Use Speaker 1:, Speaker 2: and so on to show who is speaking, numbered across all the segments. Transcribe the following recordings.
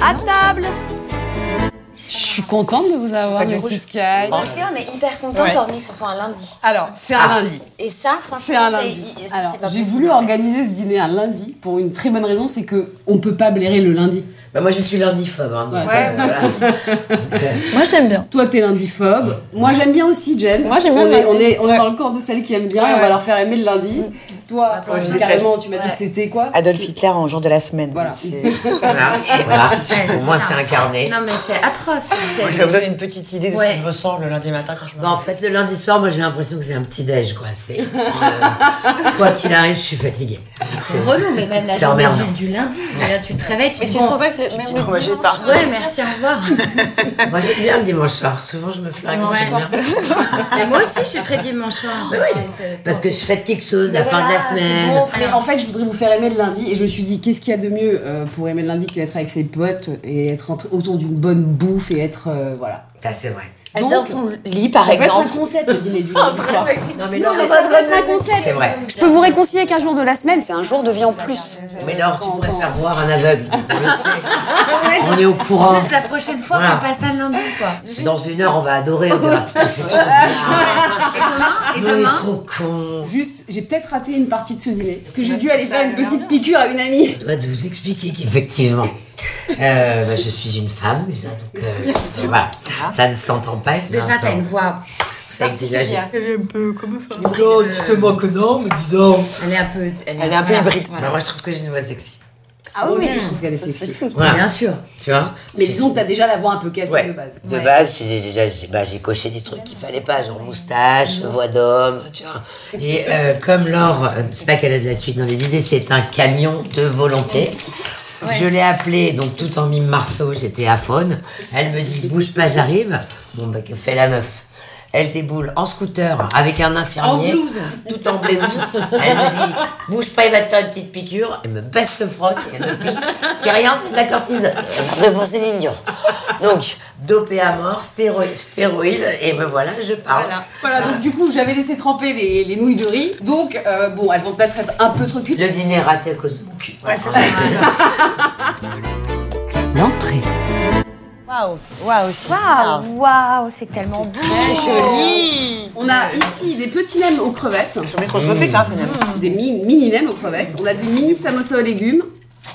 Speaker 1: À table
Speaker 2: Je suis contente de vous avoir, mes petites cailles.
Speaker 3: Nous aussi, on est hyper contents,
Speaker 2: Ouais.
Speaker 3: hormis que ce soit un lundi.
Speaker 2: Alors, c'est un
Speaker 1: Ah.
Speaker 2: lundi.
Speaker 3: Et ça, franchement,
Speaker 2: C'est un lundi.
Speaker 3: c'est- c'est
Speaker 2: Alors,
Speaker 3: pas
Speaker 2: j'ai
Speaker 3: possible.
Speaker 2: voulu organiser ce dîner un lundi pour une très bonne raison, c'est que on peut pas blairer le lundi.
Speaker 4: Bah moi je suis lundiphobe. Hein, donc,
Speaker 2: Ouais.
Speaker 4: euh, voilà.
Speaker 1: Moi j'aime bien.
Speaker 2: Toi, t'es lundiphobe. Moi, j'aime bien aussi, Jen.
Speaker 1: Moi, j'aime bien
Speaker 2: on
Speaker 1: le
Speaker 2: est,
Speaker 1: lundi.
Speaker 2: On est, on est dans le corps de celles qui aiment bien.
Speaker 1: Ouais,
Speaker 2: on va
Speaker 1: ouais.
Speaker 2: leur faire aimer le lundi. Toi,
Speaker 3: Mm. pour
Speaker 2: euh,
Speaker 3: le
Speaker 2: carrément, tu m'as dit
Speaker 3: Ouais.
Speaker 2: que c'était quoi
Speaker 5: Adolf Hitler en jour de la semaine.
Speaker 2: Voilà.
Speaker 5: C'est-
Speaker 4: Voilà, voilà. Pour moi c'est
Speaker 5: Eh.
Speaker 4: incarné.
Speaker 3: Non, mais c'est
Speaker 5: Ah,
Speaker 3: atroce. C'est-
Speaker 5: Ça vous donne une petite idée de
Speaker 3: Ouais.
Speaker 5: ce que je ressens le lundi matin quand je me
Speaker 4: Bah, en fait le lundi soir moi j'ai l'impression que c'est un petit déj quoi. C'est euh, quoi qu'il arrive je suis fatiguée.
Speaker 3: C'est relou, mais même la
Speaker 4: C'est
Speaker 3: journée
Speaker 4: emmerdant.
Speaker 3: du, du lundi. Là, tu te réveilles, tu
Speaker 1: Mais
Speaker 3: te
Speaker 1: tu
Speaker 3: dis,
Speaker 1: te
Speaker 3: bon,
Speaker 1: réveilles le même
Speaker 5: dis, moi, j'ai
Speaker 1: dimanche.
Speaker 5: pas.
Speaker 3: Ouais, merci, au revoir.
Speaker 4: moi j'aime bien le dimanche soir. Souvent je me flingue.
Speaker 3: Dimanche
Speaker 4: j'aime
Speaker 3: soir,
Speaker 4: bien.
Speaker 3: Et moi aussi, je suis très dimanche soir. C'est- c'est-
Speaker 4: Parce que je fête quelque chose la
Speaker 3: Mais
Speaker 4: fin de la
Speaker 3: voilà,
Speaker 4: semaine.
Speaker 3: c'est bon.
Speaker 2: Mais en fait, je voudrais vous faire aimer le lundi et je me suis dit, qu'est-ce qu'il y a de mieux euh, pour aimer le lundi que d'être avec ses potes et être entre- autour d'une bonne bouffe et être. euh, voilà.
Speaker 4: Ah, c'est vrai.
Speaker 3: Être
Speaker 2: Donc,
Speaker 3: dans son lit, par
Speaker 2: ça peut
Speaker 3: exemple.
Speaker 2: être un concept le dîner du lundi soir.
Speaker 4: Non mais non, mais
Speaker 3: ça
Speaker 4: c'est
Speaker 3: devrait être
Speaker 4: vrai.
Speaker 3: un concept.
Speaker 4: C'est vrai.
Speaker 1: Je peux vous réconcilier qu'un jour de la semaine, c'est un jour de vie en plus.
Speaker 4: Mais Laure, tu
Speaker 2: Quand-
Speaker 4: préfères voir un aveugle. On le sait. On est au courant.
Speaker 3: Juste la prochaine fois,
Speaker 4: Voilà.
Speaker 3: on passe à lundi, quoi.
Speaker 4: Dans une heure, on va adorer. On dira, putain, c'est trop bizarre.
Speaker 3: Et
Speaker 5: Ah,
Speaker 3: demain, et
Speaker 4: Nous, on est
Speaker 3: demain,
Speaker 4: trop cons.
Speaker 2: Juste, j'ai peut-être raté une partie de ce dîner parce que j'ai dû aller faire une petite piqûre à une amie.
Speaker 4: Je dois vous expliquer qu'effectivement, euh, bah, je suis une femme déjà, donc euh, voilà, ça ne s'entend pas.
Speaker 3: déjà, t'as une voix.
Speaker 4: Vous savez que déjà, j'ai-
Speaker 5: Elle est un peu. Comment ça Euh,
Speaker 4: Non, tu te moques, non, mais dis donc.
Speaker 3: Elle est un peu.
Speaker 5: Elle est un peu
Speaker 3: voilà,
Speaker 5: hybride.
Speaker 3: voilà.
Speaker 4: Bah, moi, je trouve que j'ai une voix sexy.
Speaker 2: Ah
Speaker 3: oui.
Speaker 2: aussi, je trouve qu'elle est sexy.
Speaker 4: Voilà.
Speaker 3: Bien sûr.
Speaker 4: Tu vois
Speaker 2: Mais
Speaker 4: C'est-
Speaker 2: disons que t'as déjà la voix un peu cassée
Speaker 4: Ouais.
Speaker 2: de base.
Speaker 4: De
Speaker 3: Ouais.
Speaker 4: base, j'ai déjà j'ai bah, j'ai coché des trucs qu'il fallait pas, genre moustache, voix d'homme, tu vois. Et euh, comme Laure, euh, c'est pas qu'elle a de la suite dans les idées, c'est un camion de volonté. Je l'ai appelée, donc tout en mime Marceau, j'étais à faune. Elle me dit bouge pas, j'arrive. Bon, bah, que fait la meuf Elle déboule en scooter avec un infirmier.
Speaker 3: En blouse.
Speaker 4: Tout en blouse. Elle me dit bouge pas, il va te faire une petite piqûre. Elle me baisse le froc, elle me pique. C'est rien, c'est de la cortisone. Vraiment, Céline Dion. Donc, dopé à mort, stéroïde, stéroïde, et me voilà, je parle.
Speaker 2: Voilà, donc du coup, j'avais laissé tremper les, les nouilles de riz. Donc, euh, bon, elles vont peut-être être un peu trop cuites.
Speaker 4: Le dîner est raté à cause de mon cul.
Speaker 2: L'entrée.
Speaker 5: Waouh, waouh, c'est
Speaker 1: Waouh, Ah, waouh, c'est tellement beau.
Speaker 5: très joli.
Speaker 2: On a ici des petits nems aux crevettes,
Speaker 5: Je vais trop choper là, finalement.
Speaker 2: des mi- mini nems aux crevettes. On a des mini samosas aux légumes,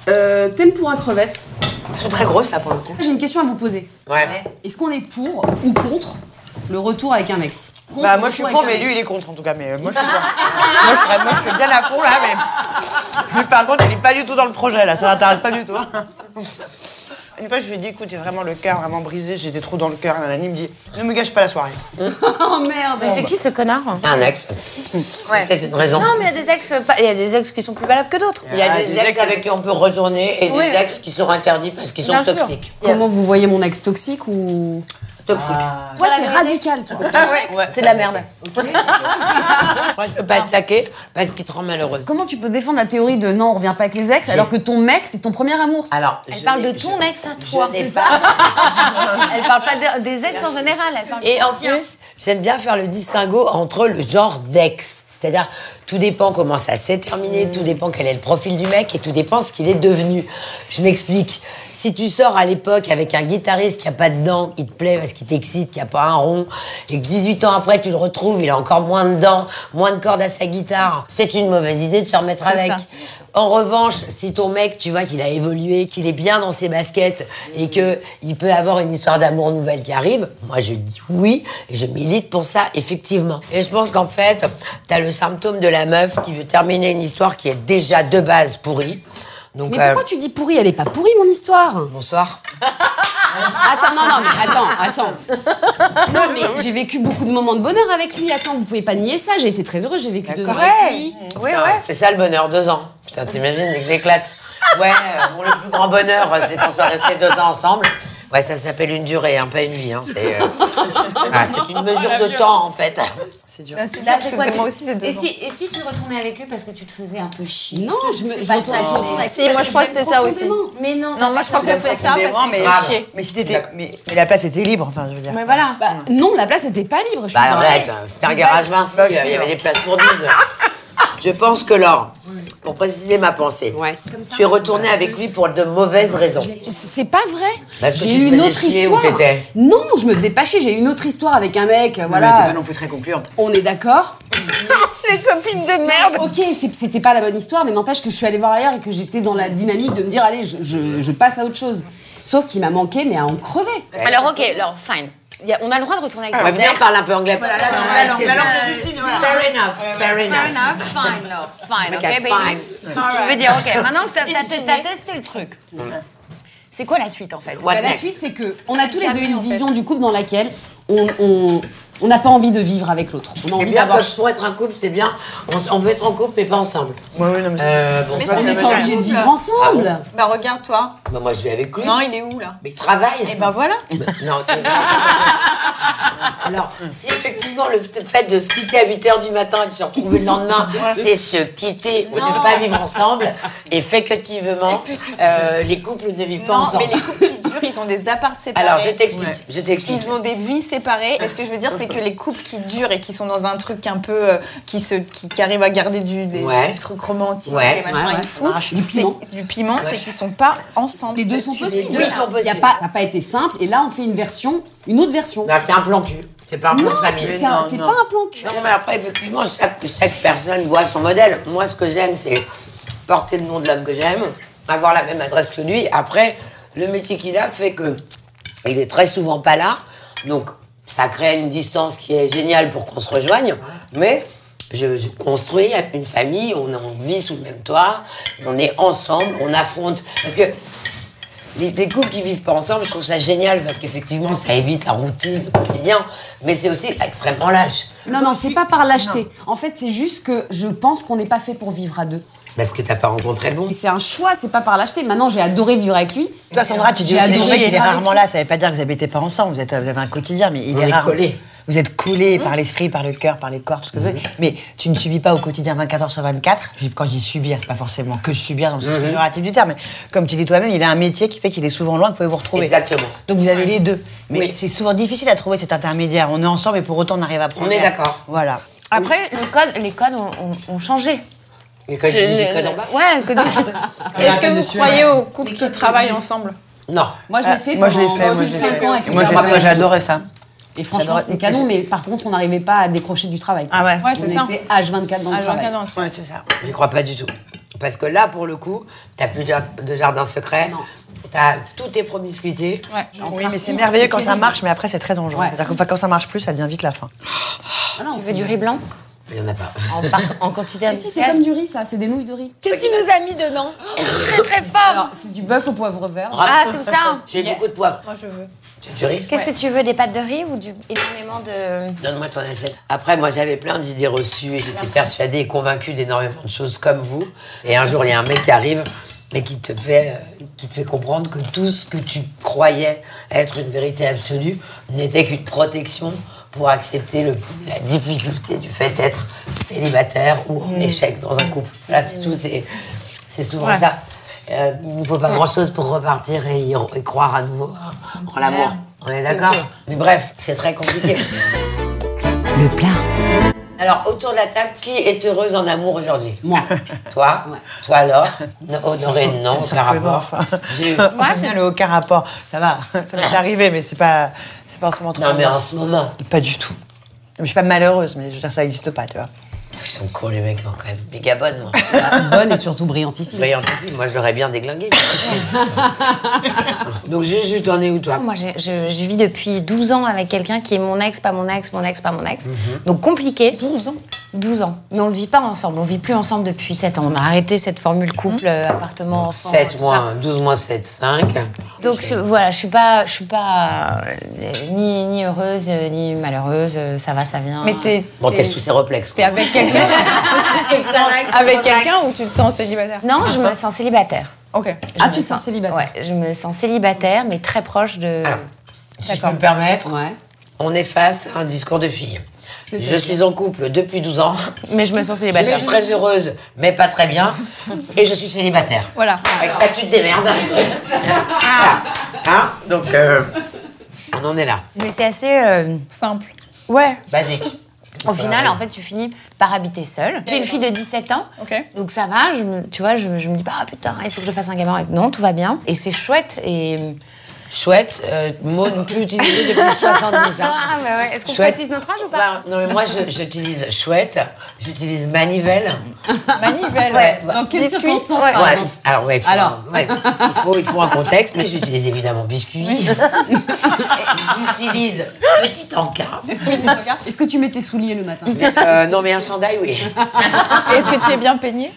Speaker 2: euh, tempura crevettes.
Speaker 5: Elles sont très grosses là pour le coup.
Speaker 2: J'ai une question à vous poser.
Speaker 5: Ouais.
Speaker 2: Est-ce qu'on est pour ou contre le retour avec un ex Contre
Speaker 5: Bah
Speaker 2: le
Speaker 5: moi je suis
Speaker 2: retour
Speaker 5: contre,
Speaker 2: avec
Speaker 5: mais
Speaker 2: un
Speaker 5: lui il
Speaker 2: ex.
Speaker 5: est contre en tout cas. Mais euh, moi je suis pour. moi, je serais- moi je suis bien à fond là, mais. Lui par contre il est pas du tout dans le projet là, ça l'intéresse pas du tout. hein. Une fois je lui ai dit écoute j'ai vraiment le cœur vraiment brisé, j'ai des trous dans le cœur. Nanani me dit ne me gâche pas la soirée.
Speaker 2: Oh merde
Speaker 3: C'est qui ce connard
Speaker 4: Un ex.
Speaker 3: Ouais.
Speaker 4: C'est une raison.
Speaker 3: Non, mais Ah, il y a des ex, pas- il y a des ex qui sont plus valables que d'autres.
Speaker 4: Il y a Ah, des ex avec qui on peut retourner et
Speaker 3: Oui.
Speaker 4: des ex qui sont interdits parce qu'ils sont
Speaker 3: Bien sûr.
Speaker 4: toxiques.
Speaker 2: Comment vous voyez mon ex toxique ou
Speaker 4: Toxiques.
Speaker 2: Toi,
Speaker 3: la
Speaker 2: t'es
Speaker 3: vérité.
Speaker 2: radical, toi.
Speaker 3: Ah Ouais, C'est de la merde.
Speaker 4: Moi, je peux pas le saquer parce qu'il te rend malheureuse.
Speaker 2: Comment tu peux défendre la théorie de non, on revient pas avec les ex alors que ton mec, c'est ton premier amour
Speaker 4: Alors,
Speaker 3: Elle
Speaker 4: je
Speaker 3: parle de
Speaker 4: n'ai-
Speaker 3: ton
Speaker 4: je-
Speaker 3: ex à toi,
Speaker 4: je n'ai
Speaker 3: c'est
Speaker 4: pas-
Speaker 3: Elle parle pas de- des ex en général. Elle parle
Speaker 4: Et
Speaker 3: du
Speaker 4: en
Speaker 3: sien.
Speaker 4: plus, j'aime bien faire le distinguo entre le genre d'ex. C'est-à-dire, tout dépend comment ça s'est
Speaker 3: Mm.
Speaker 4: terminé, tout dépend quel est le profil du mec et tout dépend ce qu'il est devenu. Je m'explique. Si tu sors à l'époque avec un guitariste qui a pas de dents, il te plaît parce qu'il t'excite, qui a pas un rond, et que 18 ans après tu le retrouves, il a encore moins de dents, moins de cordes à sa guitare, c'est une mauvaise idée de se remettre avec. En revanche, si ton mec, tu vois qu'il a évolué, qu'il est bien dans ses baskets et que il peut avoir une histoire d'amour nouvelle qui arrive, moi je dis oui et je milite pour ça effectivement. Et je pense qu'en fait, t'as le symptôme de la meuf qui veut terminer une histoire qui est déjà de base pourrie. Donc
Speaker 2: Mais
Speaker 4: euh,
Speaker 2: pourquoi tu dis pourri Elle est pas pourrie, mon histoire
Speaker 4: bonsoir.
Speaker 2: Attends, non, non, mais attends, attends. Non, mais j'ai vécu beaucoup de moments de bonheur avec lui. Attends, vous pouvez pas nier ça. J'ai été très heureuse, j'ai vécu deux ans avec lui.
Speaker 3: Oui,
Speaker 4: Putain, C'est ça le bonheur, deux ans. Putain, t'imagines, il éclate. Ouais, euh, bon, le plus grand bonheur, euh, c'est qu'on soit resté deux ans ensemble. Ouais, ça s'appelle une durée, hein, pas une vie. hein, C'est euh, ah, c'est une mesure de temps, en fait.
Speaker 5: C'est
Speaker 2: Euh,
Speaker 5: dur.
Speaker 3: C'est
Speaker 1: Là,
Speaker 3: clair,
Speaker 1: c'est
Speaker 3: c'est
Speaker 1: quoi,
Speaker 3: quoi
Speaker 1: tu-
Speaker 3: Moi aussi, c'est
Speaker 1: deux
Speaker 3: et
Speaker 1: ans.
Speaker 3: si, et si tu retournais avec lui parce que tu te faisais un peu chier
Speaker 2: Non,
Speaker 3: Parce
Speaker 2: je
Speaker 3: que
Speaker 2: me-
Speaker 3: c'est
Speaker 2: je
Speaker 3: pas
Speaker 2: me
Speaker 3: ça,
Speaker 2: retourne-
Speaker 3: mais-
Speaker 2: Ouais.
Speaker 1: Si, moi je pense que c'est ça aussi.
Speaker 2: Profondément.
Speaker 3: Mais non.
Speaker 1: Non, moi je crois qu'on fait ça parce que
Speaker 5: grave.
Speaker 1: c'est chier.
Speaker 5: mais si t'étais- mais, mais la place était libre, enfin je veux dire.
Speaker 3: Mais voilà.
Speaker 2: Bah, non, la place était pas libre. Je suis
Speaker 4: Bah
Speaker 2: désolée.
Speaker 4: arrête, c'était un garage Vinci, il y avait des places pour 12. Je pense que Laure, pour préciser ma pensée,
Speaker 2: Ouais.
Speaker 4: tu es retournée avec lui pour de mauvaises raisons.
Speaker 2: C'est pas vrai.
Speaker 4: Bah, Parce que
Speaker 2: j'ai
Speaker 4: tu te
Speaker 2: eu une
Speaker 4: faisais
Speaker 2: autre
Speaker 4: chier où
Speaker 2: histoire.
Speaker 4: t'étais.
Speaker 2: non, je me faisais pas chier. J'ai eu une autre histoire avec un mec. euh,
Speaker 5: Voilà. T'es
Speaker 2: Voilà.
Speaker 5: pas non plus très concluante.
Speaker 2: On est d'accord.
Speaker 3: Les copines de merde.
Speaker 2: Ok, c'est- c'était pas la bonne histoire, mais n'empêche que je suis allée voir ailleurs et que j'étais dans la dynamique de me dire allez, je, je- je passe à autre chose. Sauf qu'il m'a manqué, mais à en crever.
Speaker 3: Alors ok, alors fine. Il y a- on a le droit de retourner avec
Speaker 2: Ah,
Speaker 4: On va
Speaker 3: ses
Speaker 4: venir
Speaker 3: ex.
Speaker 4: parler un peu anglais.
Speaker 5: La langue, la langue de Justine, voilà.
Speaker 4: Fair enough, fair
Speaker 3: Fair
Speaker 4: enough.
Speaker 3: enough, fine, love, fine, ok,
Speaker 4: Okay,
Speaker 3: baby.
Speaker 4: fine.
Speaker 3: Je veux dire, ok, maintenant que t'as t'as- t'as testé le truc, c'est quoi la suite en fait
Speaker 4: What
Speaker 2: Bah, la
Speaker 4: next
Speaker 2: suite, c'est que on a tous les deux une vision du couple dans laquelle on on- on n'a pas envie de vivre avec l'autre. On a
Speaker 4: C'est
Speaker 2: envie
Speaker 4: bien
Speaker 2: d'avoir.
Speaker 4: que pour être un couple, c'est bien. On, s- on veut être en couple, mais pas ensemble.
Speaker 5: Ouais, ouais, non, mais c'est-
Speaker 4: Euh, bon, ça,
Speaker 2: On n'est
Speaker 4: bah,
Speaker 2: pas obligé de vivre ensemble.
Speaker 1: Bah regarde-toi.
Speaker 4: bah, moi, je vais avec lui.
Speaker 1: Non, il est où là
Speaker 4: Mais travaille.
Speaker 1: Bah voilà.
Speaker 4: Non, t'es Alors, si effectivement le fait de se quitter à 8h du matin et de se retrouver le lendemain, c'est se quitter ou ne pas vivre ensemble, effectivement, euh, les couples ne vivent pas
Speaker 1: Non,
Speaker 4: ensemble.
Speaker 1: mais les couples qui durent, ils ont des apparts séparés.
Speaker 4: Alors, je t'explique, je t'explique.
Speaker 1: Ils ont des vies séparées. Mais ce que je veux dire, c'est que les couples qui durent et qui sont dans un truc un peu. euh, qui, se, qui, qui arrivent à garder du, des,
Speaker 4: Ouais.
Speaker 1: des trucs romantiques,
Speaker 4: Ouais.
Speaker 1: des machins
Speaker 2: Ouais, ouais.
Speaker 1: et fous,
Speaker 2: Du
Speaker 1: c'est-
Speaker 2: piment.
Speaker 1: Du piment, c'est qu'ils sont pas ensemble.
Speaker 2: Les deux sont possibles.
Speaker 4: deux sont
Speaker 2: Il y a
Speaker 4: possibles.
Speaker 2: pas, ça n'a pas été simple. Et là, on fait une version, une autre version.
Speaker 4: Non, c'est un plan cul, c'est pas un plan
Speaker 2: Non,
Speaker 4: de famille.
Speaker 2: c'est un-
Speaker 5: non,
Speaker 2: c'est
Speaker 5: non.
Speaker 2: pas un plan cul.
Speaker 4: Non, mais après, effectivement, chaque, chaque personne voit son modèle. Moi, ce que j'aime, c'est porter le nom de l'homme que j'aime, avoir la même adresse que lui. Après, le métier qu'il a fait que il est très souvent pas là. Donc, ça crée une distance qui est géniale pour qu'on se rejoigne. Mais je, je construis une famille, on, on vit sous le même toit, on est ensemble, on affronte. Parce que les, les couples qui vivent pas ensemble, je trouve ça génial parce qu'effectivement, ça évite la routine, le quotidien, mais c'est aussi extrêmement lâche.
Speaker 2: Non, non, c'est pas par lâcheté. En fait, c'est juste que je pense qu'on n'est pas fait pour vivre à deux.
Speaker 4: Parce que t'as pas rencontré le bon.
Speaker 2: Et c'est un choix, c'est pas par lâcheté. Maintenant, j'ai adoré vivre avec lui.
Speaker 5: Toi, Sandra, tu dis
Speaker 2: J'ai
Speaker 5: aussi
Speaker 2: adoré
Speaker 5: que il est
Speaker 2: vivre avec
Speaker 5: rarement
Speaker 2: lui.
Speaker 5: là. Ça veut pas dire que vous n'habitez pas ensemble. Vous, êtes, euh, vous avez un quotidien, mais il
Speaker 4: On
Speaker 5: est
Speaker 4: est
Speaker 5: rare.
Speaker 4: collés.
Speaker 5: Vous êtes collés par l'esprit, par le cœur, par les corps, tout ce que vous voulez. Mais tu ne subis pas au quotidien 24 heures sur 24. Je dis- Quand je dis subir, c'est pas forcément que subir dans le sens péjoratif du terme. Mais comme tu dis toi-même, il a un métier qui fait qu'il est souvent loin, que vous pouvez vous retrouver.
Speaker 4: Exactement.
Speaker 5: Donc vous avez les deux. Mais
Speaker 4: Oui.
Speaker 5: c'est souvent difficile à trouver cet intermédiaire. On est ensemble et pour autant on arrive à prendre.
Speaker 4: est
Speaker 5: l'air.
Speaker 4: d'accord.
Speaker 5: Voilà.
Speaker 3: Après, le code, les codes ont, ont- ont changé.
Speaker 4: Et quand tu dis j'ai code en bas
Speaker 3: Ouais, le code.
Speaker 6: Ah
Speaker 1: Est-ce que vous croyez aux couples qui travaillent ensemble
Speaker 4: Non.
Speaker 2: Moi, je l'ai fait
Speaker 5: Euh, Moi je l'ai
Speaker 2: pendant
Speaker 5: fait. Moi,
Speaker 2: aussi
Speaker 5: je l'ai
Speaker 2: cinq
Speaker 5: fait.
Speaker 2: ans avec
Speaker 5: Moi,
Speaker 2: mon
Speaker 5: j'ai-
Speaker 2: père.
Speaker 5: moi, j'ai adoré ça.
Speaker 2: Et franchement,
Speaker 5: J'adorais-
Speaker 2: c'était canon, mais par contre, on n'arrivait pas à décrocher du travail.
Speaker 5: Ah ouais.
Speaker 1: Ouais, c'est ça.
Speaker 2: On était H24 dans le
Speaker 1: À
Speaker 2: travail.
Speaker 1: 24 ans, je crois.
Speaker 5: Ouais, c'est ça.
Speaker 4: J'y crois pas du tout. Parce que là, pour le coup, t'as plus de jar- de jardin secret. T'as tout est promiscuité.
Speaker 1: Ouais.
Speaker 5: Oui, mais c'est merveilleux quand ça marche, mais après c'est très dangereux.
Speaker 2: Ouais.
Speaker 5: C'est-à-dire qu'enfin, quand ça marche plus, ça devient vite la fin.
Speaker 2: Ah non,
Speaker 3: Tu
Speaker 2: c'est-
Speaker 3: veux du riz blanc
Speaker 4: Il y en a pas.
Speaker 3: en, par- en quantité
Speaker 2: Mais si, c'est comme du riz, ça. C'est des nouilles de riz.
Speaker 3: Qu'est-ce que tu nous as mis dedans Très très fort.
Speaker 2: Alors, c'est du bœuf au poivre vert.
Speaker 3: ah, c'est ça.
Speaker 4: J'ai beaucoup de poivre.
Speaker 1: Moi, je veux.
Speaker 4: Tu, tu ris
Speaker 3: Qu'est-ce que tu veux Des pâtes de riz ou du énormément de.
Speaker 4: Donne-moi ton assiette. Après, moi, j'avais plein d'idées reçues et j'étais persuadée et convaincue d'énormément de choses comme vous. Et un jour, il y a un mec qui arrive et qui te fait, euh, qui te fait comprendre que tout ce que tu croyais être une vérité absolue n'était qu'une protection pour accepter le- la difficulté du fait d'être célibataire ou en échec dans un couple. Là, c'est tout. C'est, c'est souvent ça. Euh, il ne faut pas grand-chose pour repartir et, y re- et croire à nouveau en l'amour. On est d'accord Mais bref, c'est très compliqué.
Speaker 7: Le plat.
Speaker 4: Alors, autour de la table, qui est heureuse en amour aujourd'hui
Speaker 2: Moi.
Speaker 4: Toi Toi alors No- Honoré, non,
Speaker 5: Bien sûr
Speaker 4: par
Speaker 5: que non,
Speaker 4: rapport.
Speaker 5: enfin.
Speaker 4: J'ai-
Speaker 5: On a bien le aucun rapport. Ça va, ça va arriver, mais c'est pas, c'est pas en ce moment trop.
Speaker 4: Non, mais en
Speaker 5: tendance.
Speaker 4: ce moment.
Speaker 5: Pas du tout. Je suis pas malheureuse, mais je veux dire, ça n'existe pas, tu vois.
Speaker 4: Ils sont cons, les mecs, hein, quand même. Méga bonne, moi.
Speaker 2: Bonne et surtout brillantissime.
Speaker 4: Voyant ici, moi, je l'aurais bien déglingué. Donc, Juju, t'en es où, toi
Speaker 3: Ah, Moi, j'ai- je, je vis depuis 12 ans avec quelqu'un qui est mon ex, pas mon ex, mon ex, pas mon ex. Donc compliqué. 12 ans 12 ans. Mais on ne vit pas ensemble. On ne vit plus ensemble depuis 7 ans. On a arrêté cette formule couple, euh, appartement, enfant, tout
Speaker 4: 7
Speaker 3: ça.
Speaker 4: mois, 12 mois, 7, 5.
Speaker 3: Donc je- voilà, je suis pas, je suis pas euh, ni, ni heureuse euh, ni malheureuse. euh, Ça va, ça
Speaker 4: Ah.
Speaker 3: vient.
Speaker 1: Mais t'es
Speaker 4: Bon, t'es sous ses réflexes,
Speaker 1: t'es
Speaker 4: quoi.
Speaker 1: avec quelqu'un avec quelqu'un ou tu te sens célibataire
Speaker 3: Non, je me sens célibataire.
Speaker 1: Ok.
Speaker 3: Je
Speaker 2: Ah,
Speaker 3: me
Speaker 2: tu te sens célibataire
Speaker 3: Ouais, je me sens célibataire, mais très proche de.
Speaker 1: Ah.
Speaker 4: Alors, Si je peux me permettre,
Speaker 2: Ouais.
Speaker 4: on est face à un discours de fille. Je suis en couple depuis 12 ans.
Speaker 3: Mais je me sens
Speaker 4: Je
Speaker 3: célibataire.
Speaker 4: suis très heureuse, mais pas très bien. Et je suis célibataire.
Speaker 1: Voilà.
Speaker 4: Avec ça, Ah, tu te démerdes. Voilà. Hein Donc, euh, on en est là.
Speaker 3: Mais c'est assez euh,
Speaker 1: Simple.
Speaker 3: ouais.
Speaker 4: Basique.
Speaker 3: Au final, en fait, tu finis par habiter seule. J'ai une fille de 17 ans,
Speaker 1: Ok.
Speaker 3: donc ça va. Je, me- tu vois, je, je me dis pas, ah putain, il faut que je fasse un gamin. avec- Non, tout va bien. Et c'est chouette. Et...
Speaker 4: Chouette, euh, mot ne plus utilisé depuis 70 ans.
Speaker 3: Ah, bah ouais. Est-ce qu'on
Speaker 4: Chouette.
Speaker 3: précise notre âge ou pas
Speaker 4: Bah, non, mais moi, je- j'utilise chouette, j'utilise manivelle.
Speaker 1: Manivelle.
Speaker 4: Ouais, bah,
Speaker 2: Dans quelles
Speaker 1: Biscuit,
Speaker 2: circonstances,
Speaker 1: ouais.
Speaker 2: par
Speaker 4: Ouais,
Speaker 2: exemple
Speaker 4: alors, ouais, il faut,
Speaker 2: Alors.
Speaker 4: ouais, il, faut, il faut un contexte, mais j'utilise évidemment biscuit. j'utilise petit encas.
Speaker 2: Est-ce que tu mets tes souliers le matin
Speaker 4: Euh, non, mais un chandail, oui.
Speaker 1: Et Est-ce que tu es bien peignée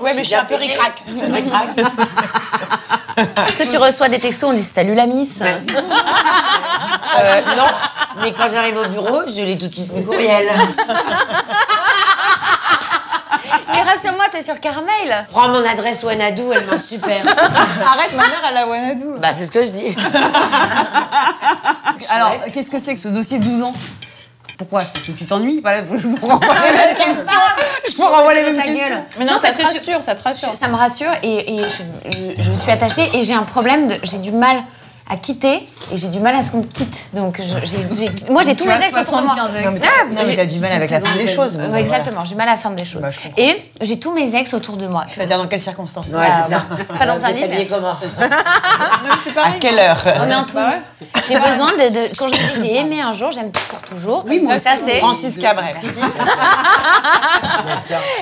Speaker 5: Ouais, mais je suis un peu ric
Speaker 4: Ric-rac.
Speaker 3: Est-ce que tu reçois des textos On dit salut la miss.
Speaker 4: Euh, non, mais quand j'arrive au bureau, je lis tout de suite mes courriels.
Speaker 3: Mais rassure-moi, t'es sur Carmel.
Speaker 4: Prends mon adresse Wanadoo, elle marche super.
Speaker 1: Arrête, ma mère, elle a Wanadoo.
Speaker 4: Bah, c'est ce que je dis.
Speaker 2: Alors, qu'est-ce que c'est que ce dossier 12 ans Pourquoi C'est parce que tu t'ennuies Voilà, je vous renvoie les mêmes questions. Je vous renvoie les mêmes
Speaker 3: Ta
Speaker 2: questions.
Speaker 3: gueule.
Speaker 1: Mais non, ça
Speaker 3: parce
Speaker 1: te
Speaker 3: que je-
Speaker 1: rassure, ça te rassure.
Speaker 3: Ça me rassure et, et je, je- je suis attachée et j'ai un problème, de- j'ai du mal à quitter et j'ai du mal à ce qu'on me quitte. Donc je- j'ai- j'ai- moi j'ai tous
Speaker 1: Tu
Speaker 3: les
Speaker 1: as
Speaker 3: ex autour de moi.
Speaker 1: 75 ex.
Speaker 3: Ah,
Speaker 1: Non, mais
Speaker 5: Non, mais t'as du mal avec la fin des choses.
Speaker 3: Ouais, exactement, j'ai du mal à la fin des choses. et j'ai tous mes ex autour de moi. Ah,
Speaker 5: C'est-à-dire dans quelles circonstances Ah,
Speaker 4: Ouais, c'est ça.
Speaker 3: Pas dans un lit,
Speaker 4: Habillé
Speaker 3: mais-
Speaker 4: comment
Speaker 1: je suis
Speaker 5: À
Speaker 1: pareil.
Speaker 5: quelle heure
Speaker 3: On est en tout. J'ai besoin de, de- Quand je me dis j'ai aimé un jour, j'aime pour toujours.
Speaker 2: Oui, moi
Speaker 3: ça
Speaker 2: aussi.
Speaker 3: c'est.
Speaker 5: Francis Cabrel.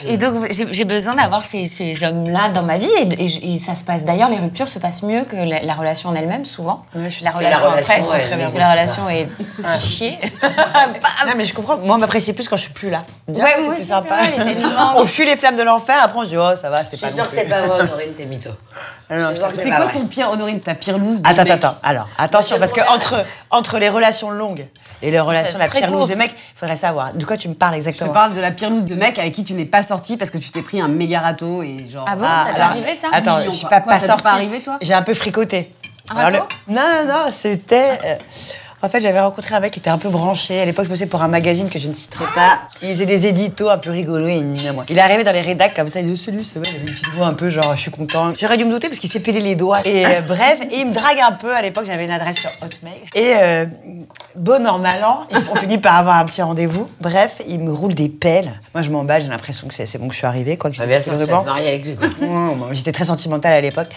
Speaker 3: Et donc j'ai j'ai besoin d'avoir ces, ces hommes-là dans ma vie et, et je- et ça se passe. D'ailleurs, les ruptures se passent mieux que la, la relation en elle-même souvent.
Speaker 5: suis
Speaker 3: la
Speaker 5: sûre que la
Speaker 3: relation
Speaker 4: relation,
Speaker 3: après,
Speaker 4: ouais,
Speaker 3: parce que
Speaker 4: mais
Speaker 3: la relation est chiée.
Speaker 5: Ah, Non, mais je comprends. Moi, on m'apprécie plus quand je suis plus là. Bien, bah,
Speaker 3: Ouais,
Speaker 5: c'était
Speaker 3: moi aussi,
Speaker 5: sympa.
Speaker 3: t'es là, les éléments.
Speaker 5: on fuit les flammes de l'enfer, après on se dit, oh, ça va, c'est
Speaker 4: Je
Speaker 5: pas
Speaker 4: suis sûre
Speaker 5: non
Speaker 4: que
Speaker 5: plus.
Speaker 4: c'est pas vrai, Honorine, t'es mytho.
Speaker 5: Ah Non,
Speaker 4: Je suis sûre que
Speaker 2: C'est
Speaker 4: pas
Speaker 2: quoi
Speaker 4: vrai.
Speaker 2: ton pire, Honorine, ta pire loose de
Speaker 5: Attends,
Speaker 2: mec
Speaker 5: attends, attends. Alors, attention, parce que entre, entre les relations longues et les relations la
Speaker 3: très
Speaker 5: pire loose
Speaker 3: courte.
Speaker 5: des mecs, il faudrait savoir de quoi tu me parles
Speaker 2: Je te
Speaker 5: exactement.
Speaker 2: parle de la pire loose de mec avec qui tu n'es pas sorti parce que tu t'es pris un méga râteau et genre.
Speaker 3: Ah bon,
Speaker 5: Ah,
Speaker 3: ça t'est
Speaker 5: alors,
Speaker 3: arrivé ça
Speaker 5: Attends,
Speaker 2: Mignon,
Speaker 5: je suis
Speaker 2: quoi.
Speaker 5: pas,
Speaker 2: Quoi,
Speaker 5: pas
Speaker 2: ça t'est pas
Speaker 5: sortie.
Speaker 2: arrivé, toi Ah,
Speaker 5: J'ai un peu fricoté.
Speaker 3: Un
Speaker 5: Alors,
Speaker 3: râteau
Speaker 5: le- Non, non, non, c'était. euh, En fait, j'avais rencontré un mec qui était un peu branché. À l'époque, je bossais pour un magazine que je ne citerai pas.
Speaker 2: Ah
Speaker 5: Il faisait des éditos un peu rigolos et ni à moi. Il arrivait dans les rédacs comme ça, il disait Salut, ça va, il avait une petite voix un peu genre, je suis content. J'aurais dû me douter parce qu'il s'est pelé les doigts. Et euh, bref, et il me drague un peu. À l'époque, j'avais une adresse sur Hotmail. Et euh, bon an, mal an, on finit par avoir un petit rendez-vous. Bref, il me roule des pelles. Moi, je m'en bats, j'ai l'impression que c'est c'est bon que je suis arrivée, quoi, que
Speaker 4: Bah,
Speaker 5: j'étais
Speaker 4: bien
Speaker 5: sur
Speaker 4: sûr,
Speaker 5: le
Speaker 4: tu vas
Speaker 5: banc.
Speaker 4: te marier avec lui. quoi.
Speaker 5: Ouais, moi, J'étais très sentimentale à l'époque.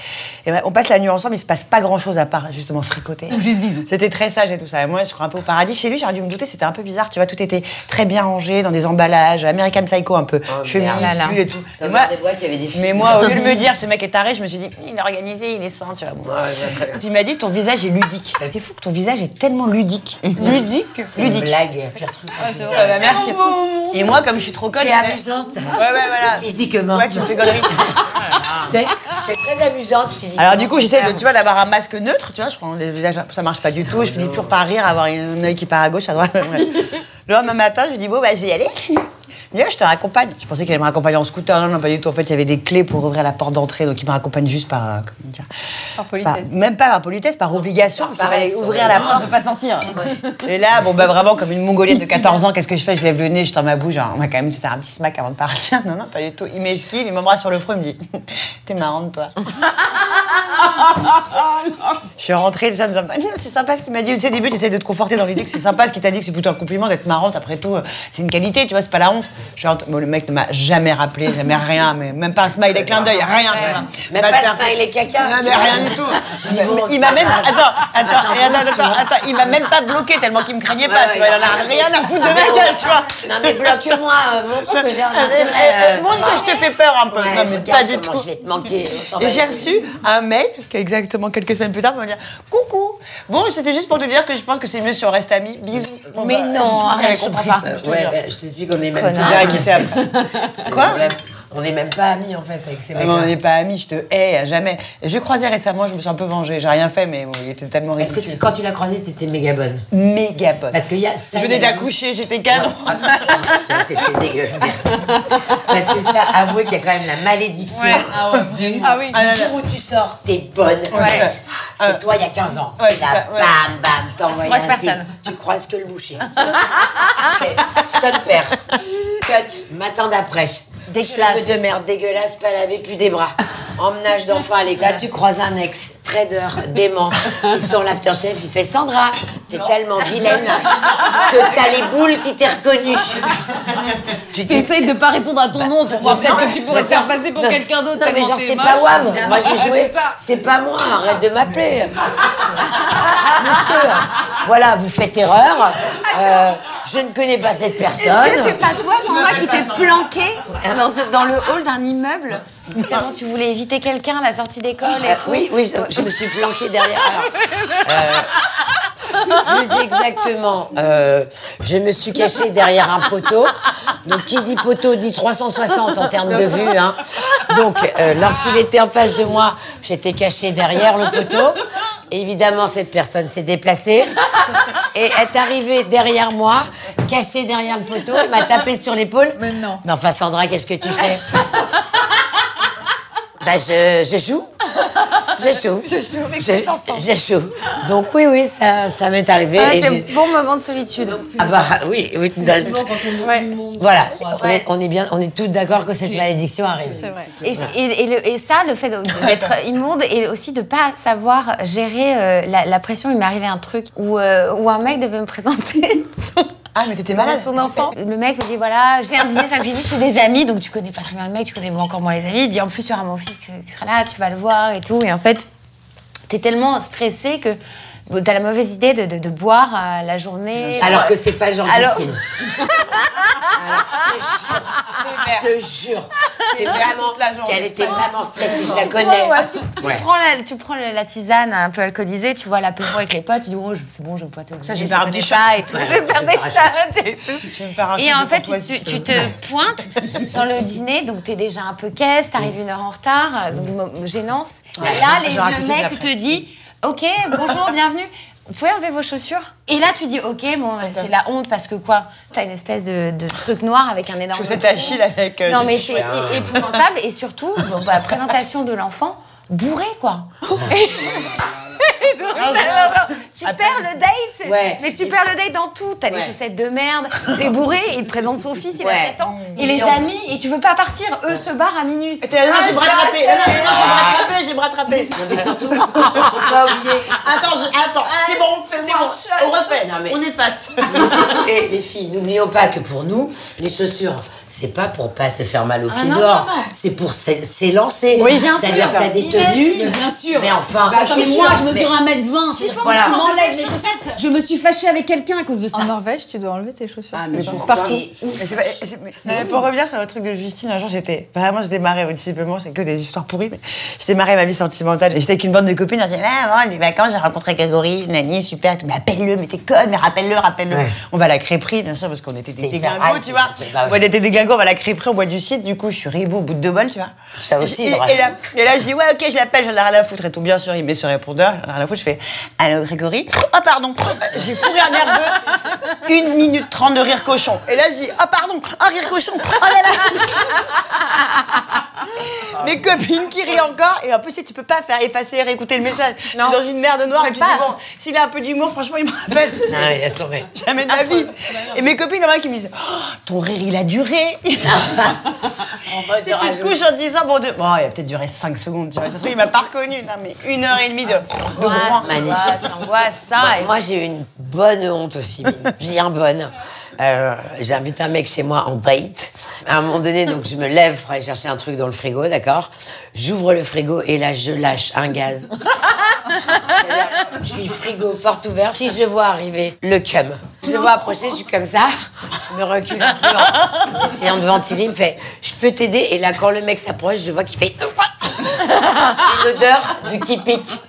Speaker 5: Et ouais, on passe la nuit ensemble, il se passe pas grand chose à part justement fricoter.
Speaker 2: Ou juste bisous.
Speaker 5: C'était très sage et tout ça. Et moi, je crois un peu au paradis. Chez lui, j'aurais dû me douter, c'était un peu bizarre. Tu vois, tout était très bien rangé dans des emballages, American Psycho un peu.
Speaker 4: Oh,
Speaker 5: Chemise,
Speaker 4: merde.
Speaker 3: Là, là.
Speaker 5: pull et tout.
Speaker 4: T'as
Speaker 5: Et
Speaker 4: ouvert
Speaker 5: moi-
Speaker 4: des boîtes, il y avait des filles.
Speaker 5: mais moi, au lieu de me dire ce mec est taré, je me suis dit il est organisé, il est sain, tu vois. Bon.
Speaker 4: Ouais, ouais, très bien.
Speaker 5: Puis il m'a dit ton visage est ludique. T'es fou que ton visage est tellement ludique. Ludique
Speaker 4: C'est une
Speaker 5: Ludique.
Speaker 4: blague, pire truc.
Speaker 5: Ah bah, merci. Et moi, comme je suis trop
Speaker 4: Tu
Speaker 5: conne,
Speaker 4: es
Speaker 5: je fais-
Speaker 4: amusante.
Speaker 5: Ouais, ouais, voilà.
Speaker 4: Physiquement.
Speaker 5: Ouais, tu me fais connerie.
Speaker 4: C'est c'est très amusante physiquement.
Speaker 5: Alors du coup, j'essaie de, tu vois, d'avoir un masque neutre, tu vois, je prends des visages, ça marche pas du tout, je finis toujours par rire, avoir un œil qui part à gauche, à droite. ouais. Le lendemain matin, je lui dis, bon, bah, je vais y aller. Il me dit, Ah, je te raccompagne. Je pensais qu'il allait me raccompagner en scooter. Non, non, pas du tout. En fait, il y avait des clés pour ouvrir la porte d'entrée, donc il me raccompagne juste par. euh, comment dire
Speaker 1: Par politesse.
Speaker 5: Par- même pas par politesse, par obligation, parce qu'il
Speaker 4: Pareil,
Speaker 5: fallait ouvrir la
Speaker 4: raison.
Speaker 5: porte.
Speaker 2: On peut pas sortir.
Speaker 5: Et là, bon, bah vraiment, comme une mongolienne de 14 ans, qu'est-ce que je fais Je lève le nez, je tends ma bouche, genre, on va quand même se faire un petit smack avant de partir. Non, non, pas du tout. Il m'esquive, il m'embrasse sur le front, il me dit T'es marrante, toi. je suis rentrée, ça me dit Ah, C'est sympa ce qu'il m'a dit. Tu sais, au début, j'essaie de te conforter dans l'idée que c'est sympa ce qu'il t'a dit, que c'est plutôt un compliment d'être marrante. Après tout, euh, c'est une qualité, tu vois, c'est pas la honte. Je suis rentrée- bon, le mec ne m'a jamais rappelé, jamais rien, mais même pas un smile, clin d'œil, rien. tu vois.
Speaker 4: Même
Speaker 5: Bah,
Speaker 4: pas
Speaker 5: tiens,
Speaker 4: le smiley caca,
Speaker 5: Non,
Speaker 4: tu
Speaker 5: Ah, mais
Speaker 4: vois.
Speaker 5: rien du tout.
Speaker 4: Je dis, bon,
Speaker 5: il m'a même. Attends, attends,
Speaker 4: un
Speaker 5: et attends, attends, attends, il m'a même pas bloqué tellement qu'il me craignait pas,
Speaker 4: Ouais,
Speaker 5: tu
Speaker 4: ouais,
Speaker 5: vois, il en a
Speaker 4: il a
Speaker 5: rien à foutre de ma
Speaker 4: Zéro.
Speaker 5: gueule, tu vois.
Speaker 4: Non mais bloque-moi, euh, montre que j'ai un
Speaker 5: Euh,
Speaker 4: intérêt.
Speaker 5: euh, montre que je te fais peur un peu. Non, mais pas du tout.
Speaker 4: Je vais te manquer. on s'en
Speaker 5: Et
Speaker 4: va
Speaker 5: j'ai reçu un mail, qui est exactement quelques semaines plus tard, pour me dire Coucou Bon, c'était juste pour te dire que je pense que c'est mieux si on reste amis. Bisous. Bon, bah,
Speaker 3: Mais non,
Speaker 5: je
Speaker 3: arrête,
Speaker 5: t'avais
Speaker 3: je
Speaker 5: compris.
Speaker 3: comprends pas.
Speaker 5: Je te
Speaker 4: Ouais,
Speaker 5: jure.
Speaker 4: bah, je t'explique, on est même
Speaker 5: Je verrai qui c'est après.
Speaker 4: C'est
Speaker 5: Quoi
Speaker 4: le problème. On est même pas amis en fait avec ces
Speaker 5: Ah
Speaker 4: mecs.
Speaker 5: non, on n'est pas amis, je te hais à jamais. J'ai croisé récemment, je me suis un peu vengée. J'ai rien fait, mais bon, il était tellement
Speaker 4: Est-ce que
Speaker 5: ridicule.
Speaker 4: tu, quand tu l'as croisé, t'étais méga bonne
Speaker 5: Méga bonne.
Speaker 4: Parce qu'il y a
Speaker 5: Je
Speaker 4: ça.
Speaker 5: venais
Speaker 4: il y a-
Speaker 5: d'accoucher, j'étais canon.
Speaker 4: Ah, T'étais dégueu. Parce que ça, avouez qu'il y a quand même la malédiction
Speaker 1: Ouais,
Speaker 4: du,
Speaker 1: Ah oui.
Speaker 4: du jour où tu sors, t'es bonne.
Speaker 5: Ouais.
Speaker 4: C'est toi il y a 15 ans.
Speaker 5: Ouais,
Speaker 4: Et là,
Speaker 5: c'est ça, ouais.
Speaker 4: bam, bam, t'envoies
Speaker 3: croises
Speaker 4: un
Speaker 3: personne.
Speaker 4: film. Tu croises que le boucher. Sonne père. Cut. Matin d'après.
Speaker 3: Dégueulasse.
Speaker 4: Cheveux de merde, dégueulasse, pas lavé, plus des bras. Emmenage d'enfant à l'école. Là, tu croises un ex, trader, dément, qui sur l'afterchef, il fait Sandra, T'es tellement vilaine que t'as les boules qui t'est reconnu. tu t'es
Speaker 2: T'essayes de pas répondre à ton nom pour voir peut-être que tu pourrais te faire passer pour quelqu'un d'autre.
Speaker 4: Non mais
Speaker 2: tellement
Speaker 4: genre
Speaker 2: t'es
Speaker 4: c'est
Speaker 2: moche.
Speaker 4: pas WAM, moi
Speaker 2: Ouais,
Speaker 4: j'ai joué,
Speaker 2: c'est ça.
Speaker 4: c'est pas moi, hein, arrête de m'appeler. Monsieur, voilà, vous faites erreur, Euh, je ne connais pas cette
Speaker 3: Est-ce que
Speaker 4: personne.
Speaker 3: c'est pas toi, Sandra, qui t'es planqué dans, ce- dans le hall d'un immeuble Tellement tu voulais éviter quelqu'un à la sortie d'école et
Speaker 4: Euh,
Speaker 3: tout.
Speaker 4: oui, oui, je, je me suis planquée derrière. Alors, euh, plus exactement, euh, je me suis cachée derrière un poteau. Donc, qui dit poteau dit 360 en termes de vue. hein. Donc, euh, lorsqu'il était en face de moi, j'étais cachée derrière le poteau. Évidemment, cette personne s'est déplacée et est arrivée derrière moi, cachée derrière le poteau, et m'a tapé sur l'épaule.
Speaker 1: Mais non.
Speaker 4: Mais enfin, Sandra, qu'est-ce que tu fais Bah, je, je joue. Je joue. Je joue,
Speaker 1: mais
Speaker 4: je,
Speaker 1: quel enfant.
Speaker 4: joue. Donc, oui, oui, ça, ça m'est arrivé.
Speaker 3: Ah,
Speaker 4: et
Speaker 3: c'est
Speaker 4: j'ai-
Speaker 3: un bon moment de solitude.
Speaker 4: Ah, bah, oui, oui. tu donnes- Voilà, on, est, on est bien, on est tous d'accord que cette malédiction arrive.
Speaker 3: Et, j- et- et le- et ça, le fait de- d'être immonde et aussi de pas savoir gérer euh, la, la pression, il m'est arrivé un truc où, euh, où un mec devait me présenter son,
Speaker 5: Ah, mais t'étais
Speaker 3: son-
Speaker 5: malade.
Speaker 3: son enfant. Le mec me dit voilà, j'ai un dîner, ça que j'ai vu, c'est des amis, donc tu connais pas très bien le mec, tu connais encore moins les amis. Il dit en plus, il y aura mon fils qui sera là, tu vas le voir et tout. Et en fait, t'es tellement stressée que bon, t'as la mauvaise idée de, de- de boire euh, la journée.
Speaker 4: Alors que c'est pas
Speaker 3: Alors-
Speaker 4: Jean-Christine. Je te jure. C'est vraiment.
Speaker 5: toute la journée.
Speaker 4: Elle était vraiment stressée, je la
Speaker 3: Ouais,
Speaker 4: connais.
Speaker 3: ouais, tu, tu prends la, tu prends le- la tisane un peu alcoolisée, tu vois l'apéro avec les potes, tu dis oh je- c'est bon, je vais pas te
Speaker 5: Ça, j'ai
Speaker 3: je
Speaker 5: peur
Speaker 3: connais
Speaker 5: du
Speaker 3: pas et tout, je vais faire des shots et tout.
Speaker 5: Je vais me faire un
Speaker 3: Et
Speaker 5: chou
Speaker 3: en
Speaker 5: de
Speaker 3: fait,
Speaker 5: courtoisie.
Speaker 3: tu, tu te pointes dans le dîner, donc t'es déjà un peu caisse, t'arrives une heure en retard, donc mo- gênance. là, les-
Speaker 5: je vais raconter
Speaker 3: le
Speaker 5: de
Speaker 3: mec
Speaker 5: l'après.
Speaker 3: te dit ok bonjour bienvenue. Vous pouvez enlever vos chaussures Et là, tu dis, ok, bon, c'est la honte parce que quoi T'as une espèce de, de truc noir avec un énorme.
Speaker 5: Chaussette Achille avec. euh,
Speaker 3: Non,
Speaker 5: je-
Speaker 3: mais c'est é- épouvantable et surtout, bon, bah, présentation de l'enfant, bourré quoi. Et donc,
Speaker 5: Ah,
Speaker 3: alors, tu perds le date,
Speaker 4: Ouais.
Speaker 3: mais tu perds le date dans tout. T'as les
Speaker 4: Ouais.
Speaker 3: chaussettes de merde, t'es bourré, il te présente son fils, il
Speaker 4: Ouais. Mmh.
Speaker 3: a 7 ans, et les amis, et tu veux pas partir, eux se barrent à minuit.
Speaker 5: Et t'es là, non,
Speaker 3: Ah,
Speaker 5: j'ai
Speaker 3: je
Speaker 5: me
Speaker 3: vais
Speaker 5: rattrapé.
Speaker 3: rester.
Speaker 5: Non, non, non, je vais me rattraper, je vais me rattraper.
Speaker 4: Mais surtout, faut pas oublier.
Speaker 5: Attends, je- attends,
Speaker 4: Ah,
Speaker 5: c'est bon, c'est bon. On refait.
Speaker 4: Non, mais-
Speaker 5: On efface.
Speaker 4: Mais surtout, et les filles, n'oublions pas que pour nous, les chaussures, c'est pas pour pas se faire mal aux pieds
Speaker 3: non,
Speaker 4: dehors,
Speaker 3: non, non.
Speaker 4: c'est pour s'é- s'élancer.
Speaker 3: Oui, bien
Speaker 4: C'est-à-dire
Speaker 3: sûr.
Speaker 4: que t'as des
Speaker 3: Oui,
Speaker 4: tenues.
Speaker 3: mais-
Speaker 2: Mais bien sûr.
Speaker 4: Mais enfin,
Speaker 2: Bah, attendez,
Speaker 4: chaussures,
Speaker 2: moi, je
Speaker 4: mais-
Speaker 2: mesure 1m20. Si
Speaker 4: Voilà.
Speaker 2: tu m'enlèves mes chaussettes, je me suis fâchée avec quelqu'un à cause de ça.
Speaker 6: En Norvège, tu dois enlever tes chaussures.
Speaker 2: Ah, mais j'en
Speaker 6: partout.
Speaker 5: Mais c'est pas- c'est- mais- non, mais pour revenir sur le truc de Justine, un jour j'étais vraiment, je démarrais un petit peu moins, c'est que des histoires pourries, mais je démarrais ma vie sentimentale. Et j'étais avec une bande de copines, on disait, maman, les vacances, j'ai rencontré Grégory, Nani, super, et tout. mais appelle-le, mais t'es conne, mais rappelle-le, rappelle-le.
Speaker 4: Ouais.
Speaker 5: On va à la crêperie, bien sûr, parce qu'on était des
Speaker 4: C'est
Speaker 5: déglingos,
Speaker 4: hyper
Speaker 5: tu vois.
Speaker 4: hype. Bah ouais.
Speaker 5: On était des déglingos, on va à la crêperie, on boit du cidre, du coup, je suis ribou au bout de deux bols, tu vois.
Speaker 4: Ça aussi,
Speaker 5: Et, et
Speaker 4: bref.
Speaker 5: là, et là, je dis, ouais, ok, je l'appelle, j'en ai rien à foutre, et tout, bien sûr, il met ce répondeur, j'en ai rien à foutre, je fais, allô Grégory, oh pardon, j'ai fourré un nerveux. Une minute trente de rire cochon. Et là, je dis, ah pardon, un rire cochon, oh là là Mes copines qui rient encore, et en plus, si tu peux pas faire effacer, réécouter le message.
Speaker 3: Non.
Speaker 5: T'es dans une merde noire, et tu
Speaker 3: Tu peux
Speaker 5: dis,
Speaker 3: pas.
Speaker 5: bon, s'il a un peu d'humour, franchement, il me rappelle.
Speaker 4: Non, mais laisse tomber.
Speaker 5: Jamais de la vie. Et mes copines, il y en a qui me disent, oh, ton rire, il a duré. Et
Speaker 4: mode, je
Speaker 5: tu te
Speaker 4: rajoute.
Speaker 5: couches en te disant, bon, de- bon, il a peut-être duré 5 secondes, tu vois. Ça se trouve, il m'a pas reconnu. Non, mais une heure et demie de, de groin.
Speaker 3: Angoisse, angoisse, angoisse, ça. et-
Speaker 4: Bah, Moi, j'ai eu une bonne honte aussi, mais bien bonne. Euh, J'invite un mec chez moi en date. À un moment donné, donc je me lève pour aller chercher un truc dans le frigo, d'accord J'ouvre le frigo et là, je lâche un gaz. C'est-à-dire, Je suis frigo, porte ouverte. Si je vois arriver le cum, je le vois approcher, je suis comme ça. Je ne recule plus en essayant de ventiler. Il me fait Je peux t'aider Et là, quand le mec s'approche, je vois qu'il fait Et l'odeur du qui pique.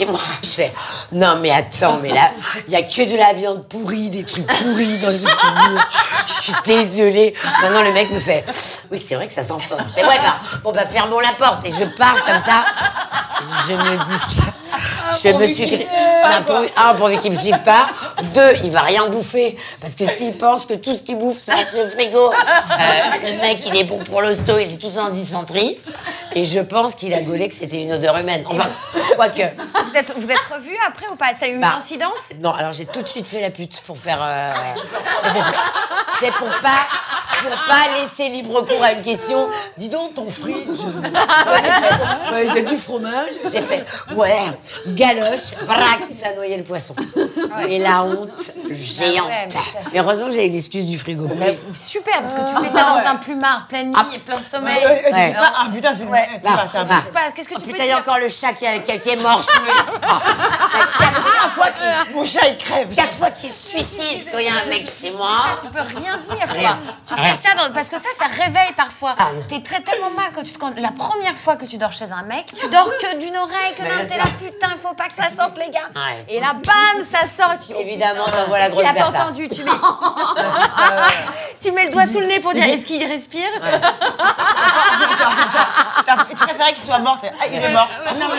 Speaker 4: Et moi, je fais Non, mais attends, mais là, il n'y a que de la viande pourrie, des trucs pourris dans ce boulot. Je suis désolée. Maintenant, le mec me fait Oui, c'est vrai que ça sent fort. Mais ouais, bah, bon, bah, fermons la porte. Et je pars comme ça. Je me dis. Je me suis. Non, pour- un, pourvu qu'il me suive pas. Deux, il va rien bouffer. Parce que s'il pense que tout ce qu'il bouffe, ça va être ce frigo, euh, le mec, il est bon pour l'hosto, il est tout en dysenterie. Et je pense qu'il a gaulé que c'était une odeur humaine. Enfin, quoique.
Speaker 3: Vous êtes, vous êtes revus après ou pas Ça a eu une
Speaker 4: Bah.
Speaker 3: incidence
Speaker 4: Non, alors j'ai tout de suite fait la pute pour faire. euh, C'est pour pas, pour pas laisser libre cours à une question. Dis donc, ton fruit, il y a du fromage. J'ai fait, ouais, galoche, braque, ça noyait le poisson. Et la honte géante.
Speaker 3: Ah ouais, mais
Speaker 4: mais,
Speaker 3: ça, c'est-
Speaker 4: heureusement que j'ai eu l'excuse du frigo.
Speaker 3: Super, parce que tu fais ça dans un plumard, pleine nuit et plein de sommeil.
Speaker 4: Ouais.
Speaker 5: Ah putain, c'est
Speaker 3: Ouais.
Speaker 5: eh,
Speaker 4: Là,
Speaker 5: putain, c'est un
Speaker 4: ça.
Speaker 3: se passe Qu'est-ce que
Speaker 4: Oh,
Speaker 3: tu peux
Speaker 4: putain, il y a
Speaker 3: dire
Speaker 4: encore le chat qui, qui- qui est mort. sous le- Ah, c'est la quatrième fois qu'il- Mon chat, il crève. Quatre fois qu'il se suicide quand il y a un mec chez moi.
Speaker 3: Ah, Tu peux rien dire, quoi.
Speaker 4: Rien.
Speaker 3: Tu fais ça dans- parce que ça, ça réveille parfois.
Speaker 4: Ah, non.
Speaker 3: T'es très tellement mal quand tu te quand- la première fois que tu dors chez un mec, tu dors que d'une oreille, que
Speaker 4: Bah,
Speaker 3: d'un
Speaker 4: bien
Speaker 3: t'es là
Speaker 4: sûr.
Speaker 3: putain, il faut pas que ça sorte les gars.
Speaker 4: Ouais.
Speaker 3: Et là, bam, ça sort. Tu,
Speaker 4: Évidemment, t'envoies la grosse
Speaker 3: Il a pas
Speaker 4: Bertha.
Speaker 3: entendu. Tu mets, tu mets le doigt sous le nez pour dire est-ce qu'il respire.
Speaker 5: Putain, Tu préférais qu'il soit mort. t'es- Ah, il est mort.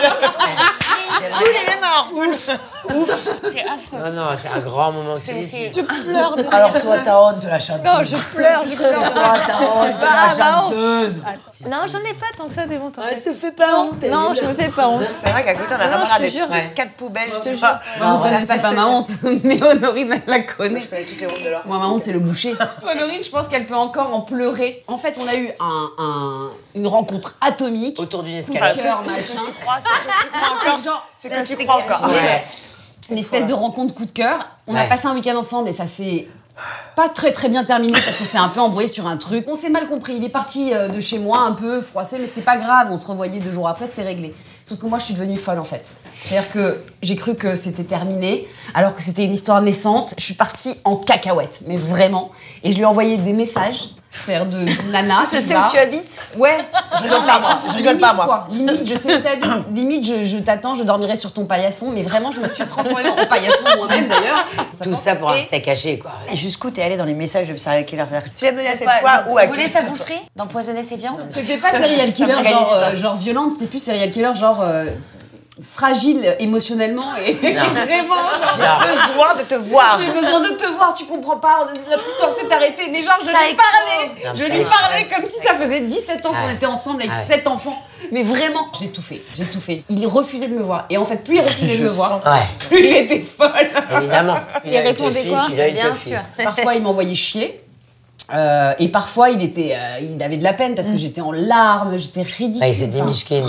Speaker 3: Cool, il est mort. C'est affreux.
Speaker 4: Non, non, c'est un grand moment que tu
Speaker 3: C'est- c'est-
Speaker 4: Alors toi, t'as honte de la chanteuse. Non, je pleure, je pleure. Toi, t'as honte de la chanteuse.
Speaker 6: Non, j'en ai pas tant que ça des bons temps.
Speaker 4: Elle se fait pas honte. elle.
Speaker 6: Non, je me fais pas honte.
Speaker 5: C'est vrai qu'à côté, on a
Speaker 6: Non,
Speaker 5: vraiment
Speaker 6: je te
Speaker 5: des
Speaker 6: jure.
Speaker 5: quatre poubelles. Je te
Speaker 6: jure.
Speaker 2: Bah, Honorine, c'est pas ma honte, mais Honorine, elle la connaît. Moi, ma honte, c'est le boucher. Honorine, je pense qu'elle peut encore en pleurer. En fait, on a eu un, un- une rencontre atomique.
Speaker 4: Autour d'une
Speaker 2: Cœur,
Speaker 4: escalade.
Speaker 2: machin. Genre,
Speaker 5: C'est que tu crois encore.
Speaker 4: Ouais.
Speaker 2: une espèce de rencontre coup de cœur. On a
Speaker 4: Ouais.
Speaker 2: passé un week-end ensemble et ça s'est pas très très bien terminé parce qu'on s'est un peu embrouillé sur un truc. On s'est mal compris. Il est parti euh, de chez moi un peu froissé, mais c'était pas grave. On se revoyait deux jours après, c'était réglé. Sauf que moi, je suis devenue folle en fait. C'est-à-dire que j'ai cru que c'était terminé, alors que c'était une histoire naissante. Je suis partie en cacahuète, mais vraiment. Et je lui ai envoyé des messages. C'est-à-dire de, de nana.
Speaker 3: Je
Speaker 2: qui
Speaker 3: sais
Speaker 2: va-
Speaker 3: où tu habites.
Speaker 2: Ouais.
Speaker 5: Je rigole pas, moi. Je rigole pas,
Speaker 2: Limite,
Speaker 5: moi.
Speaker 2: quoi. Limite, je sais où t'habites. Limite, je, je t'attends, je dormirai sur ton paillasson. Mais vraiment, je me suis transformée en paillasson moi-même d'ailleurs.
Speaker 4: Tout ça pour un
Speaker 2: Et-
Speaker 4: steak haché, quoi.
Speaker 5: Et Bah, Jusqu'où t'es allée dans les messages de serial killer C'est-à-dire que tu l'as menacé
Speaker 3: Ouais,
Speaker 5: de quoi ou à
Speaker 3: Vous voulez sa boucherie D'empoisonner ses viandes
Speaker 2: C'était pas serial killer
Speaker 5: Ça me
Speaker 2: genre,
Speaker 5: régalise,
Speaker 2: euh,
Speaker 5: toi.
Speaker 2: genre violente, c'était plus serial killer genre euh, fragile émotionnellement et vraiment genre.
Speaker 5: J'ai besoin de te voir.
Speaker 2: J'ai besoin de te voir, tu comprends pas, notre histoire s'est arrêtée. Mais genre, je lui
Speaker 3: est-
Speaker 2: parlais,
Speaker 4: Non,
Speaker 2: je
Speaker 4: ça
Speaker 2: lui
Speaker 4: est-
Speaker 2: parlais comme si ça faisait 17 ans qu'on
Speaker 4: Ouais.
Speaker 2: était ensemble avec
Speaker 4: Ouais.
Speaker 2: 7 enfants. Mais vraiment, j'ai tout fait, j'ai tout fait. Il refusait de me voir. Et en fait, plus il refusait de me voir,
Speaker 4: Ouais,
Speaker 2: plus j'étais folle.
Speaker 4: évidemment.
Speaker 2: Il répondait quoi
Speaker 4: Celui-là, il
Speaker 3: Bien
Speaker 4: te suit.
Speaker 3: sûr.
Speaker 2: Parfois, il m'envoyait chier. Euh, et parfois, il était, euh, il avait de la peine parce que j'étais en larmes, j'étais ridicule.
Speaker 4: Ouais, c'est des
Speaker 2: Enfin,
Speaker 4: Mishkin.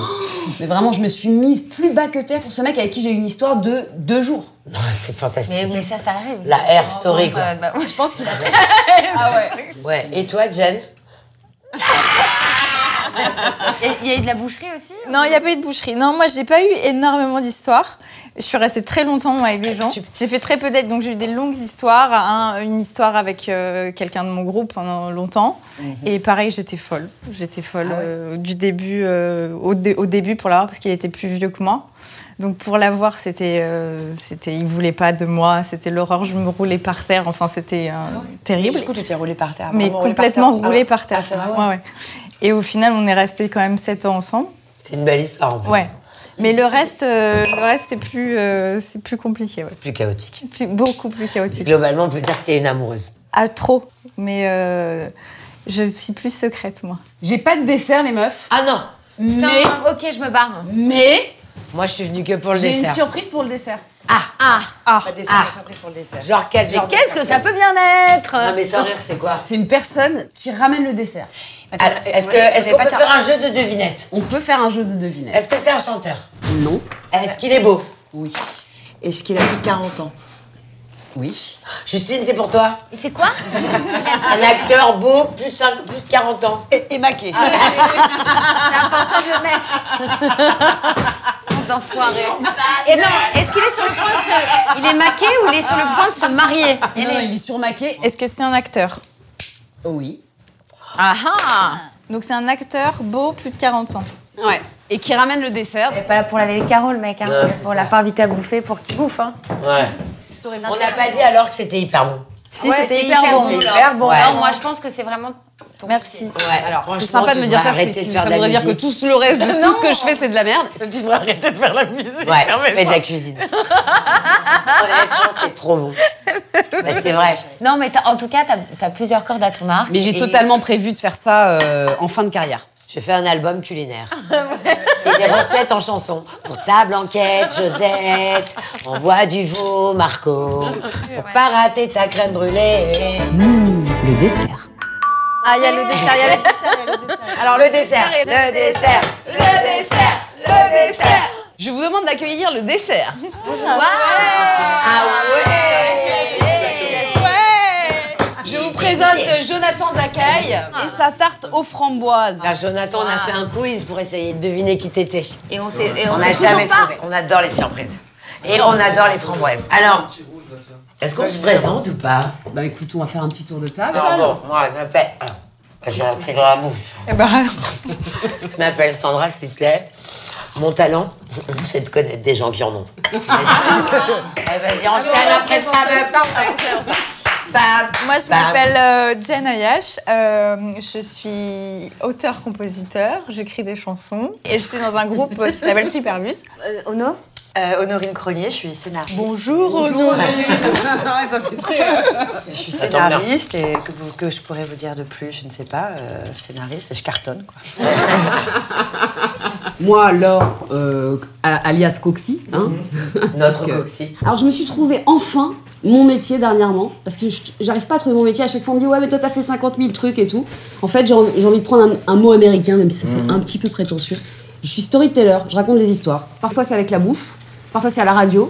Speaker 2: mais vraiment, je me suis mise plus bas que terre pour ce mec avec qui j'ai eu une histoire de deux jours.
Speaker 4: Non, c'est
Speaker 3: Mais,
Speaker 4: fantastique.
Speaker 3: mais ça, ça arrive.
Speaker 4: La hair story, quoi.
Speaker 3: Euh, bah, moi,
Speaker 2: Je pense qu'il avait.
Speaker 4: Ouais. Et toi, Jen
Speaker 3: Et Il y a eu de la boucherie aussi hein.
Speaker 6: Non, il n'y a pas eu de boucherie. Non, moi, j'ai pas eu énormément d'histoires. Je suis restée très longtemps avec des
Speaker 2: Ah,
Speaker 6: gens. J'ai fait très peu d'aides, donc j'ai eu des longues histoires. Un- une histoire avec euh, quelqu'un de mon groupe pendant longtemps.
Speaker 2: Mhm.
Speaker 6: Et pareil, j'étais folle. J'étais folle
Speaker 2: Ah
Speaker 6: euh, du début, euh, au, dé- au début pour l'avoir, parce qu'il était plus vieux que moi. Donc pour l'avoir, c'était, euh, c'était, il voulait pas de moi. C'était l'horreur. Je me roulais par terre. Enfin, c'était
Speaker 2: Ah
Speaker 6: euh, terrible.
Speaker 5: Jusqu'où tu t'es roulé par terre
Speaker 6: Mais
Speaker 5: Ah, vraiment roulé par
Speaker 6: complètement
Speaker 5: terre.
Speaker 6: roulé
Speaker 5: Ah,
Speaker 6: par terre.
Speaker 5: ah, c'est vrai
Speaker 6: Ouais, ouais. Et au final, on est resté quand même 7 ans ensemble.
Speaker 4: C'est une belle histoire, en plus.
Speaker 6: Ouais. Mais le reste, euh, le reste c'est plus, euh, c'est plus compliqué, ouais.
Speaker 4: Plus chaotique.
Speaker 6: Plus- beaucoup plus chaotique.
Speaker 4: Globalement, on peut dire que t'es une amoureuse.
Speaker 6: À trop. Mais euh, je suis plus secrète, moi.
Speaker 2: J'ai pas de dessert, les meufs.
Speaker 4: Ah non
Speaker 3: Putain,
Speaker 2: mais,
Speaker 3: ok, je me barre.
Speaker 2: mais,
Speaker 4: Moi, je suis venue que pour le
Speaker 2: j'ai une
Speaker 4: dessert.
Speaker 2: surprise pour le dessert.
Speaker 5: Pas de dessert, pas surprise pour le dessert.
Speaker 4: Genre 4
Speaker 3: Mais qu'est-ce que ça peut bien être
Speaker 4: Non, mais sans rire, c'est quoi
Speaker 2: C'est une personne qui ramène le dessert.
Speaker 5: Ah.
Speaker 4: Alors,
Speaker 2: euh,
Speaker 4: Est-ce que- est-ce qu'on peut faire un jeu de devinettes
Speaker 2: On peut faire un jeu de devinettes.
Speaker 4: Est-ce que c'est un chanteur
Speaker 2: Non.
Speaker 4: Est-ce qu'il est beau
Speaker 2: Oui.
Speaker 5: Est-ce qu'il a plus de 40 ans
Speaker 2: Oui.
Speaker 4: Justine, c'est pour toi.
Speaker 3: C'est quoi
Speaker 4: Un acteur beau, plus de, cinq- plus de 40 ans.
Speaker 5: Et, Ah, et maqué.
Speaker 3: C'est important de le mettre. Bande D'enfoiré. Et non, est-ce qu'il est sur le point de se... Il est maqué ou il est sur le point de se marier Elle
Speaker 2: Non,
Speaker 3: est-
Speaker 2: il est surmaqué.
Speaker 6: Est-ce que c'est un acteur
Speaker 2: Oui.
Speaker 3: Ah ah
Speaker 6: Donc c'est un acteur beau, plus de 40 ans.
Speaker 2: Ouais. Et qui ramène le dessert.
Speaker 3: T'es pas là pour laver les carreaux, le mec. Hein.
Speaker 4: Non, c'est
Speaker 3: pour
Speaker 4: ça.
Speaker 3: la part vite à bouffer, pour qu'il bouffe. Hein.
Speaker 4: Ouais. On n'a pas dit alors que c'était hyper bon.
Speaker 6: Si,
Speaker 3: Ouais,
Speaker 6: c'était
Speaker 3: t'es
Speaker 6: hyper,
Speaker 3: hyper
Speaker 6: bon.
Speaker 3: bon.
Speaker 5: Hyper bon.
Speaker 4: Ouais.
Speaker 3: Non, moi, je pense que c'est vraiment... ton
Speaker 6: Merci.
Speaker 4: Ouais, alors
Speaker 2: C'est sympa de me dire ça, c'est- ça voudrait dire que tout ce- le reste de
Speaker 3: Non.
Speaker 2: tout ce que je fais, c'est de la merde.
Speaker 5: Tu devrais arrêter de faire la musique.
Speaker 4: Ouais, fais de la cuisine. Honnêtement, c'est trop bon. Bah, c'est vrai.
Speaker 3: Non, mais t'as- en tout cas, t'as as plusieurs cordes à ton arc.
Speaker 2: Mais j'ai
Speaker 3: et-
Speaker 4: Euh,
Speaker 2: totalement prévu de faire ça euh, en fin de carrière.
Speaker 4: je fais un album culinaire. C'est des recettes en chansons. Pour ta blanquette, Josette, on voit du veau, Marco. Pour pas rater ta crème brûlée.
Speaker 7: Mmh, le dessert.
Speaker 6: Ah, il y a le dessert, il y a le dessert, il y a le dessert.
Speaker 4: Alors le dessert, le dessert, le dessert, le dessert.
Speaker 2: Je vous demande d'accueillir le dessert.
Speaker 4: Ah ouais
Speaker 2: Je vous présente Jonathan Zakaï.
Speaker 6: Et sa tarte aux framboises.
Speaker 4: Là, Ah, Jonathan, on a fait un quiz pour essayer de deviner qui t'étais.
Speaker 3: Et on s'est et on
Speaker 4: On
Speaker 3: s'est
Speaker 4: n'a
Speaker 3: toujours
Speaker 4: jamais
Speaker 3: pas.
Speaker 4: trouvé. On adore les surprises. Et on adore les framboises. Alors, est-ce qu'on se présente ou pas
Speaker 2: Bah écoute, on va faire un petit tour de table.
Speaker 4: Non, Ah, bon, moi, je m'appelle... alors, bah, J'ai un truc dans la bouche.
Speaker 5: Eh ben,
Speaker 4: Je m'appelle Sandra Sisley. Mon talent, c'est de connaître des gens qui en ont. Eh, Vas-y, enchaîne après ça, meuf. Bam,
Speaker 6: Moi, je
Speaker 5: Bah,
Speaker 4: bam.
Speaker 6: m'appelle euh, Jen Ayash. Euh, je suis auteur-compositeur. J'écris des chansons. Et je suis dans un groupe euh, qui s'appelle Superbus.
Speaker 3: Euh, Ono
Speaker 5: Euh, Honorine Cronier, je suis scénariste.
Speaker 6: Bonjour,
Speaker 2: ça fait très.
Speaker 5: Je suis
Speaker 4: tombe bien.
Speaker 5: scénariste et que, vous- que je pourrais vous dire de plus, je ne sais pas. euh, scénariste, et je cartonne quoi.
Speaker 2: Moi, Laure, euh, a- alias Coxy. Hein, parce
Speaker 4: Notre
Speaker 2: que-
Speaker 4: coxy.
Speaker 2: Alors, je me suis trouvé enfin mon métier dernièrement, parce que je- j'arrive pas à trouver mon métier. À chaque fois, on me dit Ouais, mais toi, t'as fait 50 000 trucs et tout. En fait, j'ai envie j'ai envie de prendre un, un mot américain, même si ça fait un petit peu prétentieux. Je suis storyteller, je raconte des histoires. Parfois, c'est avec la bouffe, parfois, c'est à la radio,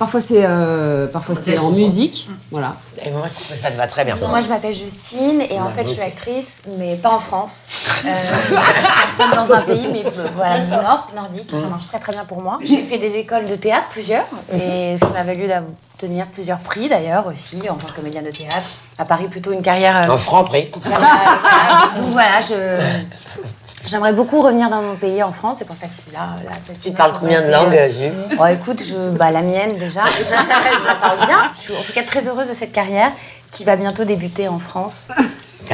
Speaker 2: parfois, c'est euh, parfois c'est en musique. Voilà.
Speaker 4: Et moi, je trouve que ça te va très bien.
Speaker 3: Moi, je m'appelle Justine et
Speaker 4: Bah,
Speaker 3: en fait, je suis actrice, mais pas en France. Euh, Peut-être dans un pays, mais euh, voilà, du Nord, nordique, ça marche très très bien pour moi. J'ai fait des écoles de théâtre, plusieurs, et ce qui m'a valu d'obtenir plusieurs prix d'ailleurs aussi en tant que comédien de théâtre. À Paris, plutôt une carrière. euh,
Speaker 4: Un franc prix.
Speaker 3: carrière, euh, donc voilà, je. J'aimerais beaucoup revenir dans mon pays, en France, c'est pour ça que je suis là. là cette
Speaker 4: Tu
Speaker 3: semaine,
Speaker 4: parles
Speaker 3: pour
Speaker 4: combien de
Speaker 3: passer, euh,
Speaker 4: langues, euh, Ju
Speaker 3: Bon, écoute, je, bah, la mienne déjà, j'en parle bien. Je suis en tout cas très heureuse de cette carrière qui va bientôt débuter en France.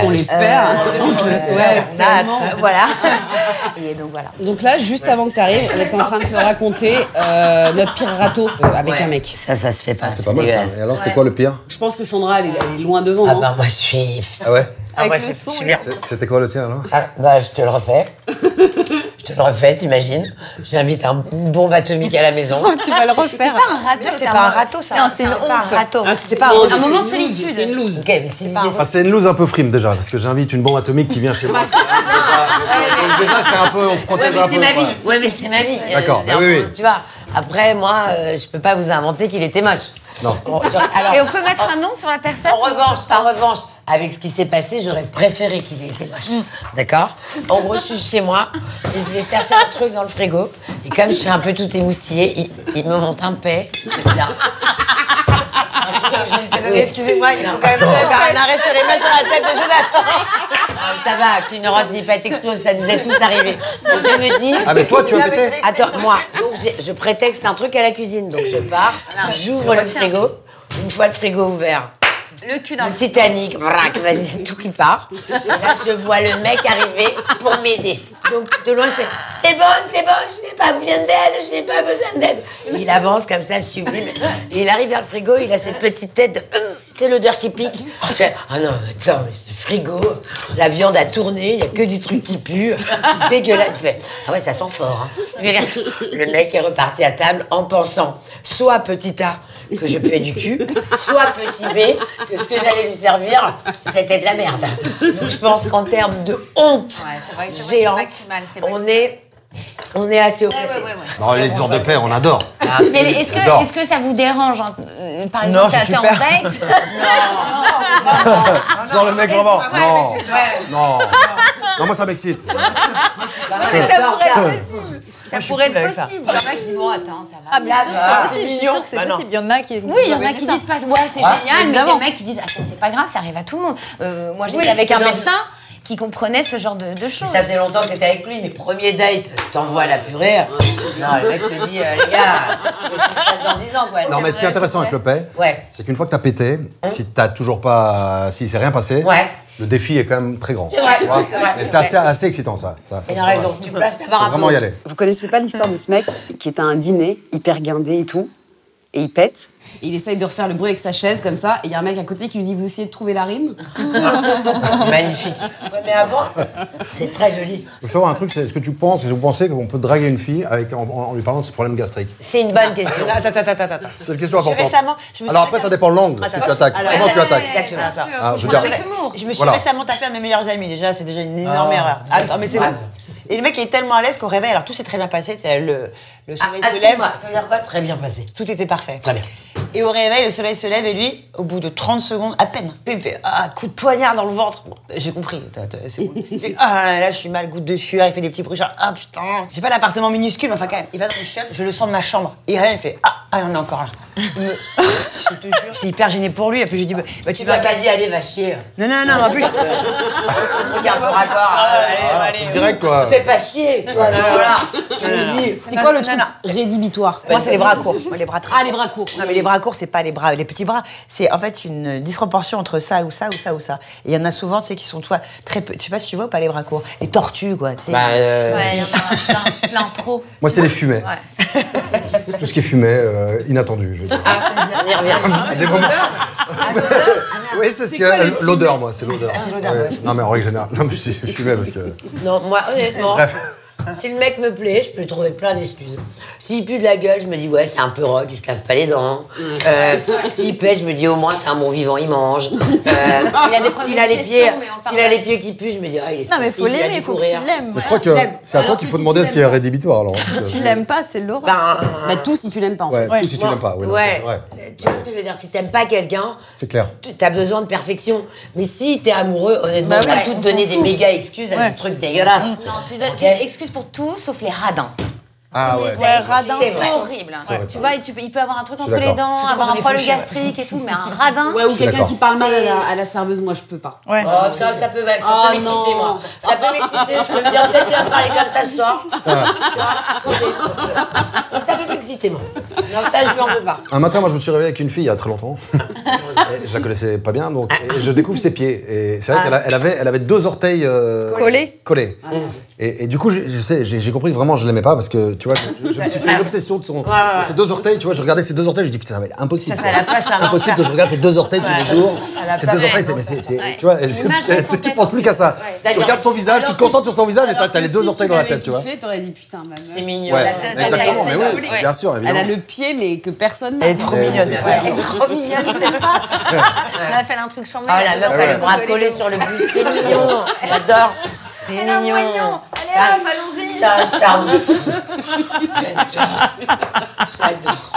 Speaker 2: On l'espère. on le souhaite.
Speaker 3: Euh, voilà. Et donc voilà.
Speaker 2: Donc là, juste avant que tu arrives, on est en train de se raconter euh, notre pire râteau euh, avec
Speaker 4: Ouais.
Speaker 2: un mec. Ah,
Speaker 4: Ça, ça se fait pas.
Speaker 8: C'est pas mal ça.
Speaker 4: Ah, dégueulasse.
Speaker 8: Et alors, c'était quoi le pire
Speaker 2: Je pense que Sandra, elle, est- elle est loin devant.
Speaker 4: Ah
Speaker 2: hein.
Speaker 4: bah moi je suis...
Speaker 8: Ah ouais
Speaker 4: Ah, moi, je, je suis bien.
Speaker 8: C'est- C'était quoi le tien alors
Speaker 4: Ah, bah je te le refais. je te le refais, t'imagines J'invite un une bombe atomique à la maison.
Speaker 2: Ah,
Speaker 6: tu vas le refaire.
Speaker 3: Pas un râteau, c'est
Speaker 5: pas un râteau, Oh, ça.
Speaker 6: Non, c'est une
Speaker 5: C'est pas un
Speaker 6: honte.
Speaker 5: râteau.
Speaker 2: Ah, c'est pas
Speaker 3: un moment de
Speaker 2: c'est une loose,
Speaker 3: solitude.
Speaker 2: C'est une loose.
Speaker 4: Ok, mais si l'idée,
Speaker 8: Ah, c'est une loose un peu frime déjà, parce que j'invite une bombe atomique qui vient chez moi. déjà, déjà, c'est un peu, on se
Speaker 4: Ouais,
Speaker 8: protège
Speaker 4: mais
Speaker 8: un
Speaker 4: c'est
Speaker 8: peu.
Speaker 4: ma vie.
Speaker 8: ouais.
Speaker 4: Ouais, mais c'est ma vie. Euh,
Speaker 8: D'accord,
Speaker 4: je veux
Speaker 8: bah
Speaker 4: dire,
Speaker 8: oui, oui.
Speaker 4: Tu vois, après, moi, euh, je peux pas vous inventer qu'il était moche.
Speaker 8: Non.
Speaker 4: Bon, genre, alors,
Speaker 3: Et on peut mettre un nom sur la personne
Speaker 4: en revanche, en revanche, avec ce qui s'est passé, j'aurais préféré qu'il ait été moche. D'accord En gros, je suis chez moi et je vais chercher un truc dans le frigo. Et comme je suis un peu tout émoustillée, il, il me monte un paix. C'est bizarre. Oui.
Speaker 5: Excusez-moi, il faut quand même faire un arrêt sur les mains sur la tête de Jonathan.
Speaker 4: Ça va, qu'une rote ni pas t'explose, ça nous est tous arrivé. Je me dis,
Speaker 8: Ah, mais toi, tu as pété
Speaker 4: Attends, moi, donc j'ai- je prétexte un truc à la cuisine. Donc je pars, j'ouvre le frigo. Une fois le frigo ouvert,
Speaker 3: Le cul d'un
Speaker 4: le Titanic, vrac, vas-y, c'est tout qui part. Et là, je vois le mec arriver pour m'aider. Donc de loin, je fais C'est bon, c'est bon, je n'ai pas besoin d'aide, je n'ai pas besoin d'aide. Il avance comme ça, sublime. Et il arrive vers le frigo, il a cette petite tête de. Hum C'est l'odeur qui pique. Je fais, Ah non, mais attends, mais c'est le frigo, la viande a tourné, il n'y a que du truc qui pue. C'est dégueulasse. Je fais, ah ouais, ça sent fort. hein. Je fais, Le mec est reparti à table en pensant soit petit A, que je puais du cul, soit petit B, que ce que j'allais lui servir, c'était de la merde. Donc, je pense qu'en termes de honte
Speaker 3: Ouais, c'est vrai que- c'est vrai que c'est
Speaker 4: géante,
Speaker 3: maximal, c'est vrai que
Speaker 4: on
Speaker 3: c'est-
Speaker 4: est. On est assez oppressé.
Speaker 3: ouais, Ah, ouais, ouais.
Speaker 8: Non, Bah, les heures de paix, on adore.
Speaker 3: Mais est-ce que,
Speaker 8: J'adore.
Speaker 3: est-ce que ça vous dérange hein, euh, Par exemple, t'as- t'es en date
Speaker 8: Genre le mec vraiment. Non. Non. Non, moi, ça m'excite.
Speaker 4: J'adore ça.
Speaker 3: Ça Ah, pourrait être possible. Il y en a qui disent bon, attends, ça va.
Speaker 6: C'est sûr que Ah, c'est possible, je suis sûre que c'est
Speaker 5: Bah non.
Speaker 6: possible. Il y en a qui.
Speaker 3: Oui, il y en a qui disent pas, ouais, c'est
Speaker 4: Ah,
Speaker 3: génial, mais il y a des mecs qui disent, attends, c'est pas grave, ça arrive à tout le monde. Euh, moi, j'étais
Speaker 4: Oui,
Speaker 3: avec
Speaker 4: c'est
Speaker 3: un
Speaker 4: dans-
Speaker 3: médecin qui comprenait ce genre de, de choses.
Speaker 4: Ça faisait longtemps que t'étais avec lui, mais premier date, t'envoies la purée. Non, le mec se dit, euh, les gars, qu'est-ce qui se passe dans 10 ans, quoi
Speaker 8: Non, mais ce qui est intéressant avec le paix,
Speaker 4: Ouais. Hein
Speaker 8: c'est qu'une fois que t'as pété, si t'as toujours pas. Si c'est rien passé,
Speaker 4: Ouais.
Speaker 8: le défi est quand même très grand.
Speaker 4: C'est vrai,
Speaker 8: Tu vois
Speaker 4: c'est vrai,
Speaker 8: Mais
Speaker 4: c'est
Speaker 8: c'est assez,
Speaker 4: vrai.
Speaker 8: assez excitant, ça. ça, ça
Speaker 4: Il
Speaker 8: c'est
Speaker 4: a
Speaker 8: pas
Speaker 4: raison,
Speaker 8: mal.
Speaker 4: tu places ta
Speaker 8: Faut
Speaker 4: barre à
Speaker 8: vraiment y
Speaker 4: peu.
Speaker 8: aller.
Speaker 2: Vous connaissez pas l'histoire de ce mec qui est à un dîner hyper guindé et tout
Speaker 9: et il pète.
Speaker 2: Et il essaye de refaire le bruit avec sa chaise comme ça. Et il y a un mec à côté qui lui dit Vous essayez de trouver la rime
Speaker 4: Magnifique. Ouais, mais avant, c'est très joli.
Speaker 8: Je veux savoir un truc, c'est est-ce que tu penses, est-ce que vous pensez qu'on peut draguer une fille avec, en, en- en lui parlant de ses problèmes gastriques
Speaker 4: C'est une bonne question.
Speaker 5: Attends, attends, attends, attends.
Speaker 8: C'est une question importante.
Speaker 5: Récemment, je me suis
Speaker 8: Alors après, ça
Speaker 5: récemment-
Speaker 8: dépend de l'angle si
Speaker 5: Attends,
Speaker 8: tu attaques.
Speaker 5: alors-
Speaker 8: Comment tu
Speaker 5: Ouais,
Speaker 8: attaques
Speaker 5: ouais, Exactement
Speaker 3: bien
Speaker 5: ça.
Speaker 3: sûr.
Speaker 8: Ah, je veux
Speaker 3: Faut prendre
Speaker 8: dire-
Speaker 3: avec humour.
Speaker 5: Je me suis
Speaker 8: Voilà. Ah.
Speaker 5: récemment tapé à mes meilleurs amis, déjà, c'est déjà une énorme erreur. Attends, mais c'est bon. Et le mec est tellement à l'aise qu'au réveil, alors tout s'est très bien passé, t'as le, le
Speaker 4: Ah,
Speaker 5: soleil se lève,
Speaker 4: excuse-moi, ça veut dire quoi Très bien passé.
Speaker 5: tout était parfait.
Speaker 4: Très bien.
Speaker 5: Et au réveil, le soleil se lève et lui, au bout de 30 secondes à peine, il me fait ah, coup de poignard dans le ventre. Bon, j'ai compris, t'as- t'as- c'est bon. Il fait ah là, je suis mal, goutte de sueur, il fait des petits bruits, genre ah putain. J'ai pas l'appartement minuscule, mais enfin quand même, il va dans le chiottes, je le sens de ma chambre. Et rien, il fait ah, ah, il en est encore là. Il me- je te jure, j'étais hyper gênée pour lui, et puis je lui dis bah, bah, tu
Speaker 4: Tu
Speaker 5: vas
Speaker 4: m'as pas dit, allez, va chier.
Speaker 5: Non, non, non, en plus.
Speaker 4: Un truc un peu raccord.
Speaker 5: Ah,
Speaker 4: hein.
Speaker 5: allez, allez.
Speaker 8: Direct quoi.
Speaker 4: Fais pas chier, toi, là, voilà. Tu nous dis.
Speaker 2: C'est quoi le
Speaker 5: Non,
Speaker 2: truc
Speaker 5: non.
Speaker 2: rédhibitoire
Speaker 5: Ah Moi, c'est les bras courts. Moi, les bras très
Speaker 2: Ah, les bras courts.
Speaker 5: Non, mais les bras courts, c'est pas les bras, les petits bras. C'est en fait une disproportion entre ça ou ça ou ça ou ça. Et il y en a souvent, tu sais, qui sont toi très peu. Je sais pas si tu vois ou pas les bras courts. Les tortues, quoi. Tu sais.
Speaker 4: Bah, euh,
Speaker 3: Ouais, il y en a plein, plein trop.
Speaker 8: Moi, c'est les fumets.
Speaker 3: Ouais.
Speaker 8: Tout ce qui est fumet, euh, inattendu, je veux dire.
Speaker 4: on y revient.
Speaker 8: Des moments- Oui, c'est ce que. euh, L'odeur, moi, c'est l'odeur.
Speaker 4: c'est l'odeur,
Speaker 8: Ouais. Non, mais en règle générale. Non, mais c'est fumé parce que.
Speaker 4: Non, moi, honnêtement, si le mec me plaît, je peux lui trouver plein d'excuses. S'il pue de la gueule, je me dis, ouais, c'est un peu rock, il se lave pas les dents. Euh, S'il pète, je me dis, au moins, c'est un bon vivant, il mange. Euh, il a des
Speaker 3: problèmes
Speaker 4: S'il a
Speaker 3: de
Speaker 4: les
Speaker 3: gestion,
Speaker 4: pieds,
Speaker 3: mais on parle
Speaker 4: s'il a les pieds qui puent, je me dis, ah, il est
Speaker 6: Non, mais faut
Speaker 4: sportif, il a
Speaker 6: l'aimer,
Speaker 4: dû
Speaker 6: faut que
Speaker 4: courir.
Speaker 6: tu l'aimes.
Speaker 8: Je crois que c'est à toi
Speaker 2: Alors
Speaker 8: qu'il
Speaker 2: que
Speaker 8: faut
Speaker 2: si
Speaker 8: demander
Speaker 2: tu
Speaker 8: ce qui est rédhibitoire, alors.
Speaker 6: Si tu l'aimes pas, c'est l'horreur.
Speaker 4: Ben,
Speaker 2: Bah, tout si tu l'aimes pas en
Speaker 8: Ouais,
Speaker 2: fait.
Speaker 8: surtout si tu l'aimes pas. Oui, non, ça,
Speaker 4: ouais.
Speaker 8: c'est vrai.
Speaker 4: Tu vois ce que je veux dire Si t'aimes pas quelqu'un,
Speaker 8: C'est clair.
Speaker 4: tu as besoin de perfection. Mais si t'es amoureux, honnêtement,
Speaker 6: Bah
Speaker 4: on va
Speaker 6: ouais,
Speaker 4: tout
Speaker 6: on
Speaker 4: donner
Speaker 6: s'en
Speaker 4: des
Speaker 6: fout.
Speaker 4: méga excuses à
Speaker 6: Ouais.
Speaker 4: des trucs dégueulasses.
Speaker 3: Non, tu donnes
Speaker 4: Ok.
Speaker 3: une excuse pour tout sauf les radins.
Speaker 8: Ah ouais.
Speaker 3: C'est-
Speaker 6: radin,
Speaker 3: c'est
Speaker 4: c'est
Speaker 3: horrible.
Speaker 8: vrai.
Speaker 3: Tu vois, et tu peux- il peut avoir un truc
Speaker 8: Je suis
Speaker 3: entre les
Speaker 8: d'accord.
Speaker 3: dents, avoir un problème gastrique et tout, mais un radin.
Speaker 2: Ouais, ou quelqu'un
Speaker 8: d'accord.
Speaker 2: qui parle mal à la, à la serveuse, moi je peux pas.
Speaker 6: Ouais.
Speaker 4: Oh, ça, ça peut, ça
Speaker 2: Oh,
Speaker 4: peut m'exciter,
Speaker 2: non.
Speaker 4: moi. Ça peut m'exciter, je peux me dire, peut-être qu'il va me parler comme ça ce soir. Tu vois, ok. Non, ça peut m'exciter, moi. Non, ça, je lui en veux pas.
Speaker 8: Un matin, moi, je me suis réveillé avec une fille il y a très longtemps. Et je la connaissais pas bien, donc et je découvre ses pieds. Et c'est vrai qu'elle a- elle avait, elle avait deux orteils euh,
Speaker 6: Collés.
Speaker 8: collés. Et, et du coup, je, je sais, j'ai j'ai compris que vraiment je l'aimais pas parce que tu vois, je, je me suis fait une obsession de son, de ses deux orteils. Tu vois, je regardais ses deux orteils, je dis putain, ça va être impossible.
Speaker 5: Ça, ça la place, ça va
Speaker 8: impossible
Speaker 5: faire.
Speaker 8: que je regarde ses deux orteils tous les jours.
Speaker 5: la
Speaker 8: Ses
Speaker 5: place,
Speaker 8: deux orteils, c'est, mais c'est, c'est- tu vois,
Speaker 3: Une image reste en
Speaker 8: tu, tu
Speaker 3: tête.
Speaker 8: penses plus qu'à ça. Tu
Speaker 4: D'accord.
Speaker 8: regardes son visage, tu te concentres sur son visage et t'as, t'as les deux orteils dans la tête, tu vois.
Speaker 2: Tu fais, t'aurais dit putain, ma meuf.
Speaker 4: C'est mignon.
Speaker 8: Ouais,
Speaker 3: tête, elle a-
Speaker 8: exactement, mais
Speaker 3: elle a-
Speaker 8: oui,
Speaker 3: ouais.
Speaker 8: bien sûr,
Speaker 2: Elle
Speaker 8: évidemment.
Speaker 2: a le pied, mais que personne n'a.
Speaker 5: Elle est
Speaker 8: euh,
Speaker 5: trop mignonne.
Speaker 4: Elle est trop mignonne, t'aimes pas
Speaker 3: On a fait un truc sur
Speaker 4: Ah, la meuf, elle a le bras collé sur le buste. C'est mignon. J'adore. C'est
Speaker 3: Elle a un
Speaker 4: mignon. Ah.
Speaker 3: moignon. Allez hop, Eh, bah, allons-y.
Speaker 4: C'est un charme. J'adore. J'adore.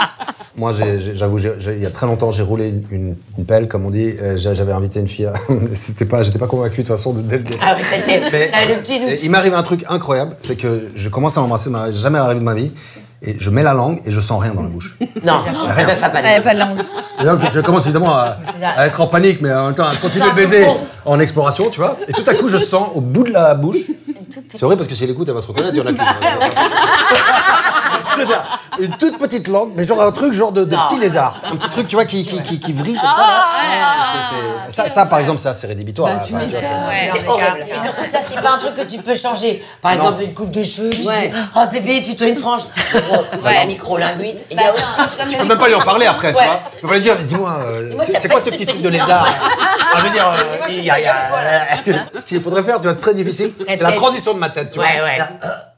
Speaker 8: Moi, j'ai- j'ai- j'avoue, j'ai- j'ai- il y a très longtemps, j'ai roulé une, une- une pelle, comme on dit. Euh, j'a- J'avais invité une fille. à- C'était pas, j'étais pas convaincu de toute façon de- dès le départ.
Speaker 4: Ah oui, t'étais-
Speaker 8: Mais-
Speaker 4: t'avais le petit doute.
Speaker 8: et Il m'arrive un truc incroyable, c'est que je commence à m'embrasser, ça m'est jamais arrivé de ma vie, et je mets la langue et je sens rien dans la bouche.
Speaker 4: Non, la meuf a pas de-
Speaker 6: Elle a pas de langue.
Speaker 8: Et donc, je commence évidemment à, à être en panique, mais en même temps à continuer de baiser en exploration, tu vois. Et tout à coup, je sens au bout de la bouche. C'est vrai parce que si elle écoute, elle va se reconnaître, il y en a qui se reconnaissent. Je veux dire, Une toute petite langue, mais genre un truc genre de, de petit lézard. Un petit truc, tu vois, qui, qui, qui, qui vrille comme ça. là. C'est- c'est- ça, ça, par exemple, c'est assez rédhibitoire. là, tu vois, tu vois, c'est-
Speaker 4: C'est horrible. Et surtout, ça, c'est pas un truc que tu peux changer.
Speaker 5: Ah
Speaker 4: Par exemple, une coupe de cheveux, tu dis Oh bébé, fais-toi une frange. Gros, La micro-linguite, il y a aussi.
Speaker 8: Je peux même pas lui en parler après, tu
Speaker 4: Ouais.
Speaker 8: vois. Je peux pas lui dire, mais dis-moi, euh,
Speaker 4: Dis-moi,
Speaker 8: c'est
Speaker 4: t'as
Speaker 8: c'est
Speaker 4: pas
Speaker 8: quoi
Speaker 4: de
Speaker 8: ce
Speaker 4: truc
Speaker 8: petit truc de
Speaker 4: pétillant.
Speaker 8: lézard Ah, Je veux dire, euh,
Speaker 4: Dis-moi,
Speaker 8: il y a- il y a- ce qu'il faudrait faire, tu vois, c'est très difficile. C'est la
Speaker 4: tête.
Speaker 8: transition de ma tête, tu vois.
Speaker 4: Ouais, ouais.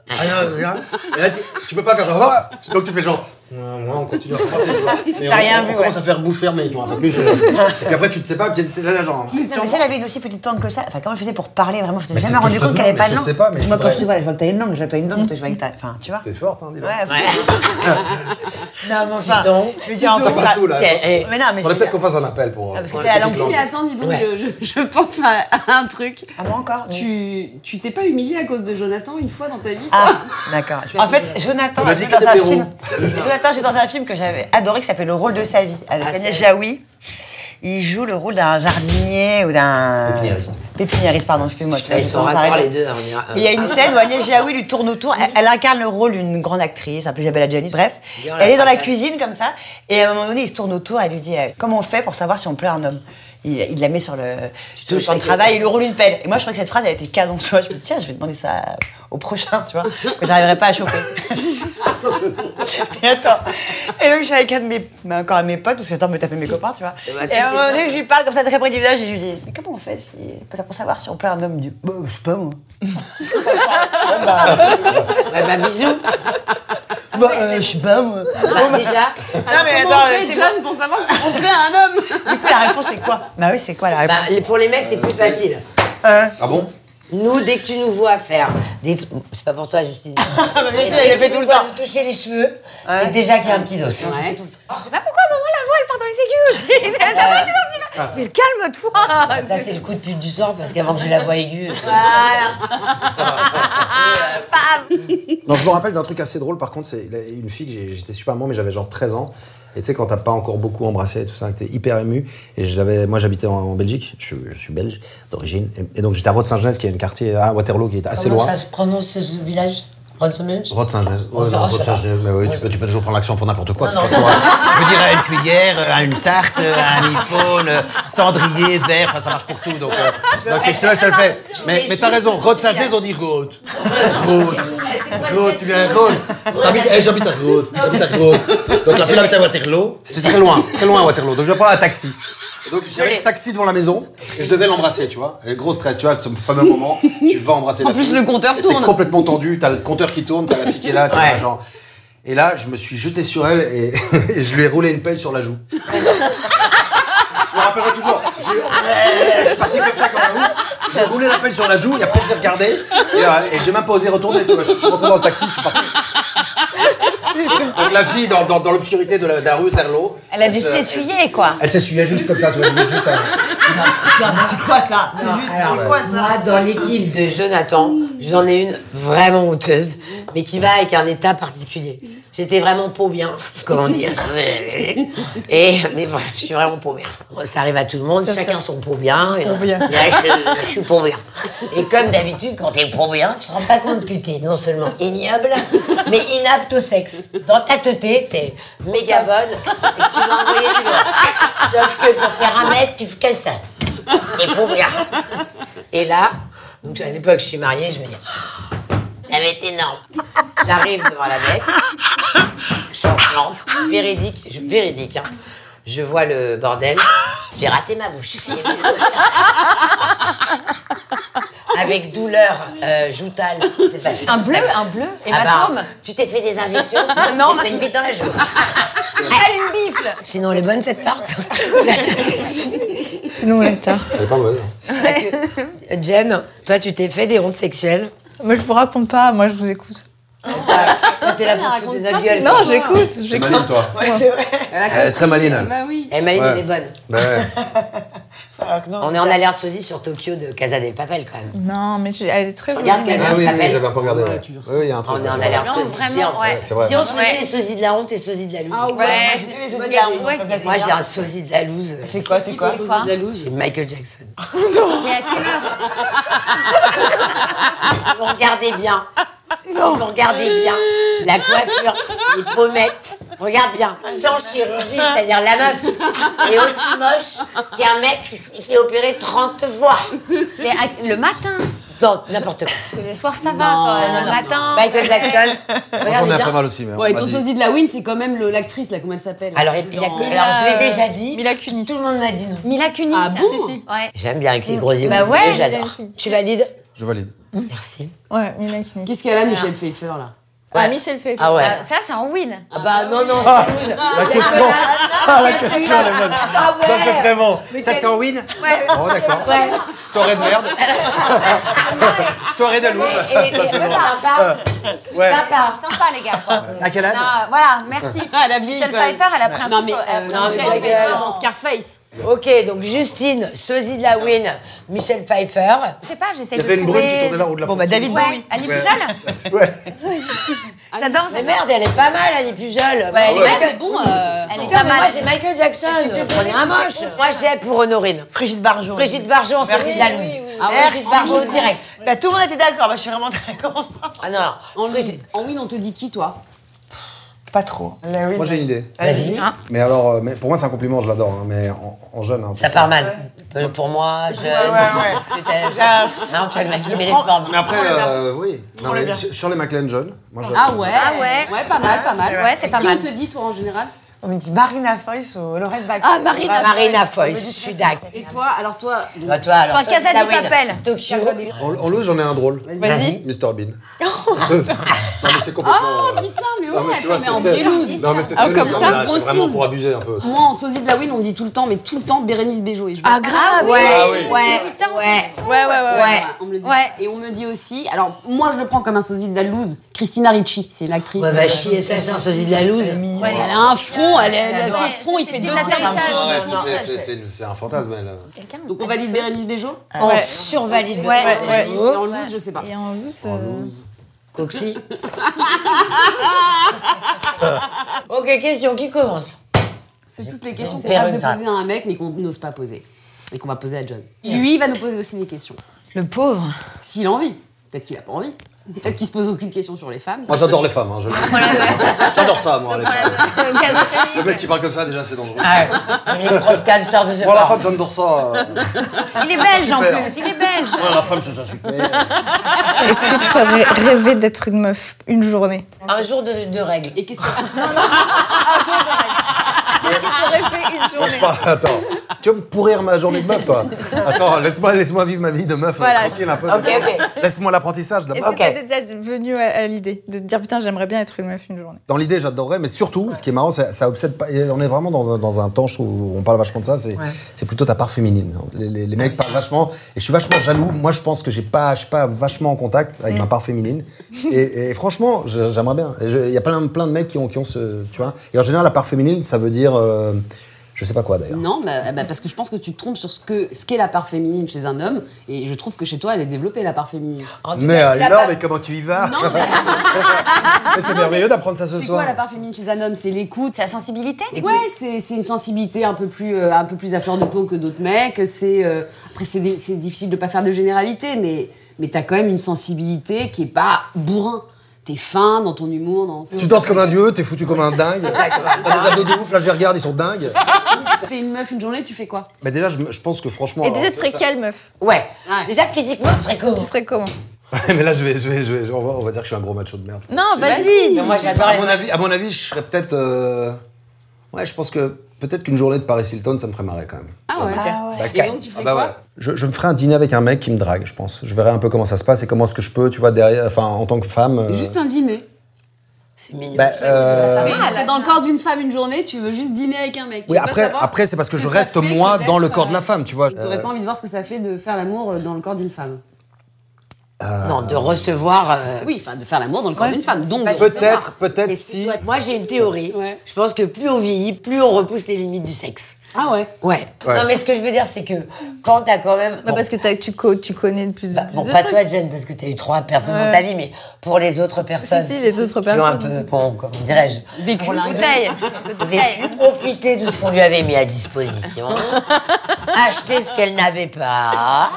Speaker 8: Ah non, viens. Et là, tu- tu peux pas faire genre, Ah donc tu fais genre. Non, non, on continue à se croiser, tu vois. Mais on,
Speaker 5: rien
Speaker 8: on
Speaker 5: vu,
Speaker 8: commence
Speaker 5: ouais.
Speaker 8: à faire bouche fermée, tu vois, un peu plus. Et puis après, tu te sais pas, puis t'es là, là, genre.
Speaker 5: Non, mais si elle avait une aussi petite langue que ça, enfin, comment elle faisait pour parler vraiment Je t'ai
Speaker 8: Mais c'est
Speaker 5: jamais
Speaker 8: ce que
Speaker 5: rendu
Speaker 8: je te
Speaker 5: compte qu'elle avait
Speaker 8: demande,
Speaker 5: pas de
Speaker 8: mais je
Speaker 5: langue.
Speaker 8: sais pas, mais
Speaker 5: Moi, quand
Speaker 8: faudrait-
Speaker 5: je te vois, je vois que t'as une langue, je vois que t'as une langue, toi, je vois que t'as. Enfin, tu vois
Speaker 8: T'es forte, hein, dis donc.
Speaker 5: Ouais, Non, mais enfin.
Speaker 4: Dis donc.
Speaker 5: Je veux dire, en
Speaker 8: Ça
Speaker 5: fait,
Speaker 8: passe où, là
Speaker 5: tiens, eh, Mais non, mais. je veux
Speaker 8: Faudrait peut-être
Speaker 5: dire- Ah,
Speaker 8: qu'on fasse un appel pour. euh,
Speaker 5: parce que
Speaker 8: pour
Speaker 5: c'est
Speaker 8: les
Speaker 5: la
Speaker 8: petites
Speaker 5: langue-
Speaker 2: Mais
Speaker 8: langues.
Speaker 2: attends, dis donc,
Speaker 5: Ouais.
Speaker 2: je, je- je pense à, à un truc.
Speaker 5: Ah, moi encore oui.
Speaker 2: Tu tu t'es pas humilié à cause de Jonathan une fois dans ta vie
Speaker 5: Ah, d'accord. En fait, Jonathan,
Speaker 8: On a dit
Speaker 5: j'étais
Speaker 8: que
Speaker 5: dans un
Speaker 8: t'étais
Speaker 5: film.
Speaker 8: rond.
Speaker 5: Jonathan, j'étais dans un film que j'avais adoré qui s'appelait Le rôle de sa vie avec Agnès Jaoui. Il joue le rôle d'un jardinier ou d'un.
Speaker 4: Pépiniériste.
Speaker 5: Pépiniériste, pardon, excuse-moi. tu vois,
Speaker 4: Ils
Speaker 5: j'ai
Speaker 4: sont
Speaker 5: tendance à
Speaker 4: raccords les
Speaker 5: arrêter.
Speaker 4: deux. hein, on ira-
Speaker 5: Et Il y a une scène où Agnès Jaoui lui tourne autour. Elle, elle incarne le rôle d'une grande actrice, un peu Isabella Gianni. Bref,
Speaker 4: Bien
Speaker 5: elle
Speaker 4: la
Speaker 5: est dans la
Speaker 4: patate.
Speaker 5: cuisine comme ça. Et à un moment donné, il se tourne autour. Elle lui dit euh, Comment on fait pour savoir si on plaît à un homme il, il la met sur le, sur le
Speaker 4: touches
Speaker 5: champ de
Speaker 4: la
Speaker 5: travail,
Speaker 4: gueule.
Speaker 5: il lui roule une pelle. Et moi, je trouvais que cette phrase, elle était canon. Tu vois, je me dis Tiens, je vais demander ça au prochain, tu vois, que j'arriverai pas à choper. Et attends. Et donc, je suis avec un de mes, bah, encore un de mes potes, parce que j'adore me taper mes copains, tu vois. Et à un moment donné, je lui parle comme ça, très près du village, et je lui dis Mais comment on fait si, pour savoir si on perd un homme du. Bah, je sais pas, moi.
Speaker 4: Ouais, bah, bisous.
Speaker 5: Bah, euh, je sais pas, moi.
Speaker 4: Bah,
Speaker 5: Non,
Speaker 4: déjà.
Speaker 5: mais
Speaker 2: Ah Comment
Speaker 5: attends,
Speaker 2: on fait,
Speaker 5: c'est
Speaker 2: John, pour savoir si on plaît à un homme
Speaker 5: quoi- du coup, la réponse, c'est quoi Bah oui, c'est quoi la réponse
Speaker 4: Bah, les- pour les mecs, c'est plus facile.
Speaker 5: Hein
Speaker 8: Ah bon
Speaker 4: Nous, dès que tu nous vois faire des tr- C'est pas pour toi, Justine.
Speaker 5: Parce que
Speaker 4: Mais
Speaker 5: tu
Speaker 4: dès
Speaker 5: l'as
Speaker 4: que
Speaker 5: fait
Speaker 4: tu
Speaker 5: tout
Speaker 4: nous
Speaker 5: le
Speaker 4: vois
Speaker 5: temps.
Speaker 4: nous toucher les cheveux, c'est déjà qu'il y a un petit dos.
Speaker 3: Je sais pas pourquoi, à un moment, la voix, elle part dans les aigus. aussi. Ça va, tu vas, tu
Speaker 8: Ah.
Speaker 3: vas. Mais
Speaker 6: Ah.
Speaker 3: calme-toi.
Speaker 4: Ça, c'est le coup de pute du soir, parce qu'avant que j'ai la voix aiguë...
Speaker 8: Non, je me rappelle d'un truc assez drôle, par contre, c'est la- une fille que j'ai- j'étais super amoureux, mais j'avais genre 13 ans. Et tu sais, quand t'as pas encore beaucoup embrassé et tout ça, que t'es hyper ému. Et j'avais, moi, j'habitais en, en Belgique, je, suis- je suis belge d'origine. Et, et donc, j'étais à Rode-Saint-Genès, qui est un quartier à Waterloo qui est assez
Speaker 4: Comment
Speaker 8: loin.
Speaker 4: ça se prononce ce ce village Rotsemünch
Speaker 8: Rode-Saint-Genès. Ouais,
Speaker 4: Oh,
Speaker 8: non,
Speaker 4: ça va.
Speaker 8: Rode-Saint-Genès, mais oui, tu peux, tu peux toujours prendre l'accent pour n'importe quoi. de toute façon.
Speaker 9: Je veux dire à une cuillère, à une tarte, à un iPhone, euh, cendrier, verre, enfin, ça marche pour tout. Donc, euh, donc, je, te, je te le fais. Mais, mais t'as raison, Rode Saint-Genès, on dit Rode. Rode. Rode, tu viens à Rode.
Speaker 8: T'habites- eh, J'habite à Rode. J'habite à Rode. Donc,
Speaker 9: Donc la fille habite à Waterloo.
Speaker 8: C'était très loin, très loin à Waterloo. Donc je vais prendre un taxi. Donc j'avais le taxi devant la maison et je devais l'embrasser, tu vois. Et gros stress, tu vois, de ce fameux moment, tu vas embrasser la
Speaker 2: En plus,
Speaker 8: fille,
Speaker 2: le compteur
Speaker 8: et
Speaker 2: tourne.
Speaker 8: T'es complètement tendu, t'as le compteur qui tourne, t'as la fille qui est là, t'es là, genre. Et là, je me suis jeté sur elle et, et je lui ai roulé une pelle sur la joue. je me rappellerai toujours. Je, je suis parti comme ça comme un ouf. J'ai roulé la pelle sur la joue et après je l'ai regardé et, euh, et j'ai même pas osé retourner, tu vois. Je, je suis rentré dans le taxi, je suis parti. Donc la fille dans, dans, dans l'obscurité de la, de la rue Terlo.
Speaker 3: Elle a dû
Speaker 8: se-
Speaker 3: s'essuyer, quoi.
Speaker 8: Elle s'essuyait juste comme ça, tu vois, elle avait juste euh, un-
Speaker 5: C'est quoi ça
Speaker 4: Ah, Alors, moi, dans l'équipe de Jonathan, j'en ai une vraiment honteuse, mais qui va avec un état particulier. J'étais vraiment pas bien, comment dire. Et, mais voilà, je suis vraiment pas bien. Ça arrive à tout le monde, chacun son pas bien. Et, et là, je, je suis pas bien. Et comme d'habitude, quand t'es pas bien, tu te rends pas compte que t'es non seulement ignoble, mais inapte au sexe. Dans ta teuté, t'es méga bonne et tu vas envoyer du doigt. Sauf que pour faire un mètre, tu fais comme ça. T'es pas bien. Et là, donc à l'époque, je suis mariée, je me dis, ça va être énorme. J'arrive devant la bête, chancelante, véridique, je- véridique, hein. Je vois le bordel, j'ai raté ma bouche. J'ai mis le- Avec douleur euh, joutale, c'est passé.
Speaker 3: Un bleu, un bleu,
Speaker 4: Ah
Speaker 3: hématome.
Speaker 4: bah, tu t'es fait des injections Non, t'as une bite dans la joue.
Speaker 3: Elle, une bifle.
Speaker 4: Sinon, elle est bonne cette tarte.
Speaker 6: Sinon, la tarte.
Speaker 8: Elle est pas mauvaise.
Speaker 4: Jen, toi, tu t'es fait des rondes sexuelles.
Speaker 6: Moi, je vous raconte pas, moi, je vous écoute.
Speaker 3: Ah,
Speaker 4: T'es là pour te foutre de notre gueule.
Speaker 6: Non, j'écoute, j'écoute.
Speaker 8: maline, toi. Elle est très maline.
Speaker 4: Eh, Maline,
Speaker 8: Ouais.
Speaker 4: elle est bonne.
Speaker 8: Bah ouais.
Speaker 4: On est en alerte sosie sur Tokyo de Casa del Papel quand même.
Speaker 6: Non, mais j'ai- elle est très jolie.
Speaker 4: Regarde Casa
Speaker 8: Ah oui,
Speaker 4: del
Speaker 8: oui, oui,
Speaker 4: Papel.
Speaker 8: j'avais un peu regardé. ouais. Oui, il y a un truc.
Speaker 4: On est en
Speaker 8: là,
Speaker 4: alerte
Speaker 3: Non,
Speaker 4: sosie. géante.
Speaker 3: vraiment, ouais.
Speaker 8: c'est vrai.
Speaker 4: Si on se faisait
Speaker 3: Ouais.
Speaker 4: les sosies de la honte et sosies de la loose.
Speaker 5: Ah
Speaker 3: Ouais,
Speaker 5: Les solidarons,
Speaker 3: Ouais.
Speaker 5: comme ça,
Speaker 4: Moi j'ai
Speaker 5: bien.
Speaker 4: un sosie de la loose.
Speaker 5: C'est quoi, Bah, c'est quoi
Speaker 3: quoi
Speaker 4: C'est Michael Jackson.
Speaker 3: Mais à quelle heure
Speaker 4: Si vous regardez bien, si vous regardez bien, la coiffure, les pommettes, regarde bien, sans chirurgie, c'est-à-dire la meuf est aussi moche qu'un mec qui s'est fait opérer 30 fois.
Speaker 3: Mais à- le matin.
Speaker 4: Non, n'importe quoi.
Speaker 3: Parce que le soir, ça va, quand même. Le matin.
Speaker 4: Michael Jackson,
Speaker 8: Bah, J'en
Speaker 4: regardez
Speaker 8: ai pas
Speaker 4: bien.
Speaker 8: mal aussi, mais. on
Speaker 2: Ouais,
Speaker 8: m'a
Speaker 2: ton
Speaker 8: dit-
Speaker 2: sosie de la Win, c'est quand même le- l'actrice, là, comment elle s'appelle
Speaker 4: Alors, il y a- alors, je l'ai déjà dit,
Speaker 6: Mila Kunis.
Speaker 4: tout le monde m'a dit non.
Speaker 3: Mila Kunis.
Speaker 2: Ah bon
Speaker 3: Si, si. Ouais.
Speaker 4: J'aime bien avec ses gros yeux.
Speaker 3: Bah ouais,
Speaker 4: bleus,
Speaker 3: il
Speaker 6: est
Speaker 4: j'adore.
Speaker 6: fou.
Speaker 4: Tu valides
Speaker 8: Je valide.
Speaker 4: Merci.
Speaker 6: Ouais, Mila Kunis.
Speaker 2: Qu'est-ce qu'elle a, Michel Pfeiffer, là
Speaker 6: Ah, Michel fait.
Speaker 4: Ah ouais.
Speaker 3: Ah, Ça, c'est en win.
Speaker 4: Ah bah non, non, c'est rouge. La
Speaker 8: question. Ah, la question, elle est bonne.
Speaker 4: Ah ouais.
Speaker 8: Ça, c'est vraiment. Ça, c'est en win
Speaker 3: Ouais.
Speaker 8: Oh, d'accord.
Speaker 4: Ouais.
Speaker 8: Soirée de merde. Soirée de loose.
Speaker 4: Et, et, sympa.
Speaker 8: Ouais.
Speaker 4: Sympa.
Speaker 3: Sympa, les gars. quoi.
Speaker 8: À quel âge
Speaker 3: Ah, voilà, merci.
Speaker 2: Ah, la vieille.
Speaker 3: Michel
Speaker 2: quand même.
Speaker 3: Pfeiffer, elle a pris un
Speaker 2: Non,
Speaker 3: coup
Speaker 2: mais,
Speaker 3: sur-
Speaker 4: Ah,
Speaker 2: euh,
Speaker 3: euh,
Speaker 2: non, mais
Speaker 3: Michel
Speaker 2: Michael
Speaker 3: Pfeiffer.
Speaker 2: dans Scarface.
Speaker 4: Ok, donc Justine, sosie de la Win, Michel Pfeiffer.
Speaker 3: Je sais pas, j'essaie de
Speaker 8: Il y avait une brune qui
Speaker 3: trouver-
Speaker 8: tournait la roue de la
Speaker 5: Bon, bah, David
Speaker 3: Ouais,
Speaker 5: Bowie.
Speaker 3: Annie
Speaker 8: Ouais.
Speaker 3: Pujol
Speaker 8: David. Ouais.
Speaker 3: Ah, J'adore,
Speaker 4: Mais
Speaker 3: j'adore.
Speaker 4: merde, elle est pas mal, Annie Pujol.
Speaker 3: Ouais,
Speaker 4: Moi,
Speaker 3: ouais.
Speaker 4: Michael-
Speaker 2: Mais bon, euh,
Speaker 3: Elle est
Speaker 4: Putain,
Speaker 3: pas
Speaker 4: mais moi
Speaker 3: mal.
Speaker 4: j'ai Michael Jackson. Prenez un moche. Moi j'ai pour Honorine.
Speaker 5: Brigitte Barjot.
Speaker 4: Brigitte Barjot en sosie de la loose. Ah ouais, Brigitte Barjot direct.
Speaker 5: Bah, tout le monde était d'accord, bah, je suis vraiment très content.
Speaker 4: Ah non,
Speaker 2: en,
Speaker 4: Brigitte.
Speaker 2: en Win, on te dit qui, toi
Speaker 5: pas trop.
Speaker 8: Moi, j'ai une idée.
Speaker 4: Vas-y.
Speaker 8: Mais alors, euh, mais pour moi, c'est un compliment, je l'adore, hein, mais en, en jeune. hein,
Speaker 4: Ça part mal. Euh, Pour moi, je.
Speaker 5: ouais, ouais.
Speaker 4: Tu t'es-
Speaker 5: Ah,
Speaker 4: Non, tu as le maquis, mais les formes.
Speaker 8: Mais après, euh, oui. Non,
Speaker 5: le
Speaker 8: mais
Speaker 5: bien.
Speaker 8: sur sur les McLaren jeunes, moi, je.
Speaker 2: Ah ouais
Speaker 3: Ah ouais.
Speaker 2: Ouais, pas mal, pas mal.
Speaker 3: Ouais, c'est pas
Speaker 2: Qui
Speaker 3: mal.
Speaker 2: te dit, toi, en général
Speaker 5: On me dit Marina Foïs ou Laurette Bacchus.
Speaker 4: Ah, Marina, Marina Foy, je suis d'accord.
Speaker 2: Et toi, alors toi,
Speaker 4: Bah, toi, alors.
Speaker 3: Toi,
Speaker 4: ça,
Speaker 3: Casa
Speaker 4: c'est la
Speaker 3: di
Speaker 4: win.
Speaker 3: Papel.
Speaker 4: Tokyo.
Speaker 2: Casa di-
Speaker 8: En, en loose, j'en ai un drôle.
Speaker 4: Vas-y.
Speaker 8: Mr Bean. non, mais c'est complètement. euh,
Speaker 2: putain, mais ouais,
Speaker 8: non, mais tu vois,
Speaker 2: attends, mais en
Speaker 8: c'est tel-
Speaker 2: brélouse.
Speaker 8: Non, mais c'est
Speaker 6: Ah,
Speaker 8: tel-
Speaker 6: comme ça,
Speaker 8: non, mais là, C'est
Speaker 2: grosse
Speaker 8: vraiment
Speaker 2: loose.
Speaker 8: pour abuser un peu.
Speaker 2: Moi, en sosie de la win, on me dit tout le temps, mais tout le temps, Bérénice Béjo. Et je me-
Speaker 6: Ah, grave
Speaker 3: Ouais,
Speaker 4: Ah oui.
Speaker 3: ouais,
Speaker 4: Ouais.
Speaker 3: putain,
Speaker 4: Ouais.
Speaker 3: c'est fou.
Speaker 6: Ouais, ouais, ouais. ouais.
Speaker 4: Ouais.
Speaker 2: On me le dit.
Speaker 3: Ouais.
Speaker 2: Et on me dit aussi, alors moi je le prends comme un sosie de la loose, Christina Ricci, c'est une actrice.
Speaker 4: Ouais,
Speaker 2: euh,
Speaker 4: va bah, chier, ça, c'est un sosie de la loose.
Speaker 3: Ouais,
Speaker 2: elle a un front, elle, elle,
Speaker 3: Ouais,
Speaker 2: son front il
Speaker 3: c'est
Speaker 2: fait
Speaker 3: des
Speaker 2: deux tiers d'un
Speaker 3: atterrissages.
Speaker 2: front.
Speaker 8: Ouais,
Speaker 3: non,
Speaker 8: c'est-
Speaker 3: non,
Speaker 8: c'est- C'est c'est un fantasme, elle.
Speaker 3: Quelqu'un
Speaker 2: Donc on valide Bérénice Béjo
Speaker 4: En survalide.
Speaker 3: Ouais.
Speaker 2: Et
Speaker 6: Ouais.
Speaker 2: en loose, je sais pas.
Speaker 6: Et en loose, euh,
Speaker 4: Coxy. ok, question, qui commence
Speaker 2: C'est toutes les questions qu'on
Speaker 4: faire
Speaker 2: rêve
Speaker 4: une
Speaker 2: de
Speaker 4: grave.
Speaker 2: poser à un mec mais qu'on n'ose pas poser. Et qu'on va poser à John. Lui va nous poser aussi des questions.
Speaker 3: Le pauvre.
Speaker 2: S'il a envie. Peut-être qu'il a pas envie. Peut-être qu'il se pose aucune question sur les femmes.
Speaker 8: Moi, j'adore les femmes. hein, je le dis. J'adore ça, moi, les femmes. Le mec qui parle comme ça, déjà, c'est dangereux.
Speaker 4: Ah, les froscades sortent de ce
Speaker 8: Moi, la
Speaker 4: corps.
Speaker 8: femme, j'adore ça. euh.
Speaker 3: Il est belge en plus, il est belge.
Speaker 9: Ouais, la femme, je suis super.
Speaker 6: Est-ce que t'aurais rêvé d'être une meuf une journée
Speaker 4: Un jour de, de règles.
Speaker 2: Et qu'est-ce que.
Speaker 6: Qu'est-ce que t'aurais fait une journée
Speaker 8: Franchement, attends. Tu vas me pourrir ma journée de meuf, toi. Attends, laisse-moi laisse vivre ma vie de meuf euh,
Speaker 6: Voilà.
Speaker 8: tranquille un peu.
Speaker 4: Ok, ok.
Speaker 8: Laisse-moi l'apprentissage d'abord.
Speaker 6: Est-ce que t'es déjà venu à, à l'idée de te dire putain j'aimerais bien être une meuf une journée
Speaker 8: Dans l'idée, j'adorerais, mais surtout, ce qui est marrant, ça, ça obsède pas. et On est vraiment dans un, dans un temps, je trouve, où on parle vachement de ça, c'est c'est plutôt ta part féminine. Les, les- les mecs parlent vachement, et je suis vachement jaloux. Moi, je pense que j'ai pas, je suis pas vachement en contact avec
Speaker 6: Mm.
Speaker 8: ma part féminine. Et, et franchement, je- j'aimerais bien. Et je- Il y a plein, plein de mecs qui ont, qui ont ce. Tu vois Et en général, la part féminine, ça veut dire. euh, je sais pas quoi d'ailleurs.
Speaker 2: Non, bah, bah, parce que je pense que tu te trompes sur ce que ce qu'est la part féminine chez un homme. Et je trouve que chez toi, elle est développée la part féminine.
Speaker 4: En tout
Speaker 8: Mais
Speaker 4: cas, c'est la
Speaker 8: alors,
Speaker 4: pa-
Speaker 8: mais comment tu y vas
Speaker 2: Non, mais
Speaker 8: Mais C'est merveilleux d'apprendre ça ce
Speaker 2: c'est
Speaker 8: soir.
Speaker 2: quoi la part féminine chez un homme C'est l'écoute,
Speaker 3: Sa sensibilité
Speaker 2: Ouais, c'est c'est une sensibilité un peu plus, euh, un peu plus à fleur de peau que d'autres mecs. C'est euh, après c'est dé- c'est difficile de pas faire de généralité, mais mais t'as quand même une sensibilité qui est pas bourrin. T'es fin dans ton humour, dans
Speaker 8: Tu danses comme un dieu, t'es foutu comme un dingue. T'as des abdos de ouf, là je les regarde, ils sont dingues.
Speaker 2: T'es une meuf une journée, tu fais quoi
Speaker 8: Mais déjà, je, me- je pense que franchement.
Speaker 6: Et
Speaker 8: alors,
Speaker 6: déjà tu
Speaker 8: ça-
Speaker 6: serais
Speaker 8: ça-
Speaker 6: quelle meuf
Speaker 4: Ouais.
Speaker 2: Ouais.
Speaker 4: Déjà, physiquement, tu serais comment
Speaker 6: Tu serais comment
Speaker 8: Ouais, mais là, je vais, je vais, je vais- on, va, on va dire que je suis un gros macho de merde.
Speaker 6: Non vas-y
Speaker 4: Mais Moi, j'adore
Speaker 8: À
Speaker 4: les
Speaker 8: mon avis, à mon avis je serais peut-être. euh, Ouais, je pense que peut-être qu'une journée de Paris Hilton, ça me ferait marrer quand même.
Speaker 2: Ah ouais.
Speaker 8: Bah,
Speaker 2: Et
Speaker 8: quatre.
Speaker 2: donc tu ferais
Speaker 8: Ah bah
Speaker 2: quoi
Speaker 8: ouais. je, je me ferais un dîner avec un mec qui me drague, je pense. Je verrais un peu comment ça se passe et comment est-ce que je peux, tu vois, derrière, enfin, en tant que femme. euh,
Speaker 2: Juste un dîner.
Speaker 4: C'est mignon.
Speaker 8: bah, euh,
Speaker 2: Mais T'es dans le corps d'une femme une journée, tu veux juste dîner avec un mec. Tu
Speaker 8: Oui,
Speaker 2: veux pas
Speaker 8: après,
Speaker 2: savoir
Speaker 8: après c'est parce que
Speaker 2: ce
Speaker 8: je
Speaker 2: ça
Speaker 8: reste
Speaker 2: fait
Speaker 8: moi dans le
Speaker 2: peut-être,
Speaker 8: corps de la
Speaker 2: euh,
Speaker 8: femme, tu vois.
Speaker 2: T'aurais pas envie de voir ce que ça fait de faire l'amour euh, dans le corps d'une femme.
Speaker 8: Ah,
Speaker 4: Non, de recevoir. euh,
Speaker 2: Oui, enfin de faire l'amour dans le corps d'une femme. Donc de
Speaker 8: Peut-être, peut-être
Speaker 4: mais
Speaker 8: si.
Speaker 4: toi, moi, j'ai une théorie.
Speaker 2: Ouais.
Speaker 4: Je pense que plus on vieillit, plus on repousse les limites du sexe.
Speaker 2: Ah ouais.
Speaker 4: Ouais.
Speaker 8: Ouais.
Speaker 4: Non, mais ce que je veux dire, c'est que quand t'as quand même.
Speaker 6: Bah, Parce que t'as- tu, co- tu connais de plus,
Speaker 4: Bah,
Speaker 6: plus
Speaker 4: bon,
Speaker 6: de
Speaker 4: pas
Speaker 6: trucs.
Speaker 4: toi, Jen, parce que t'as eu trois personnes dans ta vie, mais pour les autres personnes.
Speaker 6: Si, si, les autres
Speaker 4: qui ont un
Speaker 6: personnes.
Speaker 4: peu, bon, comment dirais-je,
Speaker 3: Vécu une bouteille. De bouteille.
Speaker 4: vécu, profité de ce qu'on lui avait mis à disposition, acheté ce qu'elle n'avait pas.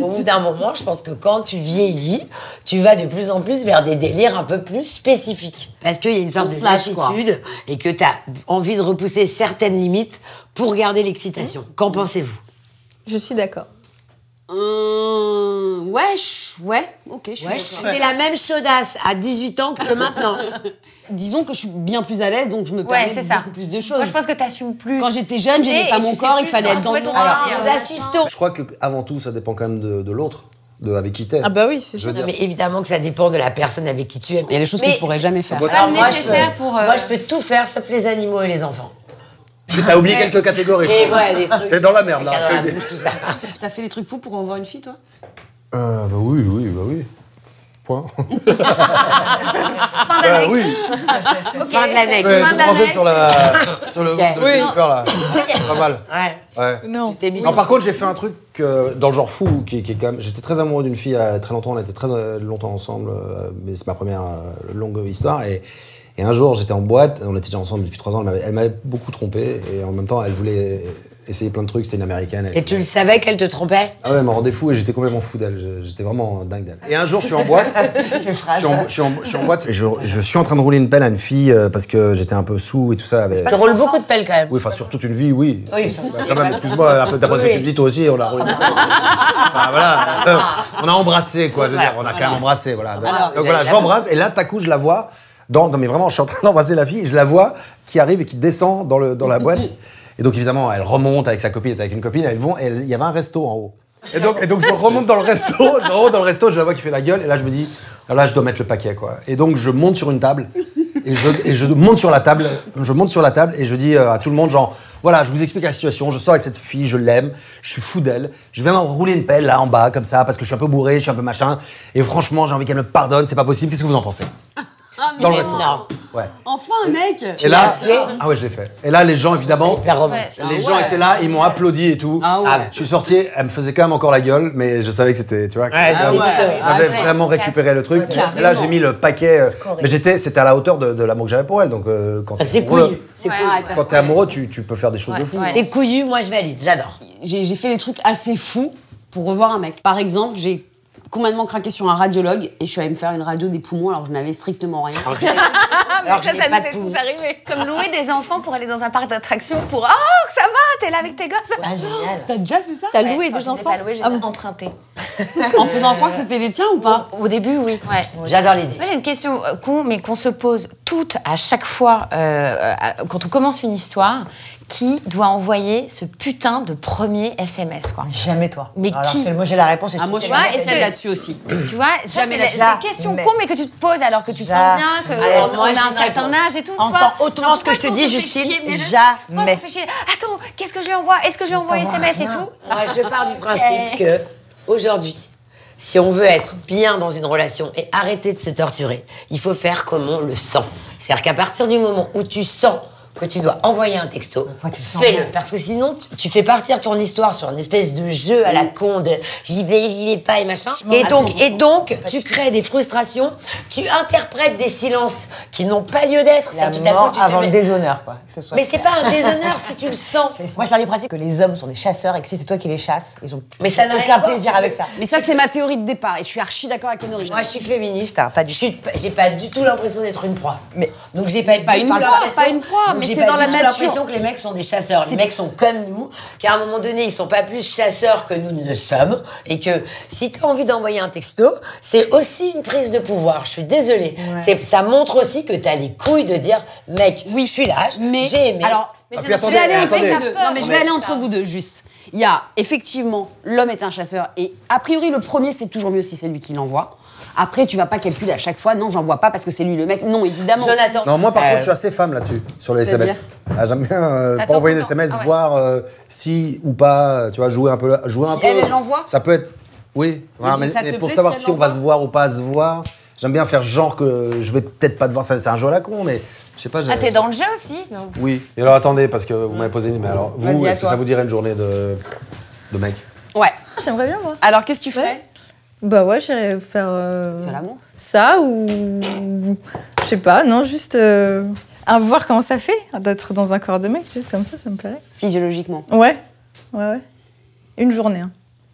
Speaker 4: Au bout d'un moment, je pense que quand tu vieillis, tu vas de plus en plus vers des délires un peu plus spécifiques. Parce qu'il y a une sorte
Speaker 2: On se
Speaker 4: de
Speaker 2: lâche, quoi.
Speaker 4: lassitude et que tu as envie de repousser certaines limites pour garder l'excitation. Qu'en pensez-vous
Speaker 6: Je suis d'accord.
Speaker 2: Euh, ouais, je- ouais, ok, je suis
Speaker 4: Ouais,
Speaker 2: d'accord.
Speaker 4: c'est la même chaudasse à 18 ans que maintenant.
Speaker 2: Disons que je suis bien plus à l'aise, donc je me
Speaker 3: Ouais,
Speaker 2: permets
Speaker 3: c'est
Speaker 2: de-
Speaker 3: ça.
Speaker 2: beaucoup plus de
Speaker 3: Moi,
Speaker 2: choses.
Speaker 3: je pense que t'assumes plus.
Speaker 2: Quand j'étais jeune, j'aimais
Speaker 3: Et
Speaker 2: pas
Speaker 3: tu
Speaker 2: mon
Speaker 3: sais
Speaker 2: corps, il
Speaker 3: plus
Speaker 2: fallait être dans
Speaker 3: retrouver
Speaker 2: le
Speaker 3: ton
Speaker 2: noir.
Speaker 3: Alors,
Speaker 4: Nous assistons.
Speaker 8: Je crois que avant tout, ça dépend quand même de, de l'autre, de avec qui t'es.
Speaker 6: Ah bah oui, c'est
Speaker 8: Je veux
Speaker 4: Non,
Speaker 8: dire.
Speaker 4: mais évidemment que ça dépend de la personne avec qui tu es.
Speaker 2: Il y a des choses que
Speaker 4: Mais
Speaker 2: je pourrais jamais faire.
Speaker 3: pas
Speaker 4: Alors, moi, je
Speaker 3: nécessaire
Speaker 4: peux-
Speaker 3: pour, euh,
Speaker 4: moi, je peux tout faire sauf les animaux et les enfants.
Speaker 8: Tu T'as oublié quelques catégories. je
Speaker 4: Et
Speaker 8: pense.
Speaker 4: voilà, des trucs.
Speaker 8: T'es dans la merde, là.
Speaker 4: Dans la bouche, tout ça.
Speaker 2: T'as fait des trucs fous pour en voir une fille, toi
Speaker 8: Euh, bah oui, oui, bah oui. Point.
Speaker 3: Fin
Speaker 8: Bah
Speaker 3: d'année.
Speaker 8: oui.
Speaker 3: Ok.
Speaker 4: Fin de l'année.
Speaker 8: Ouais,
Speaker 3: Fin
Speaker 8: je
Speaker 3: de
Speaker 8: me penchais
Speaker 3: l'année.
Speaker 8: sur, la, sur le groupe de
Speaker 4: Oui.
Speaker 8: Jennifer, là. C'est Pas mal.
Speaker 4: Ouais.
Speaker 8: Ouais.
Speaker 6: Non.
Speaker 4: T'es mignon.
Speaker 8: Non, par contre, j'ai fait un truc euh, dans le genre fou, qui, qui est quand même. J'étais très amoureux d'une fille euh, très longtemps, on a été très euh, longtemps ensemble, euh, mais c'est ma première euh, longue histoire. Et, et un jour, j'étais en boîte, on était déjà ensemble depuis trois ans, elle m'avait- elle m'avait beaucoup trompé, et en même temps, elle voulait essayé plein de trucs, c'était une américaine.
Speaker 4: Et tu le savais qu'elle te trompait
Speaker 8: Ah ouais, elle me rendait fou et j'étais complètement fou d'elle. Je- J'étais vraiment dingue d'elle. Et un jour, je suis en boîte. je, suis en, je suis en- je suis en boîte. Je, je suis en train de rouler une pelle à une fille euh, parce que j'étais un peu sous et tout ça. avec-
Speaker 4: Tu roules beaucoup de pelles quand même.
Speaker 8: Oui, enfin, sur toute une vie, oui.
Speaker 4: Oui, sur toute
Speaker 8: Bah, quand même, excuse-moi, un peu d'après ce que tu me dis, toi aussi, on a roulé. Enfin, voilà. euh, on a embrassé, quoi. Je veux dire, on a quand même embrassé, voilà. Donc,
Speaker 4: j'avais
Speaker 8: voilà,
Speaker 4: la
Speaker 8: j'embrasse, et là, d'un coup, je la vois. Dans, non, mais vraiment, je suis en train d'embrasser la fille, et je la vois qui arrive et qui descend dans, le, dans la boîte. Et donc, évidemment, elle remonte avec sa copine, elle est avec une copine, elles vont, et elle- il y avait un resto en haut. Et donc, et donc, je remonte dans le resto, je remonte dans le resto, je la vois qui fait la gueule, et là, je me dis, ah, là, je dois mettre le paquet, quoi. Et donc, je monte sur une table, et je, et je monte sur la table, je monte sur la table, et je dis euh, à tout le monde, genre, voilà, je vous explique la situation, je sors avec cette fille, je l'aime, je suis fou d'elle, je viens d'en rouler une pelle, là, en bas, comme ça, parce que je suis un peu bourré, je suis un peu machin, et franchement, j'ai envie qu'elle me pardonne, c'est pas possible, qu'est-ce que vous en pensez Dans le resto.
Speaker 4: Non.
Speaker 8: Ouais.
Speaker 2: Enfin, mec
Speaker 8: Et là,
Speaker 4: fait
Speaker 8: ah ouais, je l'ai fait. Et là, les gens, évidemment,
Speaker 4: C'est hyper romantique.
Speaker 8: les gens étaient là, ils m'ont applaudi et tout.
Speaker 2: Ah ouais.
Speaker 8: je suis sorti, elle me faisait quand même encore la gueule, mais je savais que c'était, tu vois. que
Speaker 4: Ouais,
Speaker 8: j'avais-
Speaker 2: ouais.
Speaker 8: J'avais
Speaker 3: Ah ouais.
Speaker 8: vraiment récupéré le truc. Et là, j'ai mis le paquet. euh, mais j'étais, c'était à la hauteur de, de l'amour que j'avais pour elle. Donc, euh, quand
Speaker 4: Ah,
Speaker 8: t'es
Speaker 4: C'est
Speaker 8: amoureux,
Speaker 4: couillu. C'est
Speaker 3: Ouais,
Speaker 4: couillu.
Speaker 3: ouais, t'as-
Speaker 8: quand t'es amoureux, tu, tu peux faire des choses de fou.
Speaker 3: ouais.
Speaker 4: C'est couillu, moi je valide, j'adore.
Speaker 2: j'ai j'ai fait des trucs assez fous pour revoir un mec. Par exemple, j'ai complètement craqué sur un radiologue et je suis allée me faire une radio des poumons alors que je n'avais strictement rien.
Speaker 4: Alors
Speaker 3: Ah, Ça,
Speaker 4: que j'ai
Speaker 3: ça
Speaker 4: pas
Speaker 3: nous
Speaker 4: de
Speaker 3: est
Speaker 4: poumons.
Speaker 3: tous arrivé. Comme louer des enfants pour aller dans un parc d'attractions pour Oh, ça va, t'es là avec tes gosses.
Speaker 4: Ah, génial.
Speaker 2: T'as déjà fait ça
Speaker 6: T'as
Speaker 3: Ouais,
Speaker 6: loué
Speaker 3: enfin,
Speaker 6: des
Speaker 3: je les ai
Speaker 6: enfants
Speaker 3: pas loués, je les ai empruntés.
Speaker 2: Ah En faisant croire que c'était les tiens ou pas
Speaker 3: Au début, oui. Ouais.
Speaker 4: J'adore l'idée.
Speaker 3: Moi, j'ai une question euh, con, mais qu'on se pose toutes à chaque fois euh, euh, à- quand on commence une histoire. Qui doit envoyer ce putain de premier SMS, quoi
Speaker 10: Jamais toi.
Speaker 3: Mais
Speaker 10: Alors
Speaker 3: qui
Speaker 10: que Moi j'ai la réponse. et
Speaker 2: Ah, moi,
Speaker 10: tout
Speaker 2: je
Speaker 10: est
Speaker 2: suis
Speaker 10: là.
Speaker 3: Ouais, est-ce
Speaker 2: celle
Speaker 3: que-
Speaker 2: là-dessus aussi.
Speaker 3: Tu vois, ça, c'est
Speaker 10: mais
Speaker 3: la- c'est
Speaker 10: là,
Speaker 3: des questions
Speaker 10: mais-
Speaker 3: cons, mais que tu te poses alors que tu te
Speaker 10: Ja-
Speaker 3: sens bien, que
Speaker 10: Alors,
Speaker 3: on,
Speaker 10: moi,
Speaker 3: on
Speaker 10: j'ai
Speaker 3: a un
Speaker 10: une
Speaker 3: certain
Speaker 10: réponse.
Speaker 3: âge et tout. tu
Speaker 10: Entends
Speaker 3: vois.
Speaker 10: autrement
Speaker 3: Genre,
Speaker 10: ce que je te dis,
Speaker 3: pourquoi on se fait
Speaker 10: Justine,
Speaker 3: chier, mais je-
Speaker 10: jamais.
Speaker 3: pourquoi on se fait chier Attends, qu'est-ce que je lui envoie Est-ce que je lui envoie
Speaker 10: t'envoie
Speaker 3: SMS et
Speaker 10: rien.
Speaker 3: tout
Speaker 4: Moi, je pars du principe que aujourd'hui, si on veut être bien dans une relation et arrêter de se torturer, il faut faire comme on le sent. C'est-à-dire qu'à partir du moment où tu sens que tu dois envoyer un texto,
Speaker 10: tu sens
Speaker 4: fais-le.
Speaker 10: rien.
Speaker 4: Parce que sinon, tu fais partir ton histoire sur une espèce de jeu à la con de j'y vais, j'y vais pas et machin. Et donc, et donc, tu crées des frustrations, tu interprètes des silences qui n'ont pas lieu d'être.
Speaker 10: La
Speaker 4: Ça, tout à coup,
Speaker 10: mort
Speaker 4: tu te
Speaker 10: avant le
Speaker 4: mets-
Speaker 10: déshonneur, quoi. que ce soit
Speaker 4: Mais
Speaker 10: clair.
Speaker 4: c'est pas un déshonneur si tu le sens.
Speaker 10: Moi, je pars du principe que les hommes sont des chasseurs et que si c'est toi qui les chasses, ils ont
Speaker 4: Mais ça n'a rien à
Speaker 10: aucun
Speaker 4: voir,
Speaker 10: plaisir
Speaker 4: c'est-
Speaker 10: avec ça.
Speaker 2: Mais ça, c'est ma théorie de départ et je suis archi d'accord avec Honorine.
Speaker 4: Moi, je suis féministe.
Speaker 10: Putain, pas du-
Speaker 4: Je suis- J'ai pas du tout l'impression d'être une proie.
Speaker 10: Mais-
Speaker 4: donc j'ai pas,
Speaker 2: Pas
Speaker 4: du
Speaker 2: une
Speaker 4: tout
Speaker 2: proie,
Speaker 4: l'impression-
Speaker 2: pas une proie,
Speaker 4: donc,
Speaker 2: mais
Speaker 4: j'ai
Speaker 2: c'est
Speaker 4: pas
Speaker 2: dans
Speaker 4: du
Speaker 2: la
Speaker 4: tout
Speaker 2: nature.
Speaker 4: l'impression que les mecs sont des chasseurs. Les mecs sont comme nous, qu'à un moment donné, ils sont pas plus chasseurs que nous ne le sommes, et que si tu as envie d'envoyer un texto, c'est aussi une prise de pouvoir. Je suis désolée. C'est- Ça montre aussi que tu as les couilles de dire, mec, oui, je suis là,
Speaker 2: Mais
Speaker 4: j'ai aimé.
Speaker 2: alors,
Speaker 8: Ah, puis
Speaker 2: je vais
Speaker 8: attendez,
Speaker 2: aller entre
Speaker 8: attendez.
Speaker 2: vous deux. Non, mais je vais aller entre vous deux, juste. Il y a effectivement, l'homme est un chasseur et a priori, le premier, c'est toujours mieux si c'est lui qui l'envoie. Après, tu vas pas calculer à chaque fois, non, j'en vois pas parce que c'est lui le mec. Non, évidemment.
Speaker 4: Jonathan,
Speaker 8: Non, moi par
Speaker 4: euh,
Speaker 8: contre, je suis assez femme là-dessus, sur les
Speaker 2: C'est-à-dire
Speaker 8: SMS. Ah, J'aime bien euh, pas
Speaker 3: T'attends
Speaker 8: envoyer des
Speaker 3: longtemps.
Speaker 8: SMS,
Speaker 3: Ah ouais.
Speaker 8: voir euh, si ou pas, euh, tu vois, jouer un peu. là- Jouer un
Speaker 2: Si
Speaker 8: peu
Speaker 2: elle, elle l'envoie
Speaker 8: Ça peut être. Oui, voilà,
Speaker 2: mais
Speaker 8: mais,
Speaker 2: ça
Speaker 8: mais
Speaker 2: te
Speaker 8: pour
Speaker 2: plaît
Speaker 8: savoir
Speaker 2: si elle
Speaker 8: si on va
Speaker 2: l'envoie
Speaker 8: se voir ou pas se voir, j'aime bien faire genre que je vais peut-être pas te voir, ça- c'est un jeu à la con, mais je sais pas. j'ai-
Speaker 3: Ah, t'es dans le jeu aussi donc.
Speaker 8: Oui. Et alors attendez, parce que vous m'avez posé une. Mais alors, vous,
Speaker 2: Vas-y, à
Speaker 8: est-ce que
Speaker 2: toi.
Speaker 8: ça vous dirait une journée de. de mec
Speaker 2: Ouais.
Speaker 6: Ah, J'aimerais bien, moi.
Speaker 2: Alors, qu'est-ce que tu ferais
Speaker 6: Bah ouais, j'irais faire. euh,
Speaker 2: Faire l'amour.
Speaker 6: Ça ou. Je sais pas, non, juste. euh, Un voir comment ça fait d'être dans un corps de mec, juste comme ça, ça me plairait.
Speaker 2: Physiologiquement.
Speaker 6: Ouais, ouais, ouais. Une journée. hein.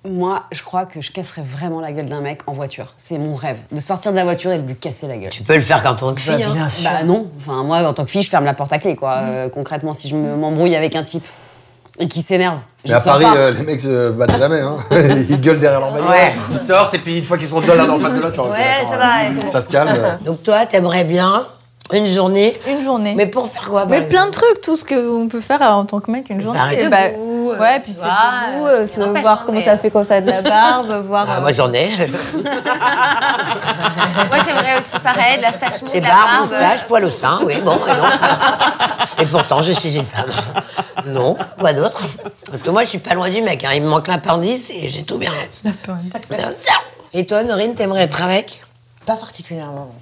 Speaker 2: Moi, je crois que je casserais vraiment la gueule d'un mec en voiture. C'est mon rêve, de sortir de la voiture et de lui casser la gueule.
Speaker 4: tu peux le faire quand on que fille. hein.
Speaker 10: Bien sûr.
Speaker 2: Bah non, enfin moi en tant que fille, je ferme la porte à clé quoi. Euh, concrètement, si je me- m'embrouille avec un type et qui s'énerve, je
Speaker 8: Mais à
Speaker 2: sors
Speaker 8: Paris,
Speaker 2: pas.
Speaker 8: euh, les mecs se battent jamais, hein. Ils gueulent derrière leur bagnole.
Speaker 10: Ouais.
Speaker 8: Ils sortent, et puis une fois qu'ils sont deux l'un en face de l'autre, tu fais, Ok,
Speaker 10: Ouais,
Speaker 8: d'accord,
Speaker 10: ça va,
Speaker 8: euh, Ça se calme.
Speaker 4: Donc toi, t'aimerais bien une journée,
Speaker 6: Une journée.
Speaker 4: mais pour faire quoi par
Speaker 6: Mais
Speaker 4: exemple
Speaker 6: plein de trucs, tout ce qu'on peut faire euh, en tant que mec une journée.
Speaker 4: arrête.
Speaker 6: c'est, bah,
Speaker 3: Debout, euh,
Speaker 6: ouais,
Speaker 3: tu
Speaker 6: puis c'est
Speaker 3: vois,
Speaker 6: debout,
Speaker 3: euh, ça
Speaker 6: euh, se
Speaker 3: n'empêche,
Speaker 6: voir
Speaker 3: hein,
Speaker 6: comment
Speaker 3: mais-
Speaker 6: ça fait quand t'as de la barbe, voir.
Speaker 4: Ah,
Speaker 6: euh,
Speaker 4: moi j'en ai.
Speaker 3: Ouais, c'est vrai aussi pareil, de la stache mou, de
Speaker 4: C'est
Speaker 3: la
Speaker 4: barbe,
Speaker 3: barbe.
Speaker 4: moustache, poil au sein, oui, bon, et non. Et pourtant, je suis une femme. Non, quoi d'autre Parce que moi, je suis pas loin du mec, hein. il me manque l'appendice et j'ai tout bien. Bien sûr. Et toi, Norine, t'aimerais être avec
Speaker 10: Pas particulièrement.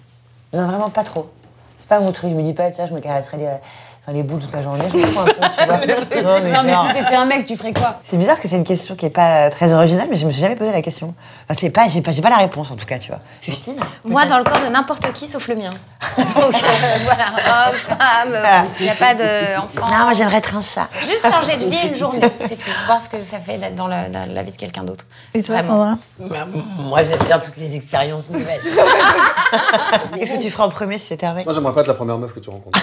Speaker 10: Non, Non, vraiment pas trop. C'est pas mon truc. Je me dis pas, tiens, je me caresserais les, enfin, les boules toute la journée, je me prends un compte, tu vois.
Speaker 2: Non, mais,
Speaker 10: genre-
Speaker 2: si t'étais un mec, tu ferais quoi
Speaker 10: C'est bizarre parce que c'est une question qui est pas très originale, mais je me suis jamais posé la question. Enfin, c'est pas, j'ai pas, j'ai pas la réponse en tout cas, tu vois. Justine
Speaker 3: Moi, dans le corps de n'importe qui, sauf le mien. Donc, euh, voilà, homme,
Speaker 10: Ah.
Speaker 3: femme, il n'y a pas d'enfant.
Speaker 10: Non, moi j'aimerais être un chat.
Speaker 3: Juste changer de vie une journée, c'est tout. Voir ce que ça fait d'être dans la, la- la vie de quelqu'un d'autre.
Speaker 6: Et toi,
Speaker 3: Vraiment.
Speaker 6: Sandra
Speaker 4: Bah, moi, j'aime bien toutes les expériences nouvelles.
Speaker 10: Qu'est-ce que tu ferais en premier si c'était un mec
Speaker 8: Moi, j'aimerais pas être la première meuf que tu rencontres.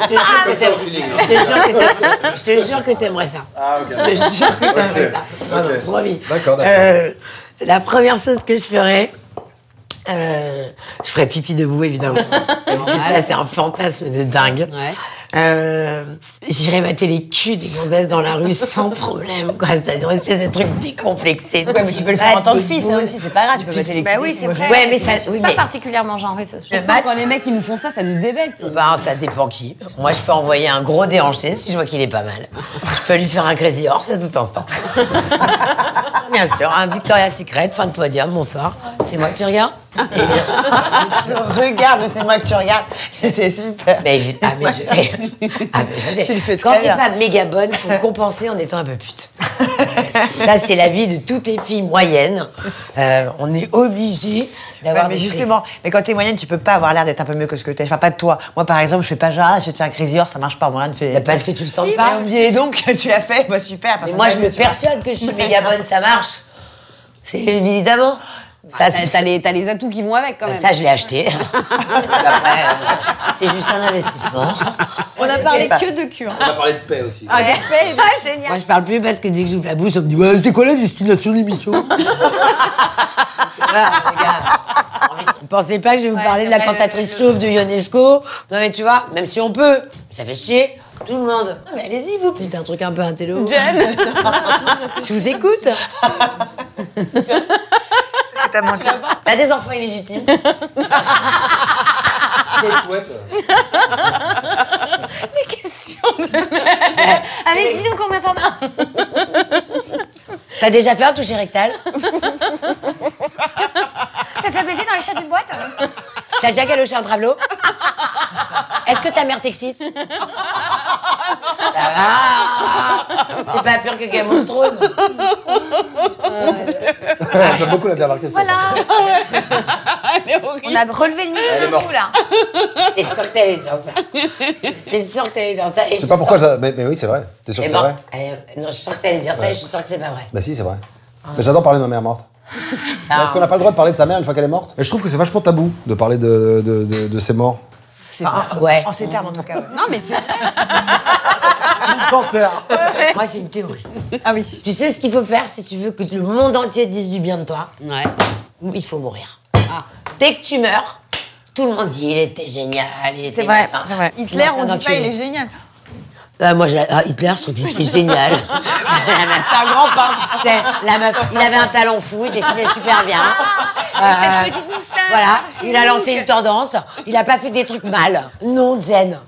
Speaker 4: Je te jure que t'aimerais- je te jure que t'aimerais- je te jure que t'aimerais ça.
Speaker 8: Ah, ok.
Speaker 4: Je te jure que t'aimerais ça. Non, non,
Speaker 8: Ok.
Speaker 4: promis.
Speaker 8: D'accord, d'accord.
Speaker 4: Euh, la première chose que je ferais, euh, je ferais pipi debout, évidemment. Parce que ça, c'est un fantasme de dingue. Euh, J'irais mater les culs des gonzesses dans la rue sans problème, quoi. C'est-à-dire une espèce de truc décomplexé.
Speaker 10: Ouais, mais tu peux le faire en tant que fils, hein, aussi, c'est pas grave, tu peux mettre les
Speaker 3: Bah oui, c'est vrai.
Speaker 4: Ouais, mais ça- oui,
Speaker 3: pas
Speaker 4: mais-
Speaker 3: particulièrement genré, ce sujet.
Speaker 2: Pourtant, quand les mecs, ils nous font ça, ça nous débecte.
Speaker 4: Ben, ça dépend qui. Moi, je peux envoyer un gros déhanché si je vois qu'il est pas mal. Je peux lui faire un crazy horse à tout instant. Bien sûr, un Victoria's Secret, fin de podium, bonsoir. C'est moi que tu regardes Eh bien, Je te regarde, c'est moi que tu regardes.
Speaker 10: Ah, C'était super.
Speaker 4: Mais, évi- ah, mais je, ah, mais je l'ai.
Speaker 10: Tu le fais très
Speaker 4: Quand t'es
Speaker 10: bien.
Speaker 4: pas méga bonne, faut compenser en étant un peu pute. Ça, c'est la vie de toutes les filles moyennes. Euh, on est obligé d'avoir
Speaker 10: Ouais, mais
Speaker 4: des
Speaker 10: justement, mais quand t'es moyenne, tu peux pas avoir l'air d'être un peu mieux que ce que t'es. Enfin, pas de toi. Moi, par exemple, je fais pas genre, ah, je vais te faire un crazy horse, ça marche pas. Moi, je fais.
Speaker 4: tricks. Parce que tu le tentes pas.
Speaker 10: Et donc, tu l'as fait, bah super. parce
Speaker 4: Mais
Speaker 10: que
Speaker 4: moi,
Speaker 10: ça,
Speaker 4: je me
Speaker 10: tu vois.
Speaker 4: persuade que je suis méga bonne, ça marche. C'est évidemment. Ça,
Speaker 2: T'as
Speaker 4: c'est-
Speaker 2: Ah, t'as les, t'as les atouts qui vont avec, quand même.
Speaker 4: Ben, ça, je l'ai acheté. Après, euh, c'est juste un investissement.
Speaker 6: On a parlé que de cul. hein.
Speaker 8: On a parlé de paix aussi.
Speaker 4: Moi, je parle plus parce que dès que j'ouvre la bouche, on me dit Ouais, C'est quoi la destination de l'émission euh, Voilà, les gars. Pensez pas que je vais vous
Speaker 3: Ouais,
Speaker 4: parler
Speaker 3: c'est
Speaker 4: de la
Speaker 3: pas le-
Speaker 4: cantatrice
Speaker 3: le-
Speaker 4: chauve de Ionesco. Non, mais tu vois, même si on peut, ça fait chier. Tout le monde. Ah, mais allez-y, vous. C'est un truc un peu intello.
Speaker 5: Jen
Speaker 4: Je vous écoute.
Speaker 5: T'as menti.
Speaker 4: Pas des enfants illégitimes.
Speaker 8: Je te le souhaite.
Speaker 3: Question de merde. Allez, dis-nous combien t'en as.
Speaker 4: T'as déjà fait un toucher rectal
Speaker 3: T'as déjà baisé dans les chats d'une boîte
Speaker 4: T'as déjà galoché un travelot Est-ce que ta mère t'excite Ça va C'est pas pire que Game of Thrones
Speaker 8: J'aime beaucoup la dernière question.
Speaker 3: Voilà. On a relevé le
Speaker 8: Elle est
Speaker 3: niveau d'un
Speaker 8: morte.
Speaker 3: coup, là.
Speaker 4: T'es sûr que t'allais faire ça T'es sûr que t'allais faire ça et
Speaker 8: Je sais pas pourquoi, ça- mais, mais oui, c'est vrai. T'es sûr que c'est vrai
Speaker 4: Eh ben, non, je suis sûre que t'allais dire ça et je suis sûre que c'est pas vrai.
Speaker 8: Bah si, c'est vrai. Mais J'adore parler de ma mère morte. Parce qu'on n'a pas le droit de parler de sa mère une fois qu'elle est morte. Et je trouve que c'est vachement tabou de parler de, de, de- de ses morts.
Speaker 4: Ah, ouais.
Speaker 10: En ces termes, en tout cas. ouais.
Speaker 2: Non, mais c'est
Speaker 8: Sans terre
Speaker 4: Moi, j'ai une théorie.
Speaker 6: Ah oui.
Speaker 4: Tu sais ce qu'il faut faire si tu veux que le monde entier dise du bien de toi
Speaker 2: Ouais.
Speaker 4: il faut mourir.
Speaker 6: Ah.
Speaker 4: Dès que tu meurs, tout le monde dit il était génial, il était
Speaker 6: C'est vrai,
Speaker 4: machin.
Speaker 6: c'est vrai. Hitler,
Speaker 4: Non,
Speaker 6: on
Speaker 4: non,
Speaker 6: dit
Speaker 4: tu
Speaker 6: pas,
Speaker 4: es-
Speaker 6: il est génial.
Speaker 4: Ah, moi, j'ai- ah, Hitler, je trouve qu'il était génial. C'est un grand peintre. La meuf, il avait un talent fou, il dessinait super bien.
Speaker 3: Ah, et cette petite moustache,
Speaker 4: Voilà,
Speaker 3: ce petit
Speaker 4: il a
Speaker 3: look.
Speaker 4: lancé une tendance, il a pas fait des trucs mal. Non, Jen.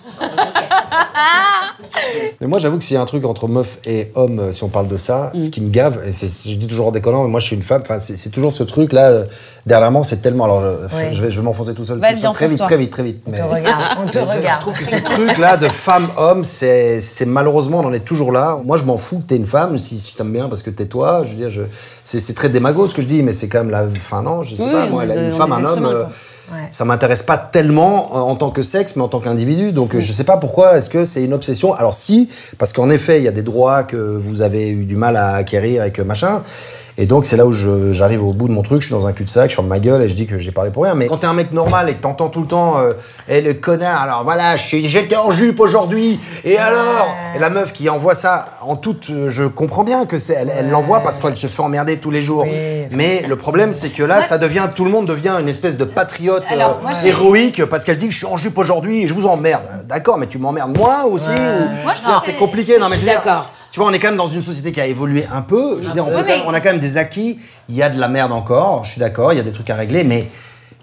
Speaker 8: Mais moi, j'avoue que s'il y a un truc entre meuf et homme, euh, si on parle de ça, ce qui me gave, et c'est- c'est- je dis toujours en décollant, mais moi je suis une femme, enfin, c'est c'est toujours ce truc-là. euh, Dernièrement, c'est tellement. Alors, je, je vais, je vais m'enfoncer tout seul.
Speaker 6: Vas-y,
Speaker 8: tout seul, très vite,
Speaker 6: enfonce-toi.
Speaker 8: très vite, très vite. mais-
Speaker 10: On te regarde, on te
Speaker 8: Mais je- Je
Speaker 10: regarde.
Speaker 8: trouve que ce truc-là de femme-homme, c'est c'est malheureusement, on en est toujours là. Moi, je m'en fous que t'es une femme, si, si je t'aime bien parce que t'es toi. Je veux dire, je- c'est c'est très démago ce que je dis, mais c'est quand même la. Enfin, non, je sais
Speaker 2: Oui,
Speaker 8: pas,
Speaker 2: oui,
Speaker 8: moi,
Speaker 2: on
Speaker 8: la-
Speaker 2: est-
Speaker 8: une
Speaker 2: on
Speaker 8: femme,
Speaker 2: est
Speaker 8: un
Speaker 2: des
Speaker 8: homme,
Speaker 2: êtres humains,
Speaker 8: euh, ça m'intéresse pas tellement euh, en tant que sexe, mais en tant qu'individu. Donc, euh, je sais pas pourquoi est-ce que c'est une obsession. Alors, si, parce qu'en effet, il y a des droits que vous avez eu du mal à acquérir et que machin. Et donc, c'est là où je- j'arrive au bout de mon truc. Je suis dans un cul-de-sac, je ferme ma gueule et je dis que j'ai parlé pour rien. Mais quand t'es un mec normal et que t'entends tout le temps, euh, Eh, le connard, alors voilà, je suis- j'étais en jupe aujourd'hui, et alors Et la meuf qui envoie ça en toute. euh, Je comprends bien que c'est. Elle elle l'envoie parce qu'elle se fait emmerder tous les jours. Mais le problème, c'est que là, ça devient. Tout le monde devient une espèce de patriote euh, héroïque parce qu'elle dit que je suis en jupe aujourd'hui et je vous emmerde. D'accord, mais tu m'emmerdes moi aussi ou-
Speaker 3: Moi, je
Speaker 8: Je veux dire,
Speaker 3: pense
Speaker 8: C'est
Speaker 3: que-
Speaker 8: compliqué, non mais je veux dire,
Speaker 4: d'accord.
Speaker 8: Tu vois, on est quand même dans une société qui a évolué un peu. Je veux dire, on, peut
Speaker 3: peu.
Speaker 8: quand même- on a quand même des acquis. Il y a de la merde encore, je suis d'accord, il y a des trucs à régler, mais.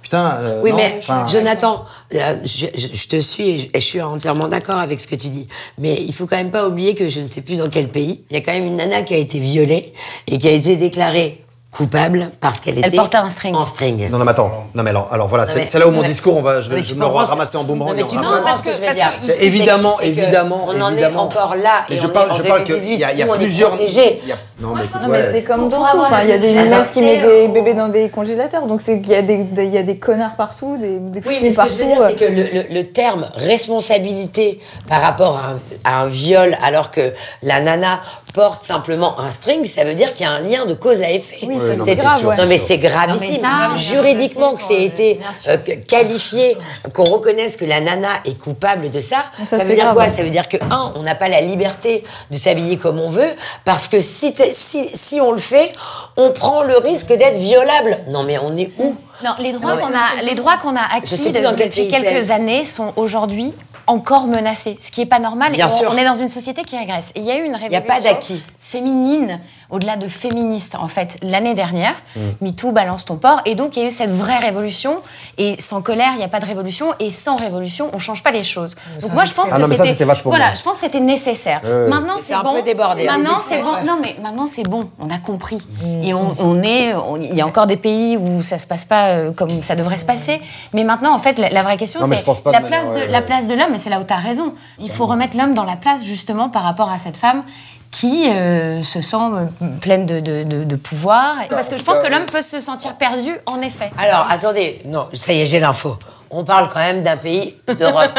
Speaker 8: Putain. euh,
Speaker 4: Oui,
Speaker 8: non,
Speaker 4: mais
Speaker 8: enfin-
Speaker 4: Jonathan, euh, je, je- je te suis et je, et je suis entièrement d'accord avec ce que tu dis. Mais il faut quand même pas oublier que je ne sais plus dans quel pays, il y a quand même une nana qui a été violée et qui a été déclarée coupable parce qu'elle était
Speaker 3: portait un string.
Speaker 4: en string.
Speaker 8: Non, non, mais attends. Non, mais alors, alors voilà,
Speaker 4: Non,
Speaker 8: c'est
Speaker 4: mais-
Speaker 8: c'est là où mon
Speaker 4: mais-
Speaker 8: discours, on va, je
Speaker 4: Non, mais
Speaker 8: vais, je
Speaker 4: tu
Speaker 8: vais me
Speaker 4: comprends ce-
Speaker 8: ramasser en boomerang.
Speaker 4: Non, mais
Speaker 8: et
Speaker 4: tu
Speaker 8: on va-
Speaker 4: comprends ce que je veux dire.
Speaker 8: C'est évidemment,
Speaker 4: C'est que
Speaker 8: évidemment,
Speaker 4: On en est
Speaker 8: évidemment.
Speaker 4: encore là et
Speaker 8: je
Speaker 4: on est
Speaker 8: parle,
Speaker 4: en
Speaker 8: je parle que
Speaker 4: 2018.
Speaker 8: il y a, il y a
Speaker 4: Nous, on est
Speaker 8: plusieurs.
Speaker 4: protégés.
Speaker 8: il y a- Non, mais écoute,
Speaker 6: Non, mais
Speaker 8: ouais.
Speaker 6: c'est comme
Speaker 3: Pour
Speaker 6: dans tout.
Speaker 3: avoir
Speaker 6: Enfin, il y a des
Speaker 3: la
Speaker 6: lunettes qui
Speaker 3: percée,
Speaker 6: mettent des
Speaker 3: euh,
Speaker 6: bébés dans des congélateurs. Donc, c'est qu'il y, a des- des- il y a des connards partout, des, des
Speaker 4: Oui,
Speaker 6: fous
Speaker 4: mais ce que
Speaker 6: partout.
Speaker 4: je veux dire, c'est que le, le- le terme responsabilité par rapport à un, à un viol, alors que la nana porte simplement un string, ça veut dire qu'il y a un lien de cause à effet.
Speaker 6: Oui, ça,
Speaker 8: non,
Speaker 6: c'est
Speaker 8: mais
Speaker 6: grave,
Speaker 8: sûr,
Speaker 6: ouais.
Speaker 4: Non mais c'est
Speaker 3: Non, mais
Speaker 4: gravissime.
Speaker 3: ça, on a
Speaker 4: Juridiquement que
Speaker 3: passé,
Speaker 4: c'est
Speaker 3: quoi,
Speaker 4: été
Speaker 3: bien sûr.
Speaker 4: euh, que- qualifié, qu'on reconnaisse que la nana est coupable de ça, ça,
Speaker 6: Ça,
Speaker 4: veut
Speaker 6: c'est
Speaker 4: dire
Speaker 6: grave.
Speaker 4: quoi Ça veut dire que un, on n'a pas la liberté de s'habiller comme on veut parce que si t'es- si, si on le fait, on prend le risque d'être violable. Non mais on est où
Speaker 3: Non, les droits qu'on a, les droits qu'on a
Speaker 4: Je sais
Speaker 3: acquis
Speaker 4: plus dans quel
Speaker 3: depuis
Speaker 4: pays
Speaker 3: quelques
Speaker 4: c'est.
Speaker 3: années sont aujourd'hui encore menacés, ce qui n'est pas normal.
Speaker 4: Bien
Speaker 3: et on,
Speaker 4: sûr.
Speaker 3: on est dans une société qui régresse. Et il y a eu une
Speaker 4: y a
Speaker 3: révolution
Speaker 4: pas d'acquis.
Speaker 3: féminine, au-delà de féministe en fait, l'année dernière.
Speaker 4: Mm.
Speaker 3: MeToo balance ton port, et donc il y a eu cette vraie révolution. Et sans colère, il n'y a pas de révolution, et sans révolution, on change pas les choses. Donc moi, je pense
Speaker 8: Ah
Speaker 3: que
Speaker 8: non, mais ça, c'était vachement
Speaker 3: voilà,
Speaker 8: bien.
Speaker 3: je pense que c'était nécessaire. Maintenant, c'est
Speaker 4: c'est un
Speaker 3: bon.
Speaker 4: peu débordé. hein.
Speaker 3: Maintenant, c'est bon. Non, mais maintenant, c'est bon. On a compris.
Speaker 4: Mm.
Speaker 3: Et on, on est. on- Il y a encore des pays où ça se passe pas euh, comme ça devrait se passer. Mais maintenant, en fait, la, la vraie question,
Speaker 8: Non, mais
Speaker 3: c'est
Speaker 8: je pense pas
Speaker 3: la
Speaker 8: de
Speaker 3: place
Speaker 8: manière-
Speaker 3: de
Speaker 8: ouais,
Speaker 3: la
Speaker 8: ouais.
Speaker 3: place de l'homme. Et c'est là où tu as raison. Il faut remettre l'homme dans la place justement par rapport à cette femme qui euh, se sent euh, pleine de, de- de- de pouvoir. Parce que je pense que l'homme peut se sentir perdu, en effet.
Speaker 4: Alors, attendez, non, ça y est, j'ai l'info. On parle quand même d'un pays d'Europe.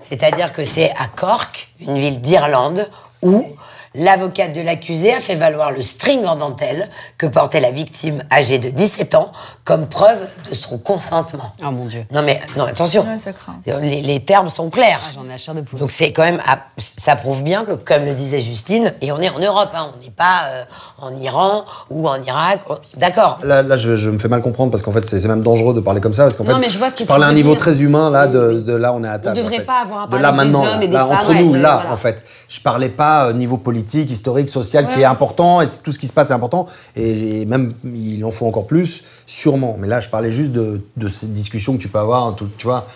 Speaker 4: C'est-à-dire que c'est à Cork, une ville d'Irlande, où l'avocate de l'accusé a fait valoir le string en dentelle que portait la victime âgée de 17 ans comme preuve de son consentement.
Speaker 2: Ah, mon Dieu.
Speaker 4: Non mais non, attention.
Speaker 6: Ouais, ça craint.
Speaker 4: Les, les termes sont clairs.
Speaker 2: J'en ai la chair de poule.
Speaker 4: Donc c'est quand même, à- ça prouve bien que, comme le disait Justine, et on est en Europe, hein, on n'est pas euh, en Iran ou en Irak. on- D'accord,
Speaker 8: Là, là, je, je me fais mal comprendre parce qu'en fait, c'est c'est même dangereux de parler comme ça parce qu'en
Speaker 2: Non,
Speaker 8: fait,
Speaker 2: mais je vois ce que tu
Speaker 8: parlais à un
Speaker 2: veux
Speaker 8: niveau
Speaker 2: dire.
Speaker 8: très humain là, de, de là, on est à table.
Speaker 2: devrait
Speaker 8: en fait.
Speaker 2: pas avoir à
Speaker 8: de
Speaker 2: parler
Speaker 8: là
Speaker 2: des
Speaker 8: maintenant,
Speaker 2: hommes et des
Speaker 8: là,
Speaker 2: femmes,
Speaker 8: entre
Speaker 2: ouais,
Speaker 8: nous,
Speaker 2: ouais,
Speaker 8: là,
Speaker 2: voilà.
Speaker 8: en fait, je parlais pas euh, niveau politique, historique, social, qui est important et tout ce qui se passe est important et, j'ai- même il en faut encore plus, sûrement. Mais là, je parlais juste de, de ces discussions que tu peux avoir, hein, tout- tu vois.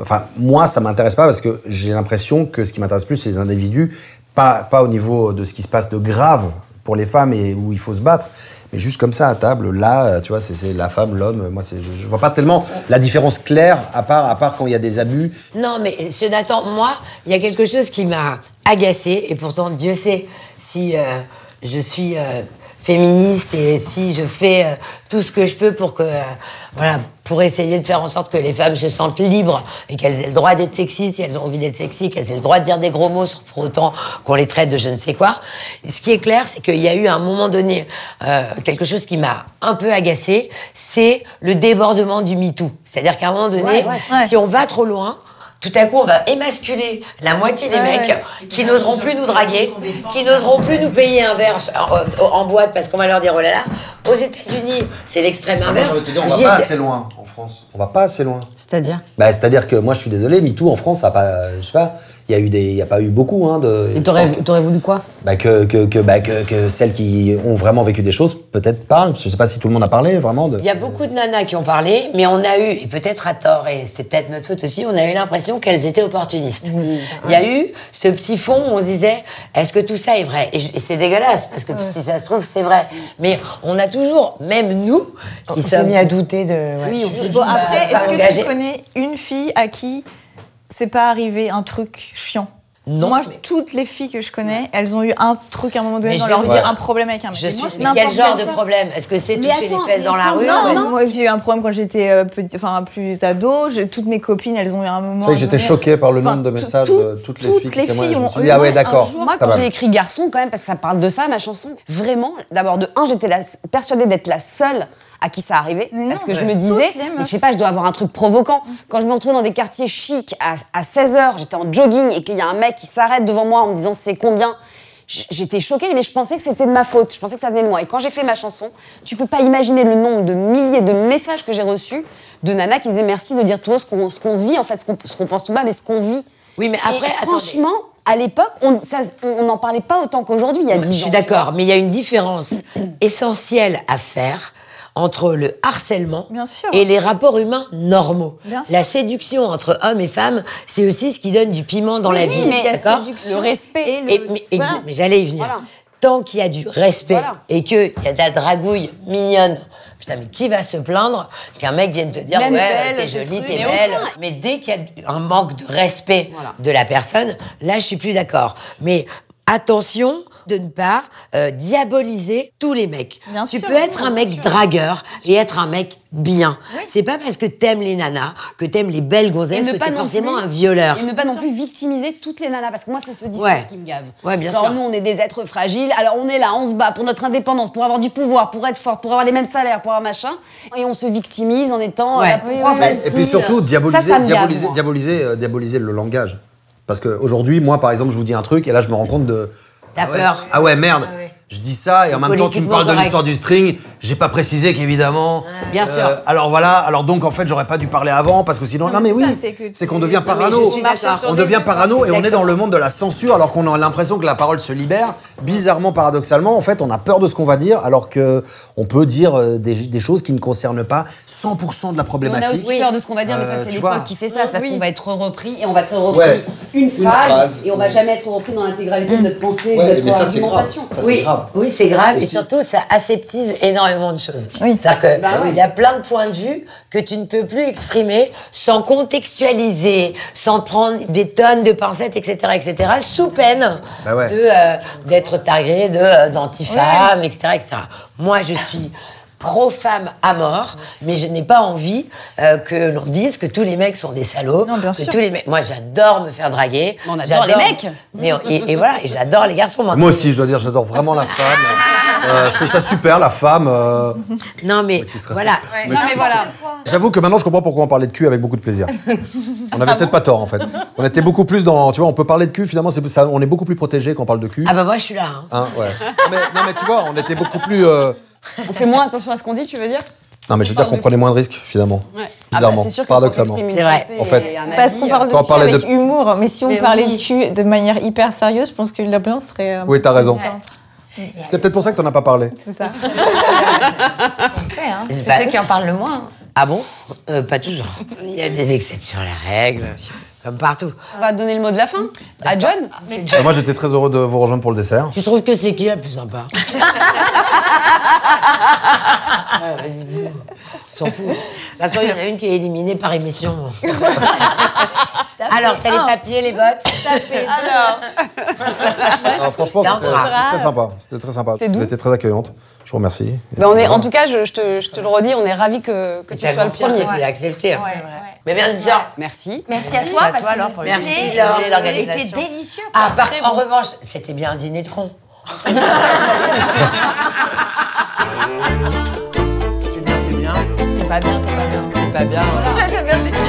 Speaker 8: Enfin, moi, ça m'intéresse pas parce que j'ai l'impression que ce qui m'intéresse plus, c'est les individus, pas pas au niveau de ce qui se passe de grave pour les femmes et où il faut se battre. Mais juste comme ça, à table, là, euh, tu vois, c'est c'est la femme, l'homme. Moi, c'est- je, je vois pas tellement la différence claire, à part, à part quand il y a des abus.
Speaker 4: Non, mais ce Nathan, moi, il y a quelque chose qui m'a agacée, et pourtant, Dieu sait si euh, je suis euh, féministe et si je fais euh, tout ce que je peux pour que. euh, voilà, pour essayer de faire en sorte que les femmes se sentent libres et qu'elles aient le droit d'être sexy si elles ont envie d'être sexy, qu'elles aient le droit de dire des gros mots sans pour autant qu'on les traite de je ne sais quoi. Ce qui est clair, c'est qu'il y a eu à un moment donné euh, quelque chose qui m'a un peu agacée, c'est le débordement du MeToo. C'est-à-dire qu'à un moment donné, si on va trop loin, tout à coup, on va émasculer la moitié des mecs qui n'oseront plus nous draguer, qui n'oseront plus nous payer un verre en, en boîte parce qu'on va leur dire oh là là. Aux États-Unis, c'est l'extrême
Speaker 8: Ah,
Speaker 4: inverse. J'ai été-
Speaker 8: loin en France. On va pas assez loin.
Speaker 2: C'est-à-dire
Speaker 8: Bah, c'est-à-dire que moi, je suis désolé, MeToo en France, ça a pas, euh, je sais pas, il y a eu des, il y a pas eu beaucoup, hein, de.
Speaker 2: Et T'aurais t'aurais voulu quoi
Speaker 8: Bah, que, que, que, bah, que, que celles qui ont vraiment vécu des choses, peut-être parlent. Je sais pas si tout le monde a parlé vraiment de.
Speaker 4: Il y a beaucoup de nanas qui ont parlé, mais on a eu, et peut-être à tort, et c'est peut-être notre faute aussi, on a eu l'impression qu'elles étaient opportunistes. Il y a eu ce petit fond où on se disait, est-ce que tout ça est vrai Et, je- et c'est dégueulasse, parce que si ça se trouve, c'est vrai. Mais on a toujours, même nous, qui
Speaker 10: Ils se sont
Speaker 4: sommes...
Speaker 10: mis à douter de. ouais.
Speaker 2: Oui, on s'est dit.
Speaker 6: Bon, après,
Speaker 4: bah,
Speaker 6: est-ce que
Speaker 4: engagé.
Speaker 6: tu connais une fille à qui c'est pas arrivé un truc chiant
Speaker 4: Non.
Speaker 6: Moi, je- toutes les filles que je connais, elles ont eu un truc à un moment donné
Speaker 4: Mais
Speaker 6: dans
Speaker 4: je
Speaker 6: leur
Speaker 4: vais
Speaker 6: vie,
Speaker 4: vous dire-
Speaker 6: un problème avec un mec.
Speaker 4: Je
Speaker 6: Mais
Speaker 4: suis...
Speaker 6: moi,
Speaker 4: mais quel
Speaker 6: n'importe
Speaker 4: genre de
Speaker 6: quel-
Speaker 4: problème Est-ce que c'est
Speaker 2: Mais
Speaker 4: toucher
Speaker 2: attends,
Speaker 4: les fesses
Speaker 2: mais
Speaker 4: dans la
Speaker 2: ça,
Speaker 4: rue
Speaker 2: non,
Speaker 6: Non,
Speaker 2: non.
Speaker 6: mais moi j'ai eu un problème quand j'étais euh, petit- enfin plus ado. J'ai- Toutes mes copines, elles ont eu un moment.
Speaker 8: C'est vrai que j'étais
Speaker 6: donné-
Speaker 8: choqué par le
Speaker 6: Enfin,
Speaker 8: nombre de
Speaker 6: tout-
Speaker 8: messages
Speaker 6: tout-
Speaker 8: de toutes les filles qui
Speaker 6: les
Speaker 8: témoignent.
Speaker 6: filles
Speaker 8: Je me
Speaker 6: ont
Speaker 8: suis dit, ah ouais, d'accord.
Speaker 6: un jour-
Speaker 2: Moi,
Speaker 8: Ça
Speaker 2: quand
Speaker 8: va.
Speaker 2: j'ai écrit garçon, quand même, parce que ça parle de ça, ma chanson, vraiment, d'abord de un, j'étais la- persuadée d'être la seule à qui ça arrivait,
Speaker 6: Mais non,
Speaker 2: parce que
Speaker 6: ouais.
Speaker 2: je me disais,
Speaker 6: Toutes les meufs.
Speaker 2: je sais pas, je dois avoir un truc provoquant. Quand je me retrouve dans des quartiers chics à, 16h, j'étais en jogging et qu'il y a un mec qui s'arrête devant moi en me disant c'est combien. j- J'étais choquée, mais je pensais que c'était de ma faute. Je pensais que ça venait de moi. Et quand j'ai fait ma chanson, tu peux pas imaginer le nombre de milliers de messages que j'ai reçus de nanas qui me disaient merci de dire tout haut ce qu'on ce qu'on vit, en fait, ce qu'on ce qu'on pense tout bas, mais ce qu'on vit.
Speaker 4: Oui, mais
Speaker 2: Et
Speaker 4: après, attendez.
Speaker 2: franchement, à l'époque, on ça- on n'en parlait pas autant qu'aujourd'hui, il y a 10
Speaker 4: Je
Speaker 2: ans.
Speaker 4: suis d'accord, mais il y a une différence essentielle à faire entre le harcèlement
Speaker 6: Bien sûr.
Speaker 4: et les rapports humains normaux.
Speaker 6: Bien sûr.
Speaker 4: La séduction entre hommes et femmes, c'est aussi ce qui donne du piment dans la vie.
Speaker 2: mais la
Speaker 4: d'accord
Speaker 2: séduction, le respect et le-
Speaker 4: Et- mais, exa-
Speaker 2: voilà.
Speaker 4: mais j'allais y venir.
Speaker 2: Voilà.
Speaker 4: tant qu'il y a du respect et qu'il y a de la dragouille mignonne, putain, mais qui va se plaindre qu'un mec vienne te dire,
Speaker 10: Même
Speaker 4: ouais,
Speaker 10: belle,
Speaker 4: t'es
Speaker 10: ce
Speaker 4: jolie,
Speaker 10: truc,
Speaker 4: t'es
Speaker 10: mais
Speaker 4: belle.
Speaker 10: aucun.
Speaker 4: Mais dès qu'il y a un manque de respect de la personne, là, je suis plus d'accord. Mais attention de ne pas euh, diaboliser tous les mecs.
Speaker 10: Bien
Speaker 4: tu
Speaker 10: sûr,
Speaker 4: peux être un
Speaker 10: bien
Speaker 4: mec
Speaker 10: sûr.
Speaker 4: dragueur et être un mec bien. C'est pas parce que t'aimes les nanas, que t'aimes les belles
Speaker 2: Et
Speaker 4: gonzesses,
Speaker 2: ne
Speaker 4: que
Speaker 2: pas
Speaker 4: t'es
Speaker 2: non
Speaker 4: forcément
Speaker 2: plus-
Speaker 4: un violeur.
Speaker 2: Et ne pas non plus victimiser toutes les nanas, parce que moi, c'est ce discours
Speaker 4: Ouais.
Speaker 2: qui me gave.
Speaker 4: Ouais, bien
Speaker 2: Genre,
Speaker 4: sûr.
Speaker 2: nous, on est des êtres fragiles, alors on est là, on se bat pour notre indépendance, pour avoir du pouvoir, pour être forte, pour avoir les mêmes salaires, pour avoir machin, et on se victimise en étant euh,
Speaker 4: Ouais.
Speaker 2: la proie
Speaker 4: Oui, oui, oui.
Speaker 2: facile.
Speaker 4: facile.
Speaker 8: Et puis surtout, diaboliser,
Speaker 2: Ça, ça me gave,
Speaker 8: diaboliser,
Speaker 2: moi.
Speaker 8: diaboliser, euh, diaboliser le langage. Parce qu'aujourd'hui, moi, par exemple, je vous dis un truc et là, je me rends compte de.
Speaker 4: T'as
Speaker 8: ah ouais,
Speaker 4: peur.
Speaker 8: Ah ouais, merde. Je dis ça et en même temps, tu me parles
Speaker 4: Politiquement
Speaker 8: de
Speaker 4: Ah,
Speaker 8: l'histoire du string. J'ai pas précisé qu'évidemment. euh,
Speaker 4: Bien sûr.
Speaker 8: Alors voilà, alors donc en fait, j'aurais pas dû parler avant parce que sinon. Non, mais,
Speaker 4: c'est
Speaker 8: oui,
Speaker 4: ça, c'est que
Speaker 8: c'est
Speaker 4: tu-
Speaker 8: qu'on devient
Speaker 4: Non, mais
Speaker 8: parano.
Speaker 4: je suis d'accord.
Speaker 8: On devient parano et on est
Speaker 4: Exactement.
Speaker 8: dans le monde de la censure alors qu'on a l'impression que la parole se libère. Bizarrement, paradoxalement, en fait, on a peur de ce qu'on va dire alors que on peut dire euh, des, des choses qui ne concernent pas 100% de la
Speaker 2: Mais on
Speaker 8: problématique.
Speaker 2: a aussi peur de ce qu'on va dire, mais ça,
Speaker 8: Euh,
Speaker 2: c'est
Speaker 8: tu
Speaker 2: l'époque
Speaker 8: vois.
Speaker 2: qui fait ça. C'est parce qu'on va être repris et on va être repris
Speaker 8: Ouais.
Speaker 2: une,
Speaker 8: Une
Speaker 2: phrase,
Speaker 8: phrase.
Speaker 2: et on va jamais être repris dans l'intégralité de notre pensée,
Speaker 8: Ouais,
Speaker 2: de notre
Speaker 8: mais ça, c'est grave.
Speaker 2: argumentation.
Speaker 8: Ça,
Speaker 4: oui,
Speaker 8: c'est grave.
Speaker 4: oui, c'est grave et
Speaker 8: Aussi.
Speaker 4: surtout ça aseptise énormément de choses. C'est-à-dire que
Speaker 8: Bah
Speaker 4: il y a plein de points de vue que tu ne peux plus exprimer sans contextualiser, sans prendre des tonnes de pincettes, etc., etc., sous peine
Speaker 8: Bah ouais.
Speaker 4: de euh, d'être targué de euh, d'antifemme, etc., etc. Moi, je suis pro-femme à mort, mais je n'ai pas envie euh, que l'on dise que tous les mecs sont des salauds, que
Speaker 2: sûr.
Speaker 4: tous les mecs. Moi, j'adore me faire draguer.
Speaker 2: Mais on adore les mecs.
Speaker 4: Mais on- et, et voilà, et j'adore les garçons. maintenant.
Speaker 8: Moi aussi, je dois dire, j'adore vraiment la femme. Euh, je trouve ça super, la femme. euh,
Speaker 4: Non mais
Speaker 8: qui sera-
Speaker 4: voilà.
Speaker 8: Non, mais voilà. J'avoue que maintenant, je comprends pourquoi on parlait de cul avec beaucoup de plaisir. On
Speaker 2: Ah
Speaker 8: avait peut-être pas tort, en fait. On était beaucoup plus dans. Tu vois, on peut parler de cul, finalement, c'est- ça- on est beaucoup plus protégé quand on parle de cul.
Speaker 4: Ah bah moi je suis là. hein.
Speaker 8: Hein, ouais. non, mais, non, mais tu vois, on était beaucoup plus. euh,
Speaker 2: On fait moins attention à ce qu'on dit, tu veux dire
Speaker 8: Non, mais je veux dire qu'on prenait moins de risques, finalement.
Speaker 2: Ouais. Ah
Speaker 8: Bizarrement,
Speaker 2: bah, c'est sûr que
Speaker 8: paradoxalement.
Speaker 2: quand t'exprimes une
Speaker 8: C'est
Speaker 4: vrai.
Speaker 2: pensée
Speaker 8: En fait.
Speaker 2: et un
Speaker 6: Parce
Speaker 2: avis,
Speaker 4: hein.
Speaker 6: qu'on parle de
Speaker 8: Quand on
Speaker 6: cul
Speaker 8: parlait
Speaker 6: avec
Speaker 8: de-
Speaker 6: humour, mais si on
Speaker 3: Mais
Speaker 6: parlait
Speaker 3: oui.
Speaker 6: de cul de manière hyper sérieuse, je pense que l'ambiance serait. euh,
Speaker 8: Oui, t'as raison.
Speaker 3: Ouais.
Speaker 8: C'est peut-être pour ça que t'en as pas parlé.
Speaker 6: C'est ça.
Speaker 3: C'est hein,
Speaker 4: C'est
Speaker 3: c'est
Speaker 4: pas-
Speaker 3: ceux qui en parlent le moins.
Speaker 4: Ah bon Euh, Pas toujours. Il y a des exceptions à la règle, comme partout.
Speaker 2: On va donner le mot de la fin à John.
Speaker 8: Et Euh, moi, j'étais très heureux de vous rejoindre pour le dessert.
Speaker 4: Tu trouves que c'est qui la plus sympa Ouais, Ah, Vas-y, dis-moi. T'en fous. De toute façon, il y en a une qui est éliminée par émission. Alors, t'as les papiers, les votes
Speaker 6: Alors,
Speaker 8: Alors, franchement,
Speaker 4: ça
Speaker 8: c'était
Speaker 4: grave.
Speaker 8: c'était très sympa. C'était très sympa. Vous étiez très accueillante. Je vous remercie.
Speaker 2: Ben, on est, en tout cas, je, je te, je te le redis, on est ravis que, que tu sois le
Speaker 4: fière
Speaker 2: premier.
Speaker 4: que tu l'as accepté.
Speaker 3: Ouais, ouais.
Speaker 4: Mais bien sûr.
Speaker 2: Merci.
Speaker 3: Merci à toi,
Speaker 4: à
Speaker 3: parce
Speaker 4: toi,
Speaker 3: que
Speaker 4: Laure,
Speaker 3: le
Speaker 4: pour le
Speaker 3: dîner,
Speaker 4: dîner,
Speaker 3: euh,
Speaker 4: l'organisation.
Speaker 3: était délicieux. quoi.
Speaker 4: Ah, par, en revanche, c'était bien un dîner de con.
Speaker 5: T'es bien, t'es bien.
Speaker 4: Pas bien, pas bien.
Speaker 5: T'es pas bien.
Speaker 3: J'aime bien tes-